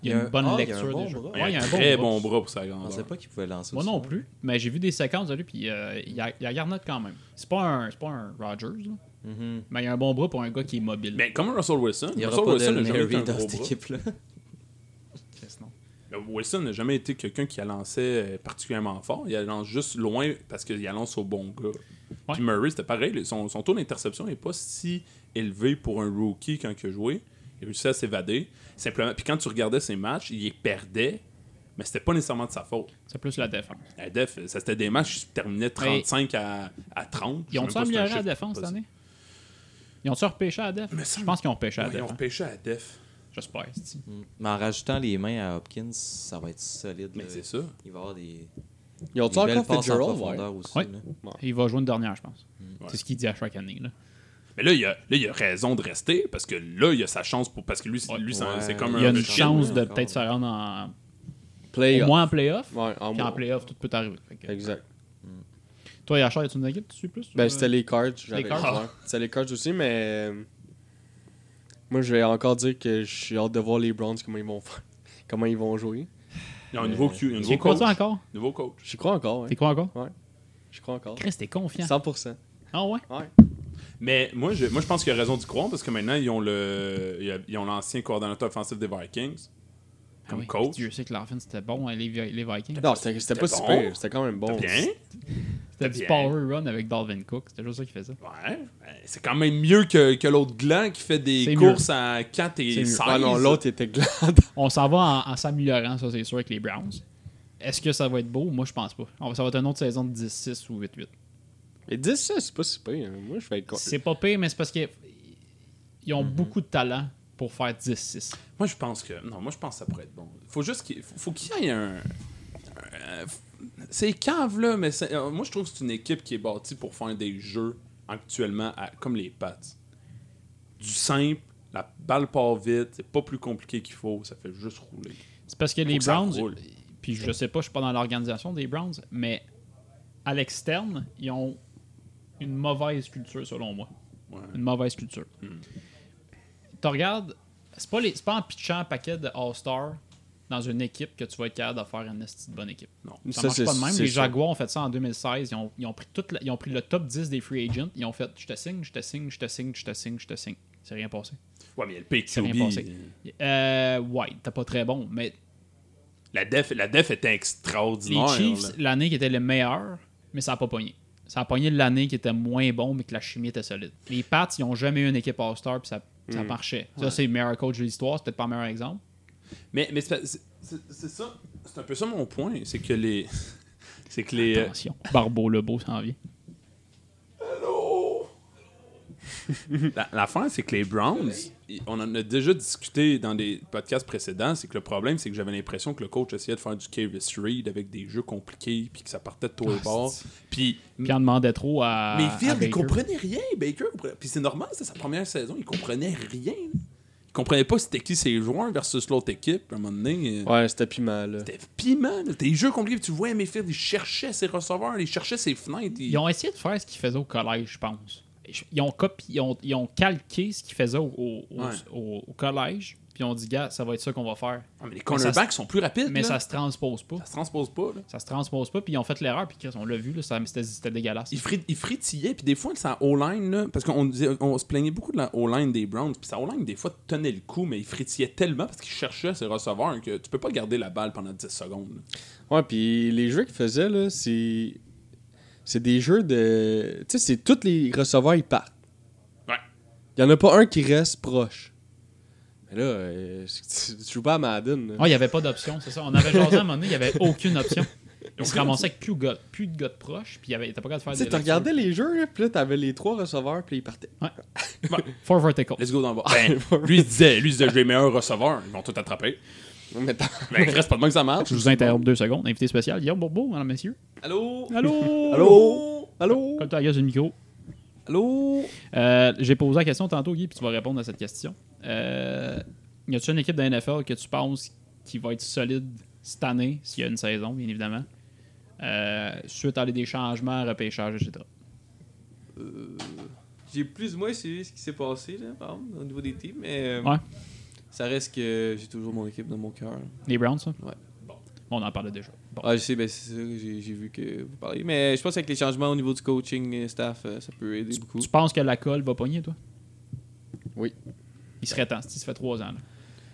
Speaker 6: Il a une bonne
Speaker 5: ah, il y a un
Speaker 6: lecture
Speaker 5: bon
Speaker 6: de jeu.
Speaker 5: bras.
Speaker 6: Ouais, il a un
Speaker 7: très bon
Speaker 6: bon
Speaker 7: bras pour sa
Speaker 5: Je
Speaker 7: grandeur.
Speaker 5: pensais pas qu'il pouvait lancer
Speaker 6: Moi
Speaker 5: aussi. hein.
Speaker 6: non plus, mais j'ai vu des séquences de lui, puis euh, il a, il a garnotte quand même. C'est pas un, c'est pas un Rodgers, là,
Speaker 5: Mhm.
Speaker 6: mais il a un bon bras pour un gars qui est mobile.
Speaker 7: Mais Ben, comme Russell Wilson,
Speaker 5: Il y
Speaker 7: Russell
Speaker 5: aura pas
Speaker 7: Wilson
Speaker 5: de
Speaker 7: n'a jamais été un
Speaker 5: Mary dans
Speaker 7: gros
Speaker 5: cette
Speaker 7: bras.
Speaker 5: équipe-là.
Speaker 6: Chris, non.
Speaker 7: Euh, Wilson n'a jamais été quelqu'un qui a lancé euh, particulièrement fort. Il a lance juste loin parce qu'il la lance au bon gars. Puis Murray, c'était pareil. le- Son, son taux d'interception n'est pas si élevé pour un rookie quand il a joué. Il réussit à s'évader. Simplement. Puis quand tu regardais ses matchs, il les perdait, mais c'était pas nécessairement de sa faute.
Speaker 6: C'est plus la défense.
Speaker 7: La def, ça c'était des matchs qui se terminaient 35 à, à 30.
Speaker 6: Ils ont-tu
Speaker 7: Je sais même pas si c'est un
Speaker 6: amélioré la
Speaker 7: chiffre
Speaker 6: défense cette
Speaker 7: possible.
Speaker 6: année Ils ont-tu repêché à la def
Speaker 7: Mais ça
Speaker 6: Je pense qu'ils ont repêché à la
Speaker 7: Ouais, ils
Speaker 6: def.
Speaker 7: ont
Speaker 6: hein.
Speaker 7: repêché à la def.
Speaker 6: J'espère. c'est-tu.
Speaker 5: Mais en rajoutant les mains à Hopkins, ça va être solide.
Speaker 7: Mais
Speaker 5: là.
Speaker 7: c'est ça.
Speaker 5: Il va y avoir des,
Speaker 3: Ils ont
Speaker 5: des belles
Speaker 3: encore fait
Speaker 5: passes en
Speaker 3: Gerald, ouais.
Speaker 5: profondeur aussi.
Speaker 6: Ouais.
Speaker 5: là.
Speaker 6: Il va jouer une dernière, je pense.
Speaker 7: Ouais.
Speaker 6: C'est ce qu'il dit à chaque année. Là.
Speaker 7: Mais là, il a, là, il a raison de rester parce que là, il a sa chance pour. Parce que lui, c'est-
Speaker 6: Ouais.
Speaker 7: lui c'est un-
Speaker 5: Ouais.
Speaker 7: c'est comme
Speaker 6: Il y a
Speaker 7: un
Speaker 6: une
Speaker 7: Rushing,
Speaker 6: chance
Speaker 7: là.
Speaker 6: de
Speaker 5: encore,
Speaker 6: peut-être se
Speaker 5: ouais.
Speaker 6: rendre en
Speaker 3: Playoff.
Speaker 6: Au moins en playoff.
Speaker 3: Ouais, en
Speaker 6: Puis en
Speaker 3: moins.
Speaker 6: playoff, tout peut arriver. Fait que-
Speaker 3: Exact.
Speaker 6: Toi, Yachar, tu une équipe dessus plus
Speaker 3: Ben,
Speaker 6: ou-
Speaker 3: c'était les cards. j'avais-
Speaker 6: les cards.
Speaker 3: ouais. C'était les cards aussi, mais. euh, Moi, je vais encore dire que je suis hâte de voir les Browns comment ils vont faire. [LAUGHS] Comment ils vont jouer.
Speaker 7: Il y a un nouveau, Q- un nouveau
Speaker 6: Tu crois
Speaker 7: coach.
Speaker 6: toi encore
Speaker 7: Nouveau coach.
Speaker 3: J'y crois encore, ouais.
Speaker 6: T'es quoi encore
Speaker 3: J'y crois encore.
Speaker 6: Chris, t'es confiant.
Speaker 3: 100%.
Speaker 6: Ah ouais
Speaker 7: Mais moi, je, moi, je pense qu'il a raison d'y croire parce que maintenant, ils ont le ils a- ils ont l'ancien coordonnateur offensif des Vikings
Speaker 6: Ah
Speaker 7: comme
Speaker 6: oui,
Speaker 7: coach.
Speaker 6: Dieu sait que l'offense c'était bon, hein, les, Vi- les Vikings.
Speaker 3: Non, c'était c'était pas
Speaker 7: C'était
Speaker 3: si
Speaker 7: bon.
Speaker 3: pire. C'était quand même bon.
Speaker 7: Bien.
Speaker 6: C'était du
Speaker 7: bien.
Speaker 6: power run avec Dalvin Cook. C'était juste ça qui faisait.
Speaker 7: Ouais. Ben, C'est quand même mieux que, que l'autre gland qui fait des
Speaker 6: C'est
Speaker 7: courses à 4
Speaker 3: C'est
Speaker 7: et
Speaker 3: mieux.
Speaker 7: 16.
Speaker 3: Ah non, l'autre était glad. [LAUGHS]
Speaker 6: On s'en va en, en s'améliorant, ça c'est sûr, avec les Browns. Est-ce que ça va être beau Moi, je pense pas. On va- Ça va être une autre saison de 10-6 ou 8-8.
Speaker 3: Mais 10 ça, c'est pas si pire. hein. Moi, je vais être content.
Speaker 6: C'est pas pire, mais c'est parce qu'ils ont beaucoup de talent pour faire 10-6.
Speaker 7: Moi, je pense que. Non, moi, je pense que ça pourrait être bon. Faut juste qu'il faut, faut qu'il y ait un. un- c'est cave, là, mais c'est- euh, moi, je trouve que c'est une équipe qui est bâtie pour faire des jeux actuellement à- comme les Pats. Du simple, la balle part vite, c'est pas plus compliqué qu'il faut, ça fait juste rouler.
Speaker 6: C'est parce que les
Speaker 7: que ça
Speaker 6: Browns,
Speaker 7: roule.
Speaker 6: puis je sais pas, je suis pas dans l'organisation des Browns, mais à l'externe, ils ont une mauvaise culture selon moi.
Speaker 7: Ouais. Hmm.
Speaker 6: Une mauvaise culture. Tu regardes, c'est pas, les- c'est pas en pitchant un paquet de All-Star dans une équipe que tu vas être capable de faire une esti de bonne équipe. Ça, marche
Speaker 3: c'est-
Speaker 6: pas de même.
Speaker 3: c'est
Speaker 6: Les
Speaker 3: sûr.
Speaker 6: Jaguars ont fait ça en 2016. Ils ont, ils ont pris toute la- ils ont pris le top 10 des free agents. Ils ont fait je te signe, je te signe, je te signe, je te signe, je te signe. C'est rien passé.
Speaker 7: Ouais, mais le
Speaker 6: C'est rien
Speaker 7: PQB.
Speaker 6: passé. Euh, ouais, t'es pas très bon, mais
Speaker 7: La def, la def était
Speaker 6: les
Speaker 7: extraordinaire. là.
Speaker 6: Chiefs, l'année qui était le meilleur, mais ça n'a pas pogné. Ça a pogné l'année qui était moins bon, mais que la chimie était solide. Les Pats, ils n'ont jamais eu une équipe All-Star, puis ça, ça
Speaker 7: Mm.
Speaker 6: marchait. Ça, c'est le meilleur coach de l'histoire, c'est peut-être pas le meilleur exemple.
Speaker 7: Mais, mais c'est, c'est- c'est- c'est ça. C'est un peu ça mon point. C'est que les. [LAUGHS] C'est que les. euh,
Speaker 6: Attention, Barbeau Lebeau s'en vient.
Speaker 7: La- L'affaire, c'est que les Browns, ils- on en a déjà discuté dans des podcasts précédents, c'est que le problème, c'est que j'avais l'impression que le coach essayait de faire du Cavis Reed avec des jeux compliqués, puis que ça partait de tous les bords. Puis,
Speaker 6: Ah, Puis on demandait trop à.
Speaker 7: Mm. mais
Speaker 6: à
Speaker 7: Phil,
Speaker 6: Baker.
Speaker 7: il comprenait rien, Baker. comprenait- Puis c'est normal, c'est sa première saison, il comprenait rien. Il comprenait pas c'était qui ses joueurs versus l'autre équipe. À un moment donné, euh,
Speaker 3: Ouais, c'était piment, là.
Speaker 7: c'était piment. là. Tes jeux compliqués, puis tu vois Mayfield, il cherchait ses receveurs, il cherchait ses fenêtres. il-
Speaker 6: Ils ont essayé de faire ce qu'ils faisaient au collège, je pense. Ils ont, copié, ils ont, ils ont calqué ce qu'ils faisaient au, au- au-
Speaker 7: Ouais.
Speaker 6: au- au collège, puis ils ont dit, gars, ça va être ça qu'on va faire.
Speaker 7: Ah, mais les
Speaker 6: ça se-
Speaker 7: cornerbacks sont plus rapides.
Speaker 6: Mais
Speaker 7: là.
Speaker 6: ça se transpose pas.
Speaker 7: Ça se transpose pas. Là.
Speaker 6: Ça se transpose pas, puis ils ont fait l'erreur, puis Chris, on l'a vu, là, ça- c'était c'était dégueulasse.
Speaker 7: il, frit- il fritillait, puis des fois, sa O-line, là, parce qu'on disait- on se plaignait beaucoup de la O-line des Browns, puis sa O-line, des fois, tenait le coup, mais il fritillait tellement parce qu'il cherchait ses receveurs que tu peux pas garder la balle pendant 10 secondes. là.
Speaker 3: Ouais, puis les jeux qu'ils faisaient, là, c'est. C'est des jeux de. Tu sais, c'est tous les receveurs, ils partent.
Speaker 7: Ouais.
Speaker 3: Il n'y en a pas un qui reste proche. Mais là, euh, [LAUGHS] c'est- tu tu joues pas à Madden. là.
Speaker 6: Ah, il n'y avait pas d'option, c'est ça. On avait jasé à un moment donné, il n'y avait aucune option. On se ramassait avec plus, de gars- plus de gars de proches, puis il y avait- t'as pas le droit de
Speaker 3: Tu
Speaker 6: faire
Speaker 3: sais,
Speaker 6: des
Speaker 3: tu regardais les jeux, là, puis là, t'avais les trois receveurs, puis ils partaient.
Speaker 6: Four vertical.
Speaker 7: Let's go dans le bas. [LAUGHS] Ben, lui, il se disait, lui, il se disait, j'ai les meilleurs receveurs, ils vont tout attraper.
Speaker 3: Mais t'en-
Speaker 7: Ben, reste pas de main que ça marche.
Speaker 6: Je vous interromps deux secondes. Invité spécial, Guillaume Bourbeau, mesdames, messieurs.
Speaker 7: Allô?
Speaker 6: Allô?
Speaker 3: [LAUGHS] Allô? Allô?
Speaker 6: Comme ta gueule, j'ai le micro.
Speaker 3: Allô?
Speaker 6: Euh, j'ai posé la question tantôt, Guy, puis tu vas répondre à cette question. Euh, y a-tu une équipe de NFL que tu penses qui va être solide cette année, s'il y a une saison, bien évidemment, euh, suite à des changements, repêchage, etc.
Speaker 8: J'ai plus ou moins suivi ce qui s'est passé, là, par exemple, au niveau des teams, mais euh,
Speaker 6: Ouais.
Speaker 8: ça reste que j'ai toujours mon équipe dans mon cœur.
Speaker 6: Les Browns, ça?
Speaker 8: Ouais.
Speaker 6: Bon. On en parlait déjà. Bon.
Speaker 8: Ah, je sais, ben, c'est ça, j'ai j'ai vu que vous parlez. Mais je pense qu'avec les changements au niveau du coaching euh, staff, euh, ça peut aider beaucoup.
Speaker 6: Tu penses que la colle va pogner, toi?
Speaker 3: Oui.
Speaker 6: Il serait temps, si ça fait trois ans. là.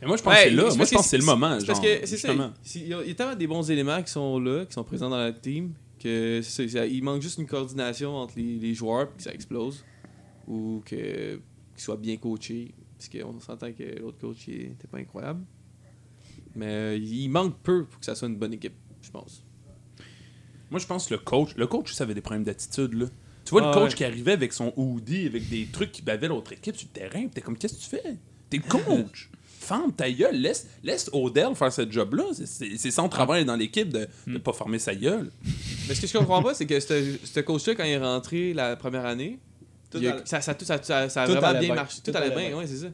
Speaker 7: Mais moi, je pense que c'est là. Moi, je pense que c'est le moment.
Speaker 8: Parce
Speaker 7: genre,
Speaker 8: que c'est ça.
Speaker 7: justement.
Speaker 8: c'est- Il y a il y a tellement des bons éléments qui sont là, qui sont présents dans la team, que c'est ça, ça- il manque juste une coordination entre les, les joueurs puis que ça explose. Ou que- qu'ils soient bien coachés. Parce qu'on s'entend que l'autre coach il était pas incroyable. Mais euh, il manque peu pour que ça soit une bonne équipe, je pense.
Speaker 7: Moi, je pense que le coach, le coach, ça avait des problèmes d'attitude, là. Tu vois,
Speaker 8: Ah
Speaker 7: le coach
Speaker 8: ouais.
Speaker 7: qui arrivait avec son hoodie, avec des trucs qui bavaient l'autre équipe sur le terrain, pis t'es comme, qu'est-ce que tu fais? T'es le coach! Ferme ta gueule, laisse, laisse Odell faire ce job-là. C'est- C'est c'est son travail dans l'équipe de ne pas fermer sa gueule.
Speaker 8: Mais ce que je comprends pas, c'est que ce ce coach-là, quand il est rentré la première année, il a- ça, ça, tout- ça- ça- ça a
Speaker 3: tout
Speaker 8: vraiment
Speaker 3: allait
Speaker 8: bien
Speaker 3: bien.
Speaker 8: marché. Tout,
Speaker 3: Tout
Speaker 8: allait
Speaker 3: allait
Speaker 8: bien, ouais, c'est ça.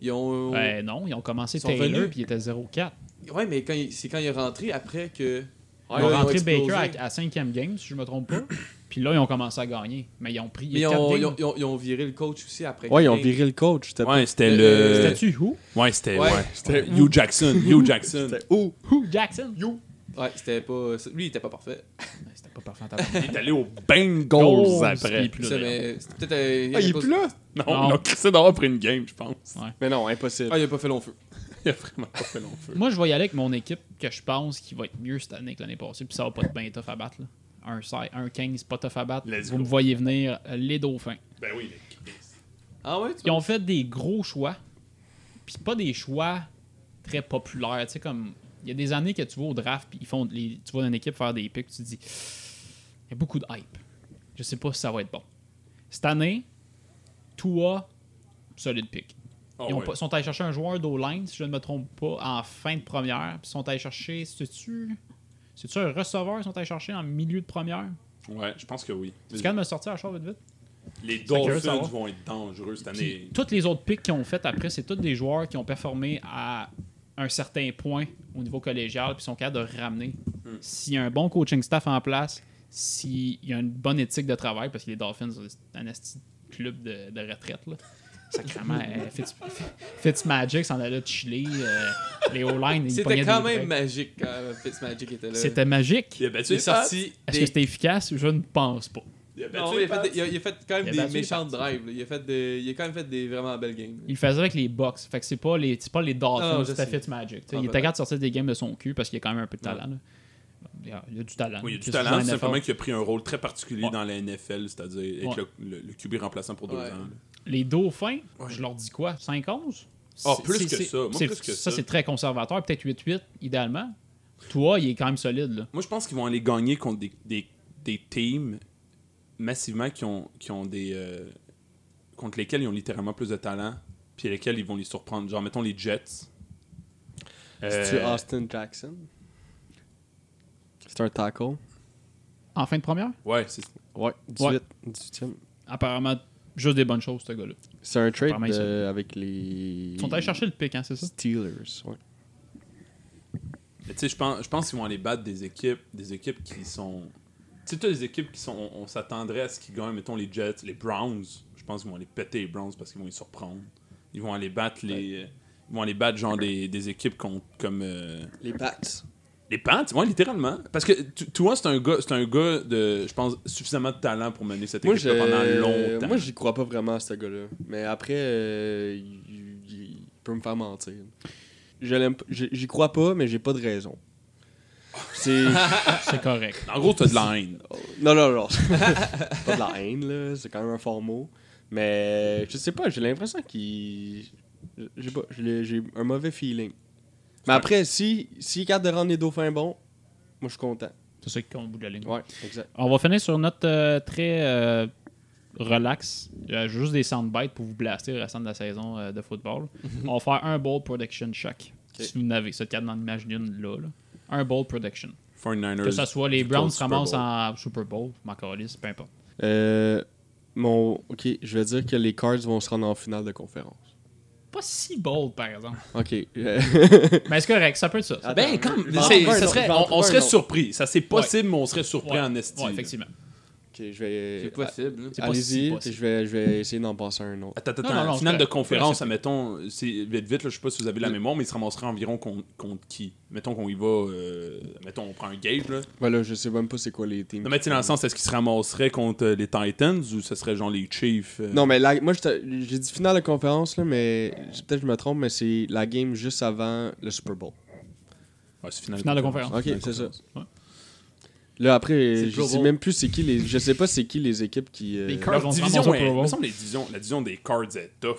Speaker 8: Ils ont. euh,
Speaker 6: Ben non, ils ont commencé
Speaker 8: Oh. Ils sont
Speaker 6: Taylor
Speaker 8: venus.
Speaker 6: puis ils étaient 0-4.
Speaker 8: Ouais, mais quand il- c'est quand il est rentré après que.
Speaker 6: Ils ont rentré Baker à, à 5e game, si je me trompe
Speaker 8: [CLEARS THROAT]
Speaker 6: pas. Puis là, ils ont commencé à gagner. Mais ils ont pris.
Speaker 8: Mais ils
Speaker 6: quatre
Speaker 8: ont,
Speaker 6: games.
Speaker 8: ils, ont, ils ont- ils ont viré le coach aussi après.
Speaker 3: Ouais, ils ont
Speaker 8: Kane.
Speaker 3: viré le coach. C'était
Speaker 7: Ouais, c'était
Speaker 8: Euh,
Speaker 7: le.
Speaker 6: C'était-tu who?
Speaker 7: Ouais, c'était.
Speaker 8: Ouais.
Speaker 7: Ouais, c'était Hugh Jackson. Hugh Jackson.
Speaker 3: Oh!
Speaker 6: Who? Jackson? You.
Speaker 8: Ouais, c'était pas. Lui, il était pas parfait.
Speaker 6: C'était pas parfait en
Speaker 7: Il est allé aux Bengals
Speaker 6: Il est
Speaker 7: après.
Speaker 6: plus là,
Speaker 8: Ça,
Speaker 6: d'ailleurs.
Speaker 8: mais c'était peut-être. euh,
Speaker 3: Ah, il est
Speaker 8: pas-
Speaker 3: plus là!
Speaker 7: Non,
Speaker 6: Non.
Speaker 7: non, Christian d'avoir pris une game, je pense.
Speaker 3: Mais non, impossible.
Speaker 8: Ah, il a pas fait long feu.
Speaker 7: [LAUGHS] Il a vraiment pas fait long feu.
Speaker 6: [LAUGHS] Moi, je vais y aller avec mon équipe que je pense qui va être mieux cette année que l'année passée. Puis ça va pas être bien tough à battre. là. Un, side- un 15, pas tough à battre.
Speaker 7: Let's
Speaker 6: Vous
Speaker 7: go.
Speaker 6: me voyez venir, euh, les dauphins.
Speaker 7: Ben oui, mais Chris.
Speaker 8: Ah ouais, tu
Speaker 6: Ils ont fait des gros choix. Puis pas des choix très populaires. Tu sais, comme. Il y a des années que tu vas au draft, puis ils font les- tu vois une équipe faire des picks, tu te dis. Il y a beaucoup de hype. Je sais pas si ça va être bon. Cette année, Tua, solide pick.
Speaker 7: Ah
Speaker 6: Ils ont
Speaker 7: ouais.
Speaker 6: pas- sont allés chercher un joueur d'O-line, si je ne me trompe pas, en fin de première. Puis sont allés chercher, c'est-tu, c'est-tu un receveur qu'ils sont allés chercher en milieu de première?
Speaker 7: Ouais, je pense que oui.
Speaker 6: Tu es capable de me sortir à Charles vite vite?
Speaker 7: Les
Speaker 6: que je veux
Speaker 7: Dolphins
Speaker 6: savoir.
Speaker 7: vont être dangereux cette
Speaker 6: Puis,
Speaker 7: année.
Speaker 6: toutes les autres picks qu'ils ont faites après, c'est tous des joueurs qui ont performé à un certain point au niveau collégial puis sont capables de ramener.
Speaker 8: Hmm.
Speaker 6: S'il y a un bon coaching staff en place, s'il y a une bonne éthique de travail, parce que les Dolphins, c'est un esti de club de, de retraite, là. Sacrément,
Speaker 8: [LAUGHS]
Speaker 6: euh, Fitz- Fitzmagic s'en allait de Chili, euh, les O-line, ils
Speaker 8: C'était
Speaker 6: pognaient
Speaker 8: quand
Speaker 6: des
Speaker 8: même
Speaker 6: breaks.
Speaker 8: magic quand Fitzmagic était là.
Speaker 6: C'était magique.
Speaker 7: Il a battu
Speaker 8: Il est
Speaker 7: les
Speaker 8: sorti.
Speaker 6: Est-ce
Speaker 8: des-
Speaker 6: que c'était efficace? Je ne pense pas.
Speaker 7: Il a battu
Speaker 8: Non,
Speaker 7: les
Speaker 8: il, a fait,
Speaker 7: Pats.
Speaker 8: des- il a- il a fait
Speaker 6: Il
Speaker 8: quand
Speaker 6: a
Speaker 8: même des
Speaker 6: battu les
Speaker 8: méchants drives. là. Il a, fait des- il a quand même fait des vraiment belles games. là.
Speaker 6: Il le faisait avec les Bucks. Fait que c'est pas les, c'est pas les
Speaker 8: Non,
Speaker 6: Dolphins,
Speaker 8: je
Speaker 6: c'était
Speaker 8: sais.
Speaker 6: Fitzmagic. tu Ah, sais.
Speaker 8: Ah,
Speaker 6: il
Speaker 8: peut-être.
Speaker 6: était capable de sortir des games de son cul parce qu'il y a quand même un peu de talent. là. Il y a- Il y a du talent.
Speaker 7: Oui, il y a du
Speaker 6: Qu'est-ce que
Speaker 7: talent,
Speaker 6: tu
Speaker 7: c'est
Speaker 6: veux en
Speaker 7: simplement
Speaker 6: NFL?
Speaker 7: qu'il a pris un rôle très particulier dans la NFL, c'est-à-dire être
Speaker 6: Ouais.
Speaker 7: le, le- le QB remplaçant pour deux
Speaker 8: Ouais.
Speaker 7: ans.
Speaker 6: Les Dauphins, je leur dis quoi 5-11
Speaker 7: Ah,
Speaker 6: C'est-
Speaker 7: plus
Speaker 6: c'est-
Speaker 7: que
Speaker 6: c'est-
Speaker 7: ça. Moi,
Speaker 6: c'est-
Speaker 7: plus que ça.
Speaker 6: c'est très conservateur. Peut-être 8-8, idéalement. Toi, il est quand même solide. Là.
Speaker 7: Moi, je pense qu'ils vont aller gagner contre des, des, des teams massivement qui ont, qui ont des. euh, contre lesquels ils ont littéralement plus de talent, puis lesquels ils vont les surprendre. Genre, mettons les Jets.
Speaker 3: C'est-tu
Speaker 7: Euh,
Speaker 3: Austin Jackson? C'est un tackle?
Speaker 6: En fin de première,
Speaker 7: ouais, c'est
Speaker 3: Ouais, 18. 18e.
Speaker 6: apparemment, juste des bonnes choses, ce gars-là.
Speaker 3: C'est un trade
Speaker 6: Apparemment, ils sont-
Speaker 3: euh, avec les.
Speaker 6: Ils sont allés chercher le pic, hein, c'est ça
Speaker 3: Steelers, ouais.
Speaker 7: Mais tu sais, je pense, je pense qu'ils vont aller battre des équipes, des équipes qui sont. Tu sais, toutes les équipes qui sont. On, on s'attendrait à ce qu'ils gagnent, mettons les Jets, les Browns. Je pense qu'ils vont aller péter les Browns parce qu'ils vont les surprendre. Ils vont aller battre les. Ils vont aller battre genre des, des équipes contre- comme. euh,
Speaker 3: Les Pats.
Speaker 7: les Pants, ouais, littéralement. Parce que tu tu vois, c'est un gars, c'est un gars de, je pense, suffisamment de talent pour mener cette
Speaker 3: Moi,
Speaker 7: équipe pendant
Speaker 3: je...
Speaker 7: longtemps.
Speaker 3: Moi, j'y crois pas vraiment à ce gars-là. Mais après, euh, il... il- il peut me faire mentir. Je l'aime p- j'- J'y crois pas, mais j'ai pas de raison.
Speaker 6: [LAUGHS]
Speaker 3: C'est.
Speaker 6: C'est correct.
Speaker 7: En gros, t'as de la haine.
Speaker 3: Non, non, non. [LAUGHS] pas de [LAUGHS] la haine, là. C'est quand même un fort mot. Mais je sais pas, j'ai l'impression qu'il. J'ai pas. je l'ai- J'ai un mauvais feeling. Mais après, si, si garde de rendre les dauphins bons, moi je suis content.
Speaker 6: C'est ça qui compte au bout de la ligne.
Speaker 3: Ouais, exact.
Speaker 6: On va finir sur notre très euh, relax. Euh, juste des soundbites pour vous blaster le restant de la saison euh, de
Speaker 7: [LAUGHS]
Speaker 6: football. On va faire un bowl production chaque. Si vous n'avez ça cadre dans l'image d'une là, là. Un bowl production.
Speaker 7: 49ers.
Speaker 6: Que ce soit les
Speaker 7: victoire
Speaker 6: Browns
Speaker 7: du
Speaker 6: se
Speaker 7: Super
Speaker 6: ramassent
Speaker 7: Bowl.
Speaker 6: en Super Bowl, Macaulay, peu importe.
Speaker 3: Euh, mon. Ok, je vais dire que les Cards vont se rendre en finale de conférence.
Speaker 6: Pas si bold, par exemple.
Speaker 3: Ok. [LAUGHS] euh,
Speaker 6: Mais c'est correct, ça peut être ça. Ça peut
Speaker 7: Ben,
Speaker 6: être-
Speaker 7: comme,
Speaker 3: J'en
Speaker 7: c'est-
Speaker 3: trouve un
Speaker 7: ça
Speaker 3: autre,
Speaker 7: serait,
Speaker 3: j'en
Speaker 7: on,
Speaker 3: trouve
Speaker 7: on
Speaker 3: un
Speaker 7: serait
Speaker 3: autre.
Speaker 7: surpris. Ça, c'est possible, mais on serait surpris
Speaker 6: Ouais.
Speaker 7: en estime.
Speaker 6: Ouais, effectivement.
Speaker 3: ok, je vais.
Speaker 8: C'est possible. là.
Speaker 6: C'est pas si
Speaker 3: Allez-y,
Speaker 6: possible.
Speaker 3: puis je vais, je vais essayer d'en passer un autre.
Speaker 7: Attends, attends,
Speaker 6: Non, non, non,
Speaker 7: attends.
Speaker 6: c'est
Speaker 7: finale de
Speaker 6: correct.
Speaker 7: conférence,
Speaker 6: C'est
Speaker 7: admettons, c'est vite, vite, là, je sais pas si vous avez la mémoire, mais il se ramasserait environ contre, contre qui Mettons qu'on y va, euh, mettons, on prend un gauge, là.
Speaker 3: Voilà, je sais même pas c'est quoi les teams.
Speaker 7: Non, mais tu sais, dans le sens, est-ce qu'il se ramasserait contre euh, les Titans ou ce serait genre les Chiefs euh?
Speaker 3: Non, mais la- moi, j'étais- j'ai dit finale de conférence, là, mais peut-être que je me trompe, mais c'est la game juste avant le Super Bowl.
Speaker 7: Ouais, ah, c'est finale,
Speaker 6: Finale de conférence.
Speaker 3: Ok,
Speaker 7: Finale de
Speaker 3: c'est ça.
Speaker 7: conférence.
Speaker 3: Là,
Speaker 8: C'est
Speaker 3: après,
Speaker 8: le
Speaker 3: je
Speaker 8: Pro
Speaker 3: sais
Speaker 8: Bowl.
Speaker 3: même plus c'est qui les. Je sais pas c'est qui les équipes qui. euh,
Speaker 6: Les Cards
Speaker 7: Leur
Speaker 6: vont se
Speaker 7: division,
Speaker 6: ramasser au
Speaker 7: est-
Speaker 6: Pro
Speaker 7: il
Speaker 6: Bowl.
Speaker 7: me semble les divisions, la division des Cards est tough.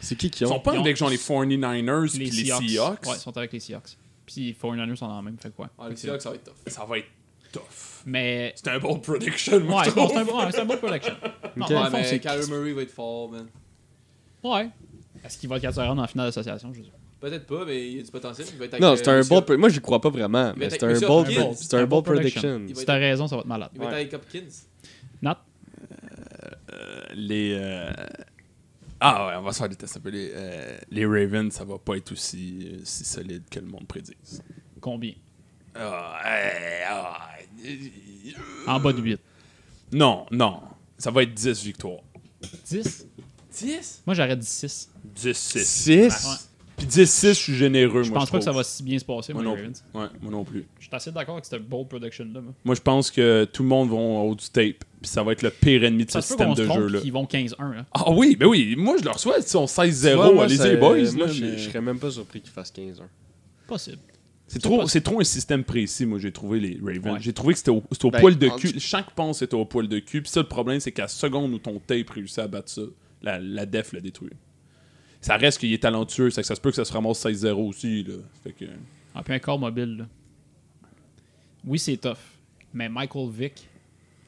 Speaker 3: C'est qui qui
Speaker 7: Ils
Speaker 3: ont.
Speaker 7: sont pas
Speaker 6: ils ont-
Speaker 7: avec genre les 49ers puis
Speaker 6: Les
Speaker 7: les
Speaker 6: Seahawks.
Speaker 7: Seahawks.
Speaker 6: Ouais, ils sont avec les Seahawks. Puis 49ers sont dans la même, fait quoi.
Speaker 8: Ah, les Seahawks, ça va être tough.
Speaker 7: Ça va être tough.
Speaker 6: Mais.
Speaker 7: C'est un bon prediction, moi,
Speaker 6: Ouais,
Speaker 7: [LAUGHS] je
Speaker 6: je pense que
Speaker 7: trouve.
Speaker 6: c'est un bon- ouais, c'est un bon production. Non,
Speaker 3: Ok.
Speaker 6: dans le
Speaker 8: Ouais,
Speaker 6: fond,
Speaker 8: mais
Speaker 6: c'est-
Speaker 8: Kyler Murray va être fort, man.
Speaker 6: Ouais. Est-ce qu'il va être 4 rounds en finale d'association, je sais pas.
Speaker 8: Peut-être pas, mais il y a du potentiel. Il va être avec,
Speaker 3: Non,
Speaker 8: euh,
Speaker 3: c'est un
Speaker 8: Monsieur-
Speaker 3: bon. Moi, j'y crois pas vraiment, mais
Speaker 8: Mais
Speaker 3: c'est
Speaker 8: t'as-
Speaker 3: un
Speaker 8: Monsieur
Speaker 3: bon.
Speaker 8: Hopkins,
Speaker 3: C'est un bon prediction.
Speaker 8: Il va
Speaker 6: Si
Speaker 8: être-
Speaker 6: t'as raison, ça va être malade.
Speaker 8: Il va être avec Hopkins.
Speaker 6: Nat,
Speaker 7: Les, euh, Ah ouais, on va se faire des tests un peu. Les, euh, les Ravens, ça va pas être aussi, euh, si solide que le monde prédise.
Speaker 6: Combien
Speaker 7: Ah, eh, ah, eh,
Speaker 6: En bas de 8.
Speaker 7: non, non. Ça va être 10 victoires.
Speaker 6: 10
Speaker 7: 10?
Speaker 6: Moi, j'arrête 6.
Speaker 7: 10-6.
Speaker 3: 6
Speaker 7: Puis 10-6, je suis généreux,
Speaker 6: Je
Speaker 7: moi,
Speaker 6: pense pas que ça
Speaker 7: trouve.
Speaker 6: va si bien se passer,
Speaker 7: Moi
Speaker 6: moi,
Speaker 7: non
Speaker 6: les Ravens.
Speaker 7: plus. Ouais, moi non plus.
Speaker 6: Je suis assez d'accord avec cette bold production-là. moi.
Speaker 7: Moi, je pense que tout le monde va au haut du tape. Puis ça va être le pire ennemi de
Speaker 6: Ça
Speaker 7: ce
Speaker 6: se peut qu'on
Speaker 7: système
Speaker 6: se
Speaker 7: de
Speaker 6: trompe
Speaker 7: jeu-là.
Speaker 6: et qu'ils vont hein. 15-1. là.
Speaker 7: Ah oui, ben oui. Moi, je leur souhaite. Ils sont 16-0. Allez-y, les boys. là,
Speaker 3: Moi, je
Speaker 7: mais-
Speaker 3: je serais même pas surpris qu'ils fassent 15 heures.
Speaker 6: Possible.
Speaker 7: C'est trop, c'est trop un système précis, moi, j'ai trouvé les Ravens.
Speaker 6: Ouais.
Speaker 7: J'ai trouvé que c'était au, c'était au
Speaker 3: Ben,
Speaker 7: poil de
Speaker 3: en
Speaker 7: cul. Chaque pense était au poil de cul. Puis ça, le problème, c'est qu'à la seconde où ton tape réussit à battre ça, la, la def l'a détruit. Ça reste qu'il est talentueux. c'est que ça se peut que ça se ramasse 16-0 aussi. Là. Fait que,
Speaker 6: Ah, puis un corps mobile. là. Oui, c'est tough. Mais Michael Vick,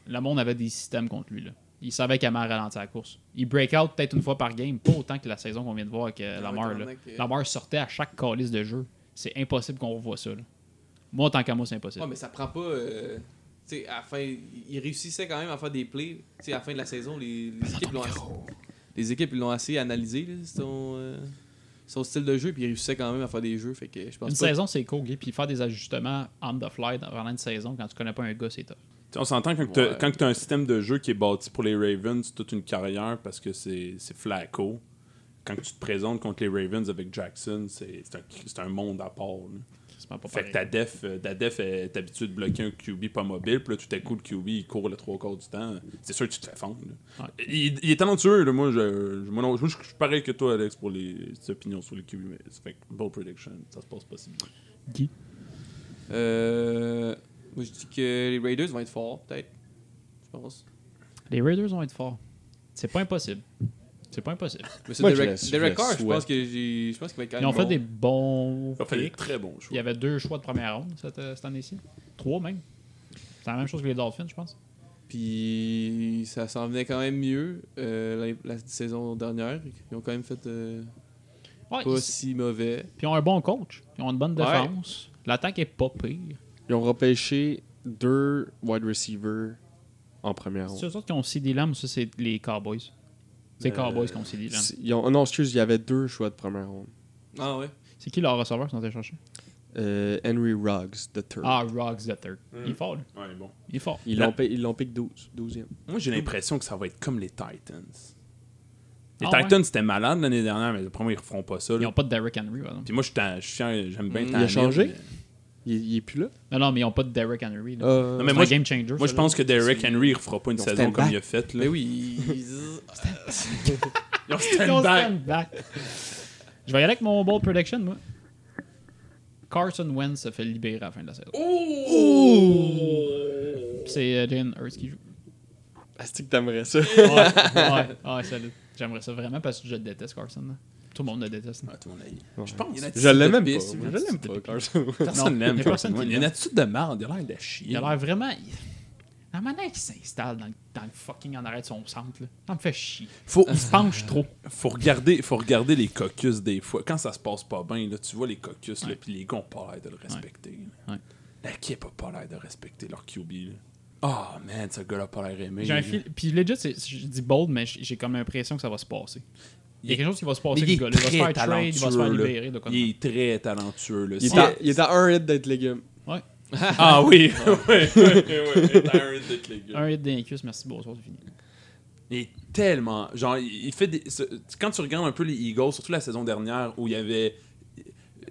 Speaker 6: le monde avait des systèmes contre lui. Là. Il savait comment ralentir la course. Il break out peut-être une fois par game, pas autant que la saison qu'on vient de voir avec euh, Lamar. Là.
Speaker 8: tabarnak, euh.
Speaker 6: Lamar sortait à chaque calice de jeu. C'est impossible qu'on revoie ça. là. Moi, en tant qu'à moi, c'est impossible.
Speaker 8: Ouais, mais ça prend pas. euh, tu sais, à la fin, il réussissait quand même à faire des plays. Tu sais, à la fin de la saison, les, les équipes l'ont assez, les équipes ils l'ont assez analysé, là, son, euh, son style de jeu, puis il réussissait quand même à faire des jeux. Fait que je pense
Speaker 6: Une
Speaker 8: pas-
Speaker 6: saison, c'est cool, Guy, puis faire des ajustements on the fly dans- pendant une saison quand tu connais pas un gars, c'est tough.
Speaker 7: Tu sais, on s'entend quand t'as-
Speaker 8: Ouais.
Speaker 7: quand tu as un système de jeu qui est bâti pour les Ravens, c'est toute une carrière parce que c'est c'est Flacco. Quand tu te présentes contre les Ravens avec Jackson, c'est c'est un, c'est un monde à part. là.
Speaker 6: C'est pas
Speaker 7: Fait que ta def, euh, ta def est habituée de bloquer un QB pas mobile, puis là, tout à coup, le QB, il court le trois quarts du temps. C'est sûr que tu te fais fondre. là. Il, il est talentueux, là. Moi, je, je- moi, non, moi, je, je suis pareil que toi, Alex, pour les, tes opinions sur les QB, mais ça fait que, bon prediction, ça se passe pas si bien.
Speaker 8: Euh, moi, je dis que les Raiders vont être forts, peut-être. Je pense.
Speaker 6: Les Raiders vont être forts. C'est pas impossible. C'est pas impossible.
Speaker 8: Mais c'est
Speaker 3: Moi, je
Speaker 8: Derek,
Speaker 3: le- je
Speaker 8: Derek
Speaker 3: le
Speaker 8: Carr, je pense
Speaker 3: souhaite.
Speaker 8: que j'ai- je pense qu'il va être quand
Speaker 6: Ils
Speaker 8: même.
Speaker 6: ont fait
Speaker 8: bon.
Speaker 6: des bons.
Speaker 7: Ça fait des
Speaker 6: picks.
Speaker 7: très bons choix.
Speaker 6: Il y avait deux choix de première ronde cette, euh, cette année-ci. Trois même. C'est la même chose que les Dolphins, je pense.
Speaker 8: Puis ça s'en venait quand même mieux euh, la, la saison dernière. Ils ont quand même fait euh,
Speaker 6: Ouais,
Speaker 8: pas
Speaker 6: ils-
Speaker 8: si mauvais.
Speaker 6: Puis ils ont un bon coach. Ils ont une bonne
Speaker 8: Ouais.
Speaker 6: défense. L'attaque est pas pire.
Speaker 3: Ils ont repêché deux wide receivers en première
Speaker 6: C'est
Speaker 3: ronde.
Speaker 6: eux autres qui ont CD Lamb ou ça, c'est les Cowboys? C'est les
Speaker 7: Euh,
Speaker 6: Cowboys qui ont CD Lamb.
Speaker 3: C'est- Ils ont, non, excuse, il y avait deux choix de première ronde.
Speaker 8: Ah ouais.
Speaker 6: C'est qui leur receveur qu'ils ont été chercher?
Speaker 3: Euh, Henry Ruggs, the third.
Speaker 6: Ah, Roggs the third. Il est fort, là.
Speaker 7: Ouais, bon.
Speaker 6: Il est fort.
Speaker 3: Ils
Speaker 7: La-
Speaker 3: l'ont pi- ils l'ont piqué 12, 12e.
Speaker 7: Moi, j'ai l'impression que ça va être comme les Titans. Les
Speaker 6: Ah,
Speaker 7: Titans, c'était malade l'année dernière, mais après, ils referont pas ça. là.
Speaker 6: Ils Hmm. n'ont pas de Derrick Henry, par exemple.
Speaker 7: Puis moi, je suis tan- je suis fier, j'aime bien
Speaker 8: Mm, il
Speaker 7: Tannehill,
Speaker 3: a changé?
Speaker 7: mais-
Speaker 3: Il, il est plus là?
Speaker 6: Non, non, mais ils n'ont pas de Derrick Henry. là.
Speaker 3: Euh,
Speaker 7: Non,
Speaker 6: C'est
Speaker 7: mais
Speaker 6: un
Speaker 7: moi, je-
Speaker 6: game changer.
Speaker 7: moi, je
Speaker 6: ça,
Speaker 7: pense que Derrick Henry ne refera pas une
Speaker 3: Ils ont
Speaker 7: saison
Speaker 3: stand
Speaker 7: comme
Speaker 3: back.
Speaker 7: il a faite. là.
Speaker 8: Mais oui.
Speaker 3: [LAUGHS]
Speaker 8: ils-
Speaker 7: Ils ont
Speaker 6: là.
Speaker 7: stand
Speaker 6: Ben Ils ont
Speaker 7: back.
Speaker 6: stand back. Je vais y aller avec mon bold prediction, moi. Carson Wentz se fait libérer à la fin de la saison. Puis C'est euh, Jalen Hurts qui joue.
Speaker 3: Asti que t'aimerais
Speaker 6: [LAUGHS]
Speaker 3: ça.
Speaker 6: Ouais, ouais, ouais, salut. J'aimerais ça vraiment parce que je le déteste, Carson. là. Tout le monde le déteste. là.
Speaker 7: Ah, tout le monde l'a eu. Je pense.
Speaker 3: Je l'aime même pas.
Speaker 8: pisse,
Speaker 3: moi, Je l'aime pas, Carson.
Speaker 7: Personne
Speaker 6: Non,
Speaker 7: l'aime.
Speaker 6: il y a personne
Speaker 7: Carson
Speaker 6: qui
Speaker 7: Wentz. Il y a une
Speaker 6: l'aime.
Speaker 7: attitude de merde. Il a l'air de
Speaker 6: Il
Speaker 7: chier.
Speaker 6: a l'air vraiment. il- La manière qu'il s'installe dans, le- dans le fucking en arrêt de son centre, là, ça me fait chier.
Speaker 7: Faut-
Speaker 6: Il se penche trop.
Speaker 7: [LAUGHS] Faut regarder, faut regarder les caucus des fois. Quand ça se passe pas bien, là, tu vois les caucus, là, puis les gars ont pas l'air de le respecter.
Speaker 6: Ouais.
Speaker 7: L'équipe a pas l'air de respecter leur QB. là. Oh man, ce gars-là a pas l'air aimé.
Speaker 6: J'ai un
Speaker 7: là.
Speaker 6: fil. Puis legit, c'est- je dis bold, mais j'ai j'ai comme l'impression que ça va se passer. Il y
Speaker 7: Il est-
Speaker 6: a quelque chose qui va se passer.
Speaker 7: Mais
Speaker 6: avec
Speaker 7: il
Speaker 6: le gars,
Speaker 7: est
Speaker 6: là. Il va se
Speaker 7: très
Speaker 6: faire trade, il va se faire
Speaker 7: talentueux.
Speaker 6: libérer.
Speaker 7: là.
Speaker 6: de quoi de
Speaker 7: Il est très talentueux. là.
Speaker 3: Il
Speaker 7: Si-
Speaker 3: est
Speaker 6: [LAUGHS]
Speaker 3: à- il est à un hit d'être légume.
Speaker 6: Ouais.
Speaker 7: Ah
Speaker 6: [LAUGHS]
Speaker 7: oui, oui, oui, oui, oui. Tired d'être les gars.
Speaker 6: Un hit d'incus, merci, bonsoir, c'est fini.
Speaker 7: Il est tellement. Genre, il il fait des. ce- Quand tu regardes un peu les Eagles, surtout la saison dernière où il y avait.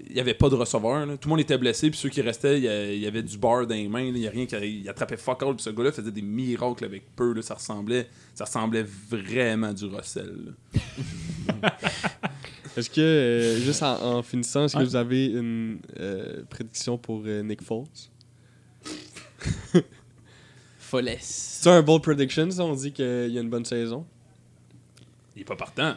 Speaker 7: Il n'y avait pas de receveur. là. Tout le monde était blessé. Puis ceux qui restaient, il y a- il y avait du bar dans les mains. là. Il n'y a rien qui. Il attrapait fuck all. Puis ce gars-là faisait des miracles avec peu. là. Ça, ressemblait, ça ressemblait vraiment du Russell.
Speaker 3: Est-ce que, euh, juste en, en finissant, est-ce que
Speaker 6: Ouais.
Speaker 3: vous avez une euh, prédiction pour euh, Nick Foles?
Speaker 8: Foles.
Speaker 3: C'est un bold prediction, ça? On dit qu'il y a une bonne saison.
Speaker 7: Il n'est pas partant.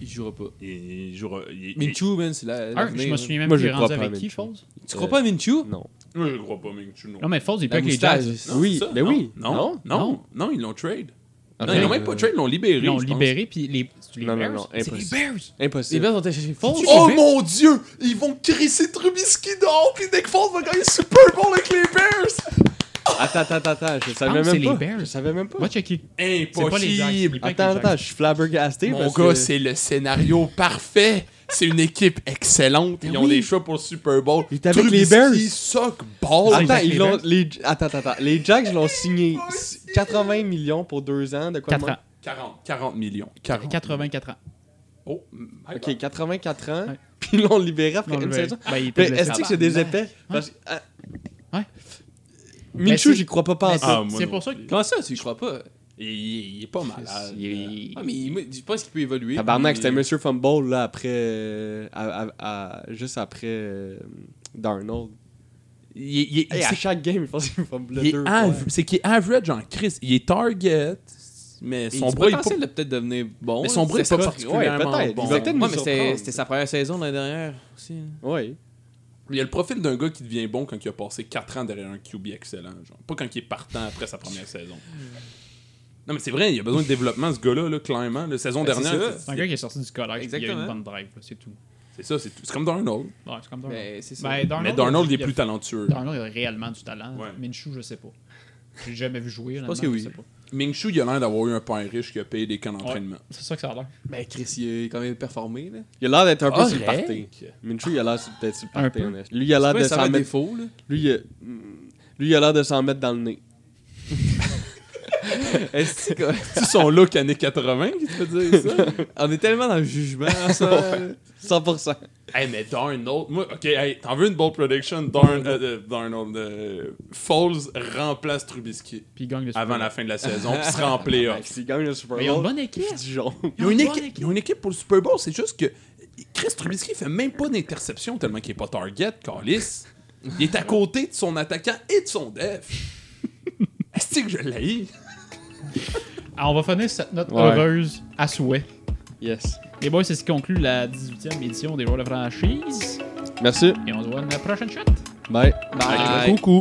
Speaker 8: Il jouera pas.
Speaker 7: Il, il jouera. il- il-
Speaker 8: Minchu, man, c'est la.
Speaker 6: Un, je
Speaker 8: l'avenir,
Speaker 6: me
Speaker 8: là.
Speaker 6: souviens même
Speaker 3: Moi,
Speaker 6: plus
Speaker 3: je
Speaker 6: il est
Speaker 3: le
Speaker 6: rendu
Speaker 3: crois pas,
Speaker 6: avec qui,
Speaker 3: Minshew.
Speaker 6: Falls
Speaker 8: Tu crois pas à Minchu
Speaker 3: Euh, Non.
Speaker 7: Moi, je ne crois pas, Ming Chu. Non,
Speaker 6: Non, mais Falls, il est pas
Speaker 8: La
Speaker 6: avec les
Speaker 8: moustache.
Speaker 6: Jazz.
Speaker 7: Non,
Speaker 3: oui,
Speaker 7: c'est ça.
Speaker 3: ben
Speaker 7: Non,
Speaker 3: oui. Ah,
Speaker 7: Non, non, non, ils l'ont trade. Non,
Speaker 3: Ok.
Speaker 7: ils l'ont
Speaker 3: euh,
Speaker 7: même pas trade, ils l'ont libéré.
Speaker 6: Ils l'ont
Speaker 7: je pense.
Speaker 6: libéré, puis les. c'est les
Speaker 3: Non, non,
Speaker 6: Bears?
Speaker 3: non,
Speaker 6: C'est les
Speaker 3: impossible.
Speaker 6: Bears!
Speaker 8: Les
Speaker 3: Impossible.
Speaker 8: Bears ont acheté Foles.
Speaker 7: Oh mon dieu! Ils vont crisser Trubisky dehors, puis Nick Foles va gagner le Super Bowl avec les Bears!
Speaker 3: Attends, attends, attends, je
Speaker 6: pense
Speaker 3: savais
Speaker 6: que c'est
Speaker 3: même
Speaker 6: les
Speaker 3: pas.
Speaker 6: Bears.
Speaker 3: Je savais même pas.
Speaker 6: Va checker. C'est pas les Jags,
Speaker 7: Impossible.
Speaker 6: oublie pas que les
Speaker 3: Attends,
Speaker 6: Jags.
Speaker 3: attends, je suis flabbergasté.
Speaker 7: Mon
Speaker 3: parce
Speaker 7: gars,
Speaker 3: que-
Speaker 7: c'est le scénario parfait. C'est une équipe excellente. Ils ont des choix pour le Super Bowl.
Speaker 3: Il était avec les
Speaker 7: Trubisky
Speaker 3: Bears.
Speaker 7: suck ball.
Speaker 3: Oh, Attends,
Speaker 6: Jags,
Speaker 3: ils
Speaker 6: les
Speaker 3: l'ont-
Speaker 6: Bears.
Speaker 3: les... attends, attends, attends. Les Jags l'ont [LAUGHS] signé 80 millions pour deux ans. De quoi
Speaker 6: 4
Speaker 3: de moins?
Speaker 6: ans.
Speaker 7: 40, 40 millions. 40.
Speaker 6: 84 ans.
Speaker 7: Oh, my God.
Speaker 3: Ok, 84 ans.
Speaker 6: Ouais.
Speaker 3: [LAUGHS] Puis ils l'ont libéré après
Speaker 6: Non,
Speaker 3: une
Speaker 6: le-
Speaker 3: saison.
Speaker 6: ben, il était
Speaker 3: Mais
Speaker 6: blessé.
Speaker 3: est-ce que c'est des épais? Parce que, ah,
Speaker 6: Ouais.
Speaker 3: Minshew,
Speaker 6: c'est-
Speaker 3: j'y crois pas
Speaker 6: Mais
Speaker 3: pas.
Speaker 6: c'est-
Speaker 7: Ah, moi
Speaker 6: C'est
Speaker 7: non
Speaker 6: pour ça que.
Speaker 8: Comment ça, tu y crois pas?
Speaker 7: Il, il est pas malade.
Speaker 6: Il-
Speaker 8: Ah, mais il- moi, je pense qu'il peut évoluer.
Speaker 3: Ah, Tabarnak,
Speaker 8: puis-
Speaker 3: c'était Monsieur Fumble, là, après... euh, à- à- à- juste après euh, Darnold.
Speaker 7: Il, il- il-
Speaker 3: Hey, à
Speaker 7: c'est-
Speaker 3: chaque game, je pense qu'il fumble
Speaker 7: il est
Speaker 3: deux
Speaker 7: av-
Speaker 3: fois.
Speaker 7: C'est qu'il est average en crise. Il est target, mais
Speaker 8: Mais
Speaker 7: son
Speaker 8: du
Speaker 7: bras est pas...
Speaker 8: potentiel de peut-être devenir bon.
Speaker 7: Mais son bras est
Speaker 8: C'est
Speaker 7: pas
Speaker 8: ça.
Speaker 7: particulièrement
Speaker 3: peut-être.
Speaker 7: bon.
Speaker 3: Il va peut-être
Speaker 8: Ouais,
Speaker 3: nous
Speaker 8: mais
Speaker 3: surprendre.
Speaker 8: c'était- c'était sa première saison l'année dernière aussi. là.
Speaker 3: Oui.
Speaker 7: Il y a le profil d'un gars qui devient bon quand il a passé 4 ans derrière un QB excellent. Genre. Pas quand il est partant après sa première saison. Non, mais c'est vrai, il a besoin de développement, ce gars-là, là, clairement. La saison
Speaker 8: Ben, c'est
Speaker 7: dernière,
Speaker 8: ça.
Speaker 6: C'est un gars qui est sorti du collège. Il a eu
Speaker 8: Exactement.
Speaker 6: une bonne drive, là, c'est tout.
Speaker 7: c'est ça, c'est tout. C'est comme Darnold.
Speaker 6: Ouais, c'est comme Darnold.
Speaker 8: Ben, c'est ça.
Speaker 6: Ben, Darnold,
Speaker 7: Mais Darnold, il est
Speaker 6: a-
Speaker 7: plus talentueux.
Speaker 6: Darnold, il a réellement du talent.
Speaker 7: Ouais.
Speaker 6: Minshew, je sais pas. J'ai jamais vu jouer. Je
Speaker 8: pense que oui.
Speaker 6: sais pas.
Speaker 7: Minshu, il a l'air d'avoir eu un père riche qui a payé des camps d'entraînement.
Speaker 6: C'est ça que ça a l'air.
Speaker 8: Ben, Chris, il a quand même performé. Là.
Speaker 3: Il a l'air d'être un
Speaker 8: Ah,
Speaker 3: peu sur le
Speaker 7: Correct.
Speaker 3: party. Minshew, il a l'air sur- d'être sur le
Speaker 6: Un
Speaker 3: party,
Speaker 6: peu.
Speaker 3: honnêtement. Lui, il a l'air
Speaker 8: Ouais,
Speaker 3: de
Speaker 8: ça va
Speaker 3: s'en
Speaker 8: des
Speaker 3: mettre...
Speaker 8: défaut. Là.
Speaker 3: Lui, il a- mm, lui, il a l'air de s'en mettre dans le nez.
Speaker 8: [LAUGHS] Est-ce que-
Speaker 7: C'est son look années 80 qui te fait dire ça?
Speaker 8: On est tellement dans le [LAUGHS] jugement, ça. là.
Speaker 3: 100%.
Speaker 7: [LAUGHS] Hey, mais Darnold, moi, ok, hey, t'en veux une bold prediction? Darn, euh, euh, Darnold, euh, Foles remplace Trubisky
Speaker 6: Puis il gagne le Super
Speaker 7: avant
Speaker 6: Bowl.
Speaker 7: la fin de la
Speaker 6: [LAUGHS]
Speaker 7: saison, puis se rend en
Speaker 6: Ah,
Speaker 7: playoff.
Speaker 6: ben,
Speaker 3: S'il gagne le Super
Speaker 6: Mais ils ont une
Speaker 3: Bowl,
Speaker 6: bonne équipe.
Speaker 3: c'est Dijon.
Speaker 7: Ils ont, une équipe, ils ont une équipe pour le Super Bowl, c'est juste que Chris Trubisky fait même pas d'interception tellement qu'il est pas target, Carlis. Il est à côté de son attaquant et de son def. [LAUGHS] Est-ce que je l'ai?
Speaker 6: Ah, on va finir cette note
Speaker 3: Ouais.
Speaker 6: heureuse à souhait.
Speaker 3: Yes.
Speaker 6: Les boys, c'est ce qui conclut la 18e édition des Joueurs de franchise.
Speaker 3: Merci.
Speaker 6: Et on se voit dans la prochaine shot.
Speaker 3: Bye.
Speaker 8: Bye.
Speaker 6: Coucou.